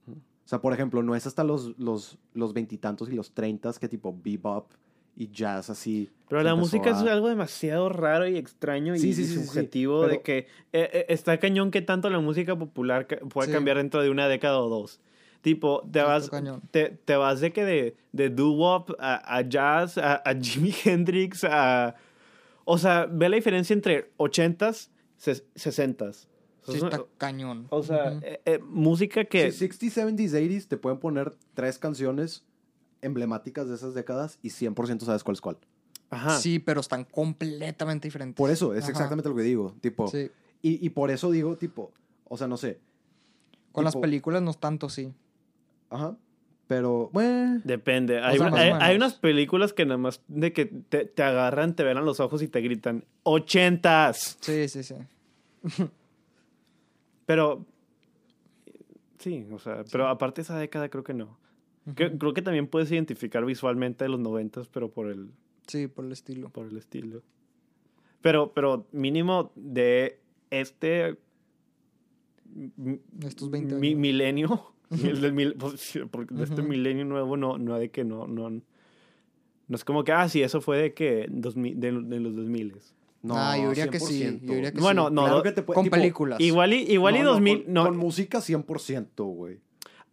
O sea, por ejemplo, no es hasta los los los veintitantos y, los treintas que tipo bebop y jazz así.
Pero la
empezó
música es
a-
algo demasiado raro y extraño y,
Sí, sí,
y
sí, sí, sí,
subjetivo
pero-
de que eh, eh, está cañón que tanto la música popular ca- pueda
Sí.
cambiar dentro de una década o dos. Tipo, te
está
vas,
cañón.
te, te vas de que de, de doo-wop a, a jazz, a, a Jimi *laughs* Hendrix, a... O sea, ve la diferencia entre 80s, ses- 60s.
Sí, está cañón.
O sea,
Ujú.
eh, eh, música que...
Sí, 60s, 70s, 80s te pueden poner tres canciones emblemáticas de esas décadas y 100% sabes cuál es cuál.
Ajá.
Sí, pero están completamente diferentes.
Por eso es
Ajá.
exactamente lo que digo, tipo
Sí.
y, y por eso digo tipo, o sea, no sé,
Con las
tipo-
películas no es tanto, sí.
ajá, pero bueno,
Depende. Hay,
sea,
una-
más o
hay-
menos.
hay unas películas que nada más de que te, te agarran, te ven a los ojos y te gritan ochentas.
Sí, sí, sí.
Pero sí, o sea, pero aparte de esa década creo que no. Cre- Creo que también puedes identificar visualmente los noventas, pero por el,
Sí, por el estilo.
por el estilo. Pero, pero mínimo de este m-
Estos 20
mi-
años. *laughs*
milenio, el del mil- pues, porque de este
Ujú.
milenio nuevo no, no de que no, no, no es como que, ah, sí, eso fue de que, dos mi- de, de los 2000.
no,
Ah, yo diría que sí,
100%.
yo diría que
Bueno,
sí.
no,
Claro
do-
que te puede-
con
tipo,
películas.
igual y, igual y
No, no,
2000,
con,
no,
con música 100%, güey.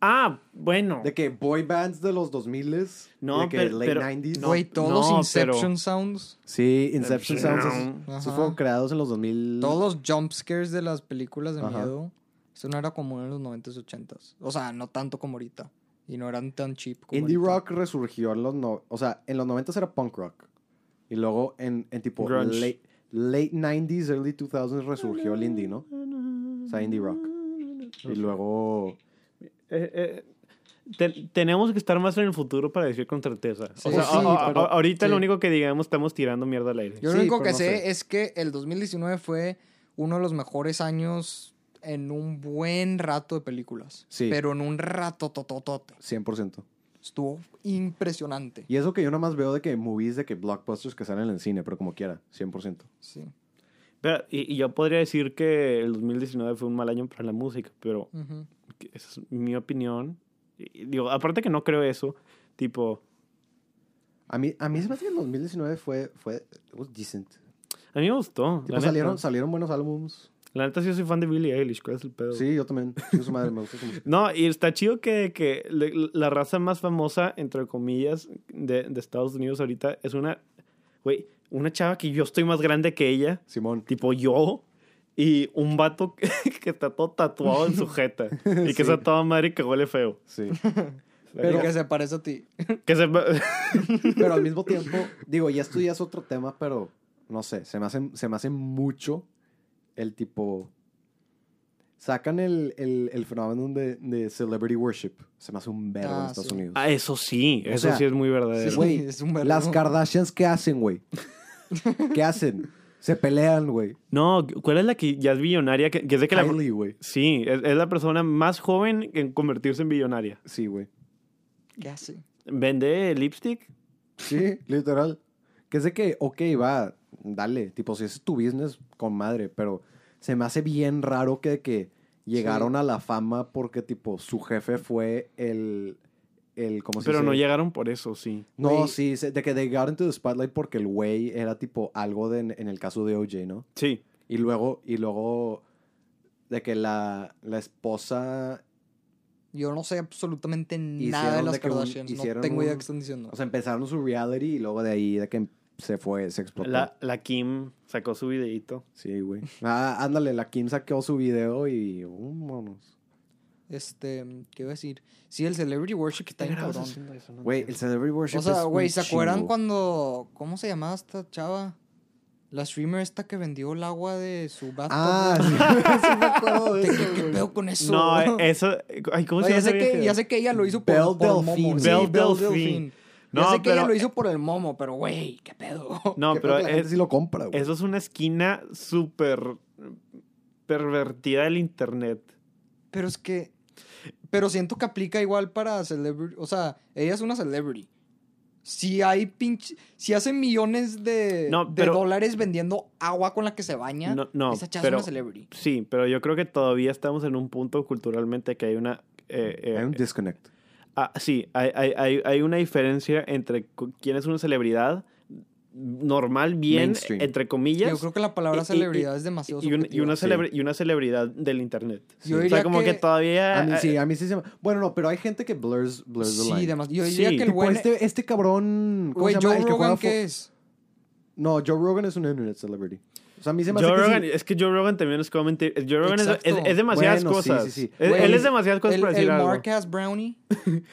ah, bueno,
De que boy bands de los 2000
No,
de que
pero-
late
pero-
90s.
no,
Güey, todos
no,
Inception
pero-
Sounds,
Sí, Inception
Inception.
Sounds.
Ajá.
Esos, esos fueron creados en los 2000.
todos los jump scares de las películas de
Ajá.
miedo, eso no era común en los 90s, 80s. O sea, no tanto como ahorita. Y no eran tan cheap como
Indie
ahorita.
rock resurgió en los no, o sea, en los 90s era punk rock. Y luego en, en tipo
Grunge.
late, late 90s, early 2000s resurgió el indie, ¿no? O sea, indie rock. Y luego
Eh, eh, te- tenemos que estar más en el futuro para decir con certeza.
Sí,
o sea,
sí,
a- a-
pero-
a- ahorita lo
sí.
único que digamos estamos tirando mierda al aire.
Yo
Sí,
lo único
pero
que
no
sé
sé.
es que el 2019 fue uno de los mejores años en un buen rato de películas.
Sí.
Pero en un rato tototote.
100%.
Estuvo impresionante.
Y eso que yo nomás veo de que movies de que blockbusters que salen en el cine, pero como quiera, 100%.
Sí.
Pero- y, y yo podría decir que el 2019 fue un mal año para la música, pero
Ujú.
que esa es mi opinión. Y- y digo, aparte que no creo eso, tipo,
A mí, a mí se me hace que el 2019 fue, fue it was decent.
a mí me gustó.
Tipo,
La
salieron,
neta,
salieron buenos álbums.
La neta, sí, yo soy fan de Billie Eilish, ¿cuál es el pedo?
Sí, yo también. Yo su madre, me gusta su música.
No, y está chido que, que le- la raza más famosa, entre comillas, de, de Estados Unidos ahorita es una, güey, una chava que yo estoy más grande que ella,
*laughs* Simón.
tipo yo, y un vato *laughs* que, que está todo tatuado en su jeta y que
*laughs* Sí.
está toda madre y que huele feo.
Sí.
Pero que se parece a ti.
Que se-
Pero al mismo tiempo, digo, y esto ya es otro tema, pero no sé, se me hace, se me hace mucho el tipo. Sacan el, el, el fenómeno de, de celebrity worship. Se me hace un verbo en
Ah,
Estados
sí.
Unidos.
Ah, eso sí,
O
eso
sea,
sí es muy
*laughs*
verdadero.
sí.
Güey,
es un verbo.
las Kardashians, ¿qué hacen, güey? ¿Qué hacen? Se pelean, güey.
No, ¿cuál es la que ya es billonaria? Que, que es de que la-
Kylie, güey.
Sí, es, es la persona más joven en convertirse en billonaria.
Sí, güey.
¿Qué hace?
¿Vende lipstick?
Sí, literal. Que sé que, ok, va, dale. Tipo, si ese es tu business, con madre. Pero se me hace bien raro que, que llegaron a la fama porque, tipo, su jefe fue el. el ¿Cómo se
Pero
dice?
no llegaron por eso, sí.
No,
Güey.
sí, se- de que they got into the spotlight porque el güey era, tipo, algo de, en, en el caso de OJ, ¿no?
Sí.
Y luego, y luego, de que la, la esposa
Yo no sé absolutamente nada de
Hicieron
las
de que un-
Kardashians. no
hicieron
tengo idea
un-
qué están diciendo.
O sea, empezaron su reality y luego de ahí de que se fue, se explotó.
La, la Kim sacó su videíto.
Sí, güey. Ah, ándale, la Kim sacó su video y uh, vámonos.
este, ¿qué iba a decir? Sí, el Celebrity Worship está bien cabrón.
Güey, el Celebrity Worship
O sea,
es un
güey, ¿se acuerdan
chingo.
cuando. ¿Cómo se llamaba esta chava? La streamer esta que vendió el agua de su bathtub.
Ah, sí,
*laughs* güey.
sí me acuerdo de
¿Qué,
eso,
qué- qué
güey.
pedo con eso? *laughs*
No, eso. Ay, ¿cómo
No,
se llama
ya, sé
esa
que,
vieja?
ya sé que ella lo hizo por,
Belle
por el momo.
Delphine.
sí,
Belle
Belle
Delphine.
Delphine.
No,
ya sé que
pero- eh,
ella lo hizo por el momo, pero güey, qué pedo.
No,
Qué
pero
pedo que la gente
es-
sí lo compra, güey.
eso es una esquina súper pervertida del internet.
Pero es que. Pero siento que aplica igual para celebrity. O sea, ella es una celebrity. Si hay pinche. Si hace millones de,
No,
de
pero-
dólares vendiendo agua con la que se baña,
No, no,
esa chava
pero-
es una celebrity.
Sí, pero yo creo que todavía estamos en un punto culturalmente que hay una... eh, eh,
Hay un disconnect.
ah, sí, hay, hay- hay- hay una diferencia entre cu- quién es una celebridad normal, bien,
Mainstream.
entre comillas,
Yo creo que la palabra
y- y-
celebridad
y-
es demasiado
eh, y, una, y una
subjetiva.
celebre- y una celebridad del internet.
Yo
o sea,
diría
como que,
que-
todavía...
A mí
eh,
sí, a mí sí se me... Bueno, no, pero hay gente que blurs, blurs the line.
Sí, demasiado. Yo
Sí,
diría que el
tipo
buen.
este, este cabrón... ¿cómo
Güey,
se llama?
Joe
El que juega
Rogan,
fo-
¿qué es?
No, Joe Rogan es un internet celebrity. O sea, a mí se me hace
Joe
que sí.
Rogan, es que Joe Rogan también es como mentir. Joe Rogan es,
Exacto.
es- es demasiadas
Bueno, sí,
cosas.
sí, sí.
Él-
Güey,
él es demasiadas cosas
el,
para
el
decir algo.
Mark Ass Brownie.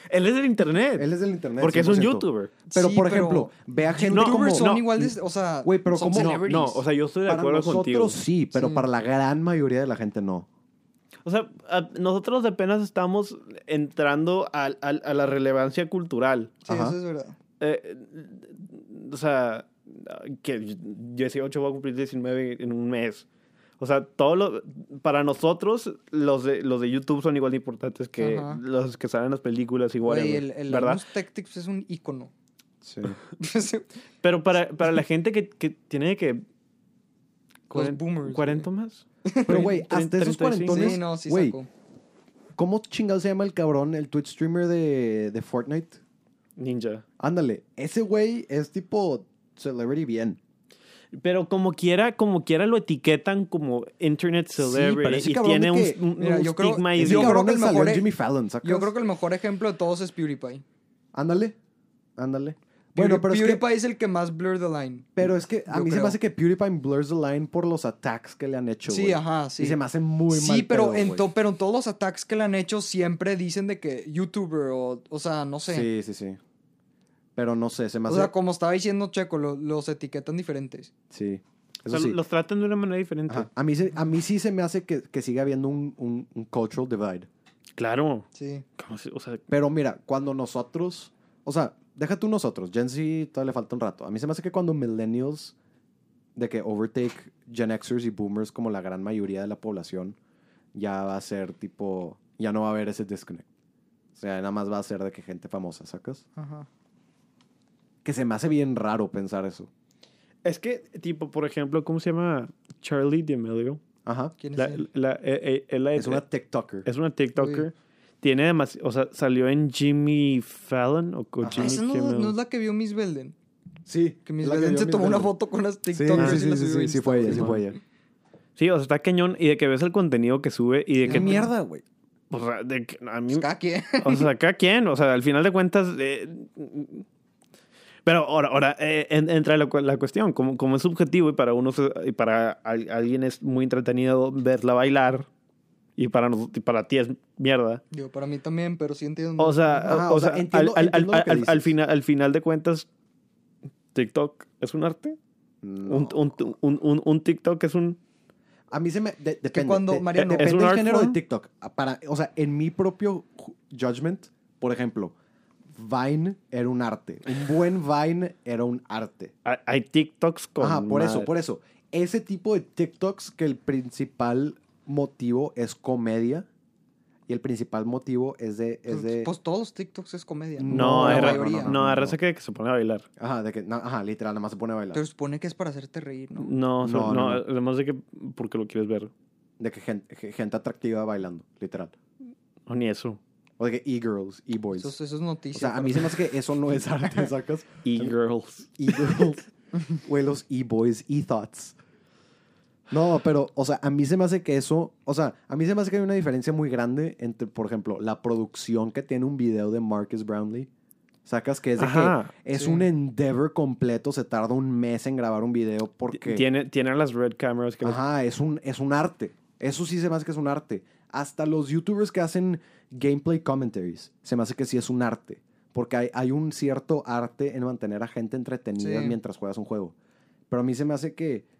Él es del internet.
Él es del internet.
porque es un
100%.
youtuber.
Pero,
Sí,
por
pero-
ejemplo, ve a gente
No,
YouTubers
como...
son
no.
igual de. O sea,
Güey, pero
son
¿cómo? No,
celebrities.
No, o sea, yo estoy de
Para
acuerdo
nosotros
contigo.
sí, pero
Sí.
para la gran mayoría de la gente no.
O sea, a- nosotros apenas estamos entrando al- al- a, la relevancia cultural.
Sí,
Ajá.
eso es verdad.
Eh, o sea, que 18 va a cumplir 19 en un mes. O sea, todo lo- para nosotros los de, los de YouTube son igual de importantes que
Ajá.
los que salen las películas igual,
Güey, el, el
¿verdad?
Linus Tech Tips es un *laughs* icono.
Sí.
Pero para,
*laughs*
para la gente que, que tiene que... cuaren-
boomers,
40 más.
Pero, güey, hasta esos
35.
cuarentones-
Sí, no, sí
Güey,
saco.
¿Cómo chingado se llama el cabrón, el Twitch streamer de, de Fortnite?
Ninja.
Ándale, ese güey es tipo celebrity bien.
Pero como quiera, como quiera lo etiquetan como internet
Sí,
celebrity
pero ese
y
cabrón
tiene
de
un,
que-
un-
mira,
un
yo creo-
estigma y
ese
Ese
yo creo
cabrón
que el
que salió
mejor
en
es-
Jimmy Fallon, ¿sacas?
Yo creo que el mejor ejemplo de todos es PewDiePie.
Ándale, ándale. Bueno,
Pewdie-
pero es, que,
PewDiePie es el que más blur the line.
pero es que a
yo
mí se
creo.
me hace que PewDiePie blurs the line por los attacks que le han hecho,
Sí,
güey.
ajá, sí.
Y se me hace muy mal
sí, pero,
pedo,
en
güey.
to- pero en todos los attacks que le han hecho siempre dicen de que youtuber o, o sea, no sé.
Sí, sí, sí. Pero no sé, se me
o
hace...
sea, como estaba diciendo Checo, lo- los etiquetan diferentes.
Sí,
o
eso
sea,
sí.
los tratan de una manera diferente.
Ajá. A, mí se- a mí sí se me hace que, que siga habiendo un, un- un cultural divide.
Claro.
Sí.
Como si- o sea,
Pero mira, cuando nosotros, o sea, deja tú nosotros, Gen Z todavía le falta un rato. A mí se me hace que cuando millennials, de que overtake Gen Xers y boomers como la gran mayoría de la población, ya va a ser tipo, ya no va a haber ese disconnect. O sea, nada más va a ser de que gente famosa, ¿sacas?
Ajá.
Que se me hace bien raro pensar eso.
es que, tipo, por ejemplo, ¿cómo se llama? Charlie D'Amelio.
Ajá.
¿Quién es
La,
él?
la- eh, eh, él la-
Es una TikToker.
es una TikToker. Tiene demasi- o sea, salió en Jimmy Fallon o con
Ajá.
Ah,
Jimmy
esa no,
Kimmel.
no es la que vio Miss Belden.
Sí.
Que Miss
la que
Belden
dio
se
Miss
tomó una
Belden.
foto con unas
Sí,
TikTokers
sí, sí,
y las
sí,
subió a
sí, sí, fue
Insta.
ella, sí fue ella.
Sí, o sea, está cañón y de que ves el contenido que sube y de que...
¿Qué mierda, güey?
O sea, de que a mí...
Pues cada quien.
O sea, ¿acá quién? O sea, al final de cuentas. eh, pero ahora, ahora eh, en- entra la, cu- la cuestión. Como, como es subjetivo y para unos eh, y para al- alguien es muy entretenido verla bailar y para, nos- y para ti es mierda.
Digo, para mí también, pero sí entiendo.
O sea,
Ajá,
o
o
sea,
sea,
al-
entiendo-
al,
entiendo lo que
al- al- al
dices.
final, al final de cuentas, TikTok es un arte. Un, un- un- un- un TikTok es un.
A mí se me. de- depende.
cuando,
de-
Mariano-
de-
¿Es un
depende
art
del género
form?
de TikTok. Ah, Para, o sea, en mi propio ju- judgment, por ejemplo, Vine era un arte. Un buen Vine era un arte.
Hay, hay TikToks con.
Ajá, por eso,
madre.
por eso. Ese tipo de TikToks que el principal motivo es comedia y el principal motivo es de. Es
pues,
de
pues todos los TikToks es comedia.
No,
No,
hay
la
ra-
mayoría.
no, hay raza que, que se pone a bailar.
ajá, de que, na- ajá, literal, nada más se pone a bailar.
pues,
Pero supone que es para hacerte reír, ¿no?
No, so-
No, no,
no,
no.
además de que porque lo quieres ver.
De que gen- ge- gente, atractiva bailando, literal.
O ni eso.
O de que e-girls, e-boys.
Eso,
pues, O
eso es noticia.
sea, a
para
mí se me hace que eso no es
*laughs*
arte, ¿sacas?
E-girls.
E-girls. Güey, los E-boys, E-thoughts. No, pero, o sea, a mí se me hace que eso, o sea, a mí se me hace que hay una diferencia muy grande entre, por ejemplo, la producción que tiene un video de Marcus Brownlee. Sacas que es de
Ajá,
que es
sí.
un endeavor completo, se tarda un mes en grabar un video porque...
Tiene, tiene las red cameras que las-
Ajá, es un, es un arte. Eso sí se me hace que es un arte. Hasta los youtubers que hacen gameplay commentaries, se me hace que sí es un arte. Porque hay, hay un cierto arte en mantener a gente entretenida
Sí.
mientras juegas un juego. Pero a mí se me hace que...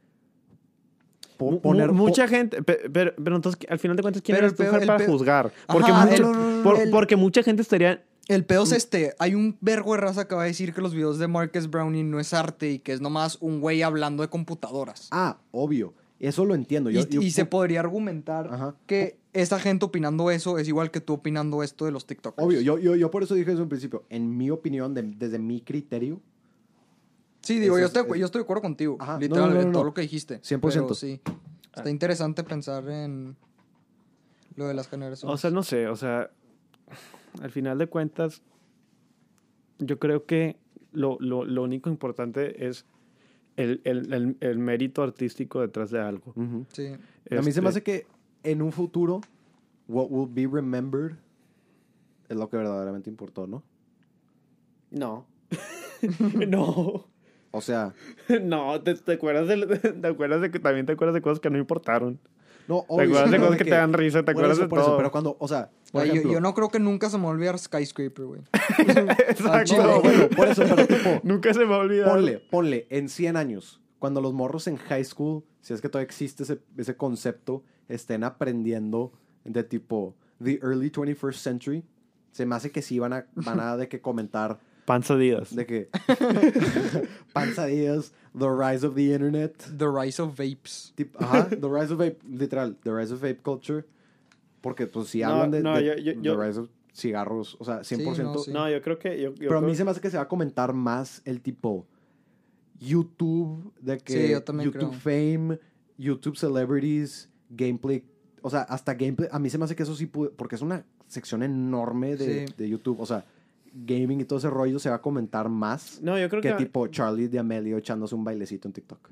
po-
Mu- mu-
po-
mucha gente, pe- pero, pero entonces al final de cuentas, ¿quién
Pero
eres
el
tú
peor-
Fer,
el
para
peor-
juzgar? Porque,
Ajá,
mucha,
el- no, no, no,
por-
el-
porque mucha gente estaría.
*laughs* El pedo es
Mm.
este, hay un vergo de raza que va a decir que los videos de Marcus Browning no es arte y que es nomás un güey hablando de computadoras.
Ah, obvio. Eso lo entiendo. Yo,
y,
yo-
y se podría argumentar
Ajá.
que esa gente opinando eso es igual que tú opinando esto de los TikTokers.
Obvio, yo, yo, yo por eso dije eso en principio. En mi opinión, de- desde mi criterio,
Sí, digo, yo,
Eso es-
te- yo estoy de acuerdo contigo,
Ajá, no,
literal,
no, no,
en
no,
todo
no.
lo que dijiste.
100%.
Pero sí, está interesante pensar en lo de las generaciones.
O sea, no sé, o sea, al final de cuentas, yo creo que lo, lo- lo único importante es el, el- el- el mérito artístico detrás de algo.
Sí.
a mí se
Este,
me hace que en un futuro, what will be remembered es lo que verdaderamente importó, ¿no?
*laughs*
No.
No,
O sea,
*laughs* no, ¿te, te acuerdas del- *laughs* de, te acuerdas de que también te acuerdas de cosas que no importaron.
no,
te
obvio,
acuerdas
*laughs*
de
pero
cosas que, te dan risa, te
por
acuerdas
eso,
de
por eso,
todo. *laughs*
pero cuando, o sea, por
Güey, yo-
ejemplo,
yo, no creo que nunca se me va a olvidar Skyscraper, güey.
Exacto.
Ah,
No, bueno, por eso, pero tipo,
*laughs* Nunca se me va a olvidar.
ponle, ponle, en 100 años, cuando los morros en high school, si es que todavía existe ese, ese concepto, estén aprendiendo de tipo the early 21st century, se me hace que sí van a, van a de que comentar
Panza Díaz. *laughs*
de que panzadillas, the rise of the internet,
The Rise of Vapes.
tip- ajá, the rise of vape, literal, the rise of vape culture, porque pues si
No,
hablan de,
no,
de-
yo- yo-
the
yo-
rise of cigarros, o sea, 100%,
sí.
No, yo creo que. Yo, yo
pero a
creo-
mí se me hace que se va a comentar más el tipo YouTube, de que
Sí, yo también
YouTube
creo.
fame, YouTube celebrities, gameplay, o sea, hasta gameplay, a mí se me hace que eso sí pude, porque es una sección enorme de,
Sí.
de YouTube, o sea, gaming y todo ese rollo se va a comentar más
No, yo creo
que
que.
tipo Charlie de Amelio echándose un bailecito en TikTok.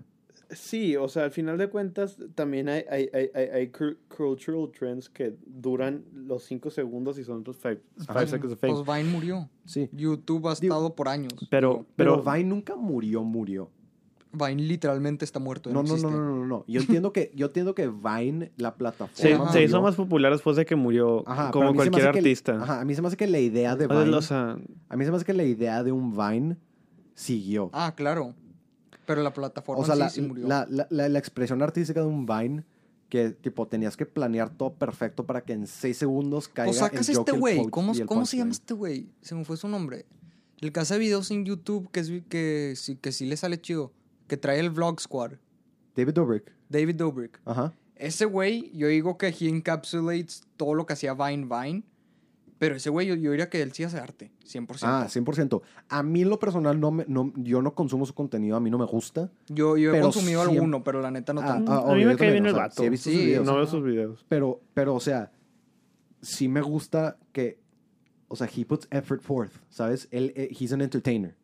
Sí, o sea, al final de cuentas también hay, hay, hay, hay, hay cul- cultural trends que duran los 5 segundos y son los 5
Five Seconds of Fame.
Pues Vine murió.
Sí.
YouTube ha
Digo-
estado por años.
Pero,
Pero,
pero,
Vine nunca murió, murió.
Vine literalmente está muerto. ya
No, no, no,
existe.
no, no, no. Yo entiendo que, yo entiendo que Vine, la plataforma.
se,
Ajá.
se hizo
murió.
más popular después de que murió,
Ajá, pero a
como
mí se me
cualquier
hace que-
artista. Pues ah,
ajá, a mí se me hace que la idea de
O sea,
Vine.
o sea,
A mí se me hace que la idea de un Vine siguió.
Ah, claro. Pero la plataforma
o sea,
en sí,
la,
sí murió.
la- la- la- la expresión artística de un Vine que, tipo, tenías que planear todo perfecto para que en seis segundos caiga
o sacas este
el joke y el
güey.
quote
¿Cómo,
y el
cómo se llama
punchline.
este güey? Se me fue su nombre. El que hace videos en YouTube que, es, que, sí- que sí le sale chido. Que trae el Vlog Squad.
David Dobrik.
David Dobrik.
Ajá.
Ese güey, yo digo que he encapsulates todo lo que hacía Vine Vine. Pero ese güey, yo, yo diría que él sí hace arte. 100%.
Ah, 100%. A mí en lo personal, no me, no, yo no consumo su contenido, a mí no me gusta.
yo yo he
pero
consumido
siempre-
alguno, pero la neta no
Ah,
tanto.
ah,
a mí
obvio,
me
yo
cae
también,
bien
o
el
sea,
vato.
sí he visto
Sí,
sus videos.
no veo
ajá.
sus videos.
Pero, pero, o sea, sí me gusta que, o sea, he puts effort forth, ¿sabes? Él, eh, he's an entertainer,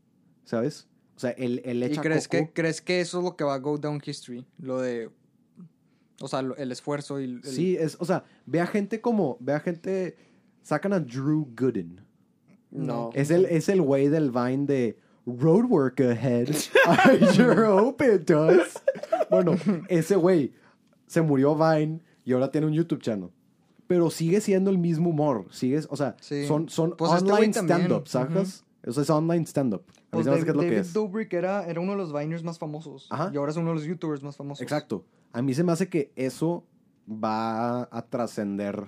¿sabes? O sea, él, él
¿Y
echa
crees
coco.
que, crees que eso es lo que va a go down history? Lo de. O sea, lo- el esfuerzo y. el-
Sí, es, o sea, ve a gente como, ve a gente, sacan a Drew Gooden.
No.
No.
Es el, es el güey del Vine de Roadwork *laughs* ahead. I sure hope it does. Bueno, ese güey se murió Vine y ahora tiene un YouTube channel. Pero sigue siendo el mismo humor. Sigues, o sea,
Sí.
son, son
Pues este güey
online
también.
stand-up, ¿sacas? O sea, es online stand-up. A
Pues
mí se me hace que
David,
es lo que
David
es.
Dobrik era, era uno de los Viners más famosos.
Ajá.
Y ahora es uno de los YouTubers más famosos.
Exacto. A mí se me hace que eso va a trascender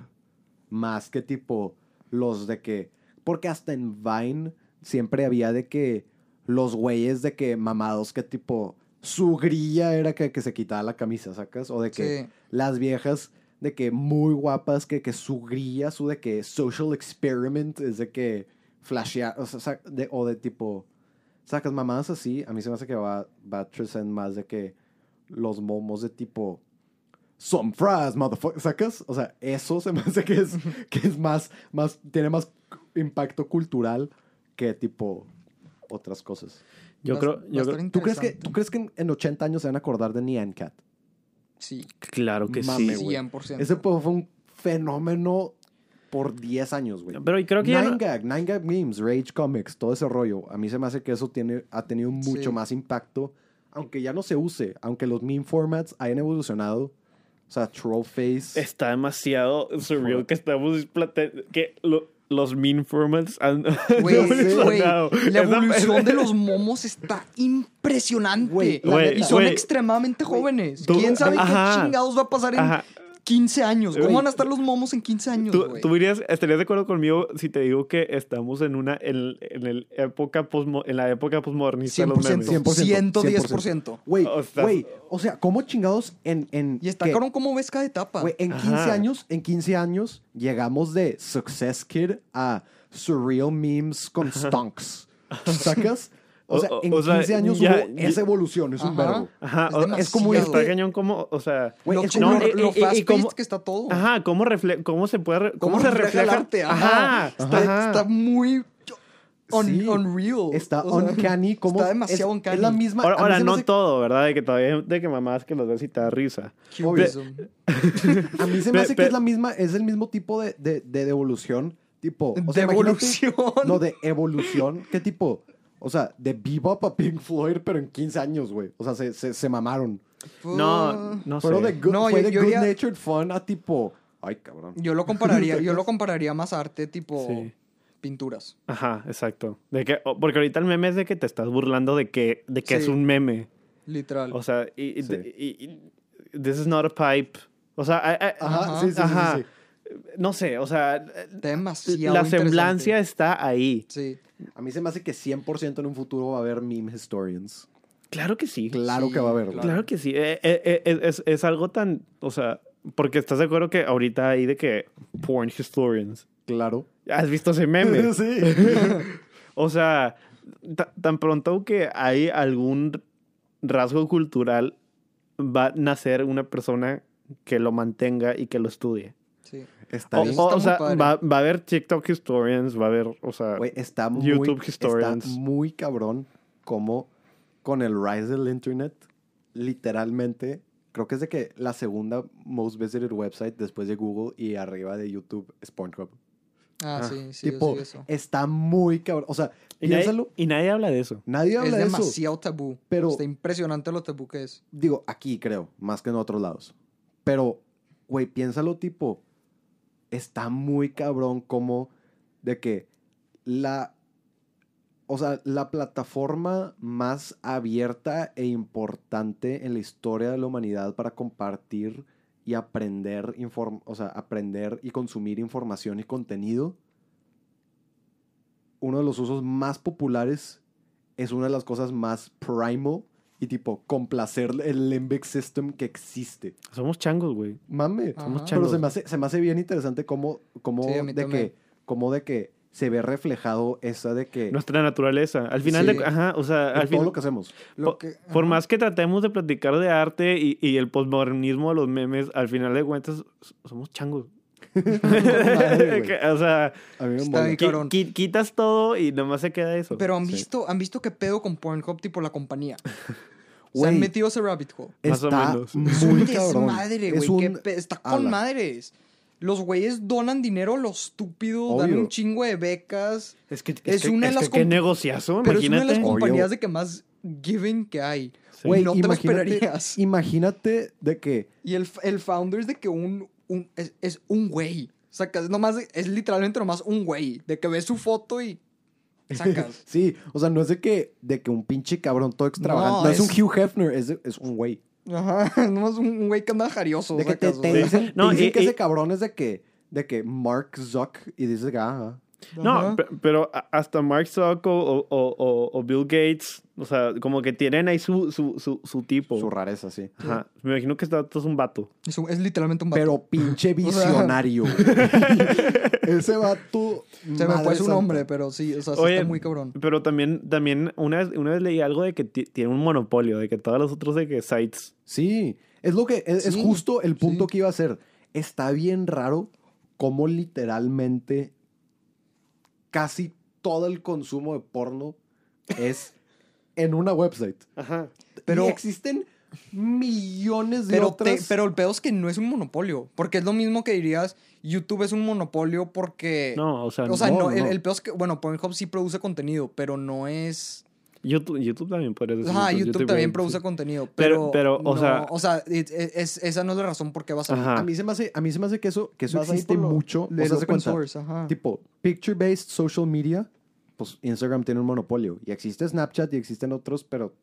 más que tipo los de que. Porque hasta en Vine siempre había de que los güeyes de que mamados que tipo su grilla era que, que se quitaba la camisa, ¿sacas? O de que
Sí.
las viejas de que muy guapas, que, que su grilla, su de que social experiment es de que flashear, o, sea, sa- de, o de tipo, sacas mamadas así, a mí se me hace que va, va a trascender más de que los momos de tipo, some fries, motherfucker, sacas, o sea, eso se me hace que es, que es más, más, tiene más impacto cultural que tipo otras cosas.
Yo
Va-
creo,
va a
yo
estar
creo-
¿Tú crees que,
interesante.
¿tú crees que en, en 80 años se van a acordar de Nyan Cat?
Sí.
Claro que
Mame,
sí.
güey.
100%.
Ese pedo fue un fenómeno por 10 años, güey.
Pero y creo que ya
Nine
no-
Gag, Nine Gag Games, Rage Comics, todo ese rollo. A mí se me hace que eso tiene, ha tenido mucho
Sí.
más impacto. Aunque ya no se use, aunque los meme formats hayan evolucionado. O sea, Troll Face.
está demasiado surreal que estamos plate- que lo- los mean formats han *laughs*
Güey, güey,
evolucionado.
la
Esa-
evolución de los momos está impresionante.
Güey,
La
Güey,
neta. y son
güey.
extremadamente jóvenes.
Tú-
¿Quién sabe
Ajá.
qué chingados va a pasar en
Ajá.
15 años? ¿Cómo
Güey.
van a estar los momos en 15 años,
¿Tú,
güey?
tú dirías- estarías de acuerdo conmigo si te digo que estamos en una en, en el época posmo- en la época posmodernista de los
100%,
memes?
110%.
Güey,
O sea-
güey. O sea, ¿cómo chingados en. en
Y está
qué?
cabrón cómo ves cada etapa.
Güey, en 15
Ajá.
años, en 15 años llegamos de Success Kid a Surreal Memes con Stonks. ¿Sacas? O sea,
*laughs* O- o-
en
o sea,
15 años
ya-
hubo
ya-
esa evolución, es un
Ajá.
verbo.
Ajá,
Es
o- es, como
demasiado.
está cañón como, o sea,
Güey,
lo
es
chingón,
como-
lo,
y- y- y
fast-paced
cómo-
que está todo.
ajá, cómo refle cómo se puede re- cómo,
Cómo
se
refleja
refleja,
el arte,
Ajá,
ajá. Está,
ajá.
está muy un-
Sí.
unreal.
Está
O sea,
uncanny. Como
Está demasiado
es,
uncanny.
Es la misma.
Ahora,
a mí
ahora,
se me
no
hace-
todo, ¿verdad? De que todavía hay de que mamás que los ves y te da risa.
Cubism.
A mí se
Pe-
me hace que
pe-
es la misma, es el mismo tipo de, de, de devolución, tipo. O sea,
Devolución.
imagínate- No, de evolución. ¿Qué tipo? O sea, de bebop a Pink Floyd, pero en 15 años, güey. O sea, se, se, se mamaron.
Pues,
No, no sé.
Pero de good,
No,
fue
yo-
de
yo
good
ya-
natured fun a tipo. Ay, cabrón.
Yo lo compararía,
*laughs*
yo lo compararía más a arte tipo
Sí.
pinturas.
Ajá, exacto. De que o- porque ahorita el meme es de que te estás burlando de que de que es
Sí.
un meme.
Literal.
O sea, y, y-
Sí.
y- y- this is not a pipe. O sea, I- I-
Ajá, sí, sí, sí,
ajá.
sí,
no sé, o sea,
Demasiado.
la
interesante.
semblancia está ahí.
Sí.
A mí se me hace que 100% en un futuro va a haber meme historians.
Claro que sí. Claro,
Claro
Sí,
que va a haber. güey.
claro.
que sí. Eh, eh, eh, es, es- es algo tan, o sea, porque estás de acuerdo que ahorita hay de que porn historians.
Claro.
¿Has visto ese
*laughs*
meme? *laughs*
sí.
O sea, ta- tan pronto que hay algún rasgo cultural, va a nacer una persona que lo mantenga y que lo estudie.
Sí.
Está
O-
bien.
Está
o, o
muy
sea,
padre.
va, va a haber TikTok historians, va a haber, o sea,
Güey, está muy,
YouTube
está
historians.
muy cabrón como con el rise del internet, literalmente, creo que es de que la segunda most visited website después de Google y arriba de YouTube es Pornhub.
Ah,
Ah,
sí, sí, yo
tipo,
sí, eso.
está muy cabrón. O sea,
y, nadie,
piénsalo.
y nadie habla de eso.
Nadie
Es
habla de eso.
demasiado tabú.
pero-
Está impresionante lo tabú que es.
Digo, aquí creo, más que en otros lados. Pero, güey, piénsalo tipo, está muy cabrón como de que la, o sea, la plataforma más abierta e importante en la historia de la humanidad para compartir y aprender, inform o sea, aprender y consumir información y contenido, uno de los usos más populares es una de las cosas más primal y tipo complacer el limbic system que existe.
Somos changos, güey.
Mame.
Ajá.
Somos
Pero
changos.
se me, hace, se me hace bien interesante cómo, cómo,
Ah. Sí, a mí
de,
también.
que, cómo de que se ve reflejado esa de que
Nuestra naturaleza. Al final,
Sí.
de- ajá, o sea,
en
al
todo
fin-
lo que hacemos.
Lo
po-
que-
por
ajá.
más que tratemos de platicar de arte y, y el posmodernismo de los memes, al final de cuentas, s- somos changos.
Madre, güey.
Que, o sea,
A mí me
Está
mola.
bien.
qui-
Cabrón.
qui- quitas todo y nomás se queda eso.
ah, Pero han
Sí.
visto, han visto qué pedo con Pornhub, tipo la
*laughs*
compañía. Se
Güey,
han metido a ese rabbit hole.
Más o
está
menos.
Es
muy
un
cabrón.
desmadre,
Es
güey. qué
un-
pe- Está con
ala.
madres. Los güeyes donan dinero a lo estúpido, dan
Obvio.
un chingo de becas.
es que
es una de las
qué
comp-
negociazo,
Pero es una de las
imagínate.
Obvio.
compañías de que más giving que hay.
Sí.
Güey,
no te lo
imagínate,
esperarías.
imagínate de que
Y el, f- el founder es de que un, un- es, es un güey. Sacas, nomás, es literalmente nomás un güey. De que ves su foto y sacas.
sí, o sea, no es de que de que un pinche cabrón todo extravagante, no,
No,
es,
es-
un Hugh Hefner, es, de- es un güey.
*laughs* Ajá, nomás un un güey que anda jarioso.
De que te,
sacas,
te
o sea.
dicen,
No,
te dicen
y-
que
y-
ese cabrón es de que de que Mark Zuck y dices que ah, ajá.
No,
Ajá.
pe- pero a- hasta Mark Zuckerberg o, o- o- o Bill Gates, o sea, como que tienen ahí su, su, su, su tipo.
Su rareza, sí.
Ajá. Me imagino que este vato es un vato.
Es, un- es literalmente un vato. *laughs*
Pero pinche visionario. güey. Ese vato.
Se me fue
madre
su
santa.
nombre, pero sí, o sea, sí
Oye,
está muy cabrón.
Pero también, también una, vez, una vez leí algo de que ti- tiene un monopolio, de que todos los otros de que sites.
Sí. Es lo que. Es, es
Sí,
justo el punto
sí.
que iba a hacer. Está bien raro cómo literalmente casi todo el consumo de porno es en una website.
Ajá.
Pero
Pero-
existen millones de
Pero, te-
otras.
pero el pedo es que no es un monopolio. Porque es lo mismo que dirías, YouTube es un monopolio porque...
No, o sea,
Eh, O sea,
no,
no, el,
no.
el peor es que, bueno, Pornhub sí produce contenido, pero no es...
YouTube, YouTube también podría
Pues
decir.
Ajá, YouTube, también
sí.
produce contenido, pero...
Pero- pero, o
no,
sea-
O sea, es- es- esa no es la razón por qué vas a...
Ajá.
a mí se me hace, a mí se me hace que eso, que eso
Vas ahí
existe
por lo-
mucho. O sea,
del
haz de
open
cuenta,
source, ajá.
Tipo, picture-based social media, pues Instagram tiene un monopolio. Y existe Snapchat y existen otros, pero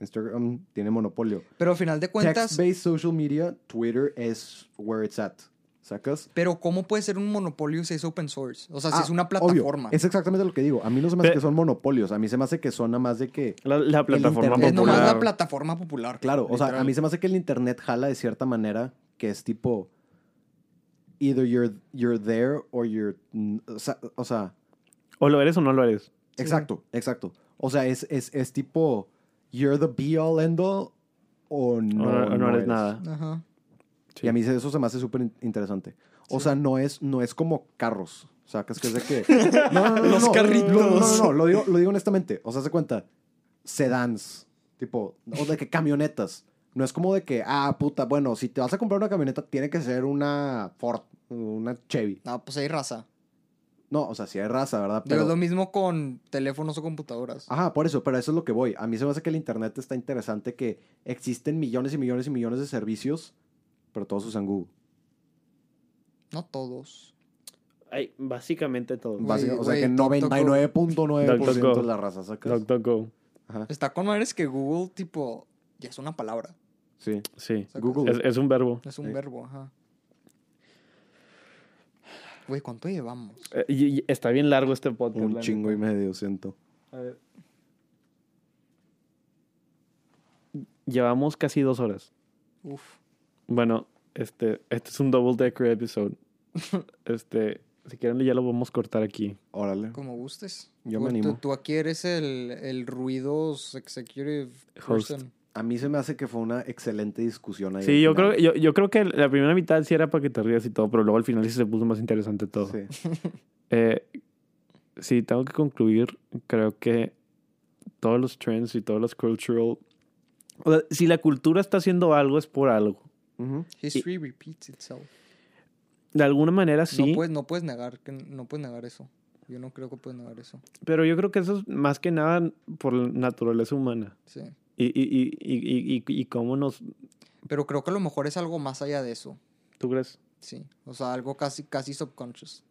Instagram tiene monopolio.
Pero al final de cuentas,
Text-based social media, Twitter es where it's at. ¿Sacas?
pero ¿cómo puede ser un monopolio si es open source? O sea, si
Ah,
es una
obvio,
plataforma.
es exactamente lo que digo. A mí no se me hace
Pe-
que son monopolios. A mí se me hace que son nada más de que...
La, la plataforma
Internet.
Es nomás
popular.
la plataforma popular.
Claro, o sea, a
literal.
mí se me hace que el internet jala de cierta manera que es tipo either you're you're there or you're n- o sea, o sea,
o lo eres o no lo eres.
exacto, exacto. O sea, es, es, es tipo you're the be all end all o Oh, no,
o no, eres, nada.
Ajá.
Sí.
Y a mí se- eso se me hace súper in- interesante. O sea, no es, no es como carros. O sea, que es que es de que... No, no, no, no,
Los
no,
carritos.
No, no, no, no, lo digo, lo digo honestamente. O sea, se cuenta. Sedans. Tipo, o de que camionetas. No es como de que, ah, puta, bueno, si te vas a comprar una camioneta, tiene que ser una Ford, una Chevy.
No, pues hay raza.
No, o sea, si hay raza, ¿verdad?
Digo,
Pero... Ah.
es lo mismo con teléfonos o computadoras.
Ajá, por eso, pero eso es lo que voy. A mí se me hace que el Internet está interesante, que existen millones y millones y millones de servicios, pero todos usan Google.
No todos.
Ay, básicamente todo.
Güey,
Básica- o sea
güey,
que
Doc Doc Go.
99.9% de
Doc Go.
la raza sacas.
Doctor Go.
Ajá,
Está con madres que Google, tipo, ya es una palabra.
sí.
Sí.
sea,
Google.
Es, es un verbo.
Es un
Sí.
verbo, ajá. Güey, ¿cuánto llevamos?
Eh, y- y está bien largo este podcast.
un
la
chingo y medio, siento.
neta. A ver. Llevamos casi dos horas.
Uf.
Bueno, este, este es un double decker episode. Este, si quieren ya lo vamos a cortar aquí.
Órale.
Como gustes.
Yo me
Tú-
animo.
Tú aquí eres el, el ruidos executive
Host.
person.
A mí se me hace que fue una excelente discusión ahí.
Sí,
al
yo
final.
creo, yo, yo creo que la primera mitad sí era para que te rías y todo, pero luego al final sí se puso más interesante todo. Sí,
Sí.
Eh, sí tengo que concluir. Creo que todos los trends y todos los cultural. o sea, si la cultura está haciendo algo, es por algo.
Ujú.
History repeats itself.
De alguna manera sí,
No,
pues.
puedes, no puedes negar que no puedes negar eso. Yo no creo que puedes negar eso.
pero yo creo que eso es más que nada por la naturaleza humana
Sí.
y, y, y, y, y, y- y cómo nos.
Pero creo que a lo mejor es algo más allá de eso.
¿Tú crees?
Sí. O sea, algo casi, casi subconscious.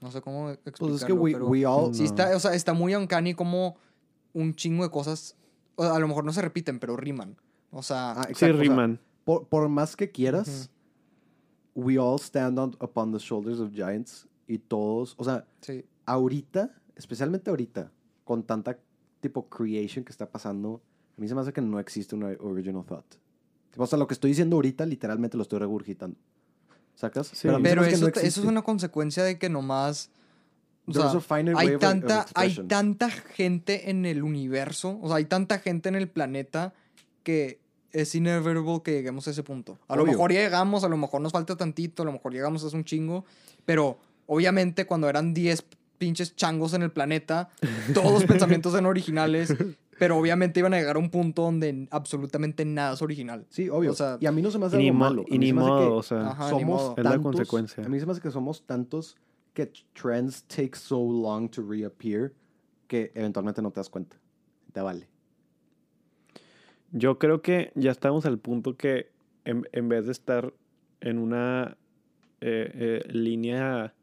No sé cómo explicarlo.
Pues es que we,
pero...
we all...
Sí,
No.
está, o sea, está muy uncanny como un chingo de cosas. o a lo mejor no se repiten, pero riman. O sea,
Ah, exacto,
Sí,
o sea,
Riman.
por, por más que quieras, we all stand on, upon the shoulders of giants y todos... O sea,
sí.
ahorita, especialmente ahorita, con tanta tipo creation que está pasando, a mí se me hace que no existe una original thought. Tipo, O sea, lo que estoy diciendo ahorita literalmente lo estoy regurgitando. ¿Sacas?
Sí.
a mí se
Pero
me hace que
eso,
no
eso es
existe.
una consecuencia de que nomás. O
There's
sea,
a finite way
hay
of- of
tanta, hay
expression.
tanta gente en el universo, o sea, hay tanta gente en el planeta que es inevitable que lleguemos a ese punto. A lo
Obvio.
mejor llegamos, a lo mejor nos falta tantito, a lo mejor llegamos a un chingo, pero obviamente cuando eran 10 pinches changos en el planeta, todos los pensamientos eran originales, pero obviamente iban a llegar a un punto donde absolutamente nada es original.
Sí, obvio.
o sea,
y a mí no se me hace
Y ni,
algo
mo-
malo. A
y
mí
ni
se me hace
modo,
que
o sea.
Ajá, ni
somos
modo.
Es la
tantos-
consecuencia.
A mí se me hace que somos tantos que trends take so long to reappear que eventualmente no te das cuenta. Te vale.
Yo creo que ya estamos al punto que en, en vez de estar en una eh, eh, línea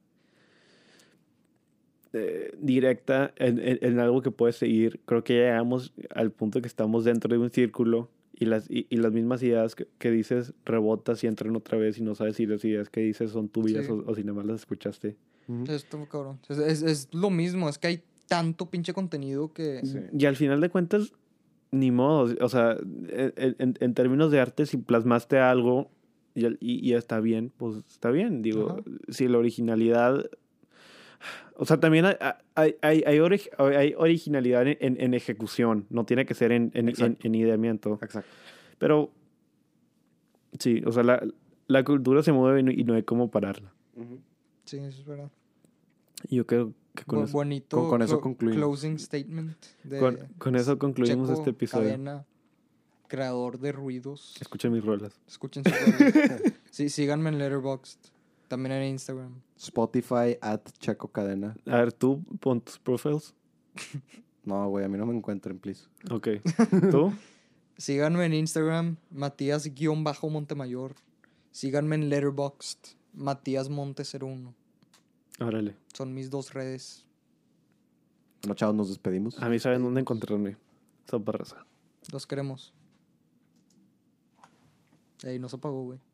eh, directa en, en- en algo que puedes seguir, creo que ya llegamos al punto que estamos dentro de un círculo y las, y, y las mismas ideas que, que dices rebotas y entran otra vez y no sabes si las ideas que dices son tuyas
Sí.
o, o si nada más las escuchaste.
Está muy cabrón. Es, es- es lo mismo, es que hay tanto pinche contenido que...
Y al final de cuentas, ni modo. O sea, en, en- en términos de arte, si plasmaste algo y, el- y- y está bien, pues está bien. Digo,
Ajá.
si la originalidad. O sea, también hay, hay, hay, hay ori- hay originalidad en, en- en ejecución. No tiene que ser en, en, en,
Exacto.
en ideamiento.
Exacto.
Pero sí, o sea, la, la cultura se mueve y no, y no hay cómo pararla.
Sí, eso es verdad.
Y Yo creo que con,
Bu-
eso,
bonito
con- con eso
clo-
concluimos.
closing statement de
con- con eso concluimos
eh, Checo
este episodio.
Cadena. creador de ruidos.
Escucha mis rolas.
Escuchen sus rolas. *laughs* Sí, síganme en Letterboxd. También en Instagram.
Spotify at Checo Cadena.
A ver, tú pon tus profiles.
No, güey, a mí no me encuentren, please.
Ok. ¿Tú?
Síganme en Instagram, Matías-Montemayor. Síganme en Letterboxd, Matías Monte 01.
Órale.
Son mis dos redes.
Bueno, chavos, nos despedimos.
A mí saben dónde encontrarme. Sopa raza.
Los queremos. Ey, no se apagó, güey.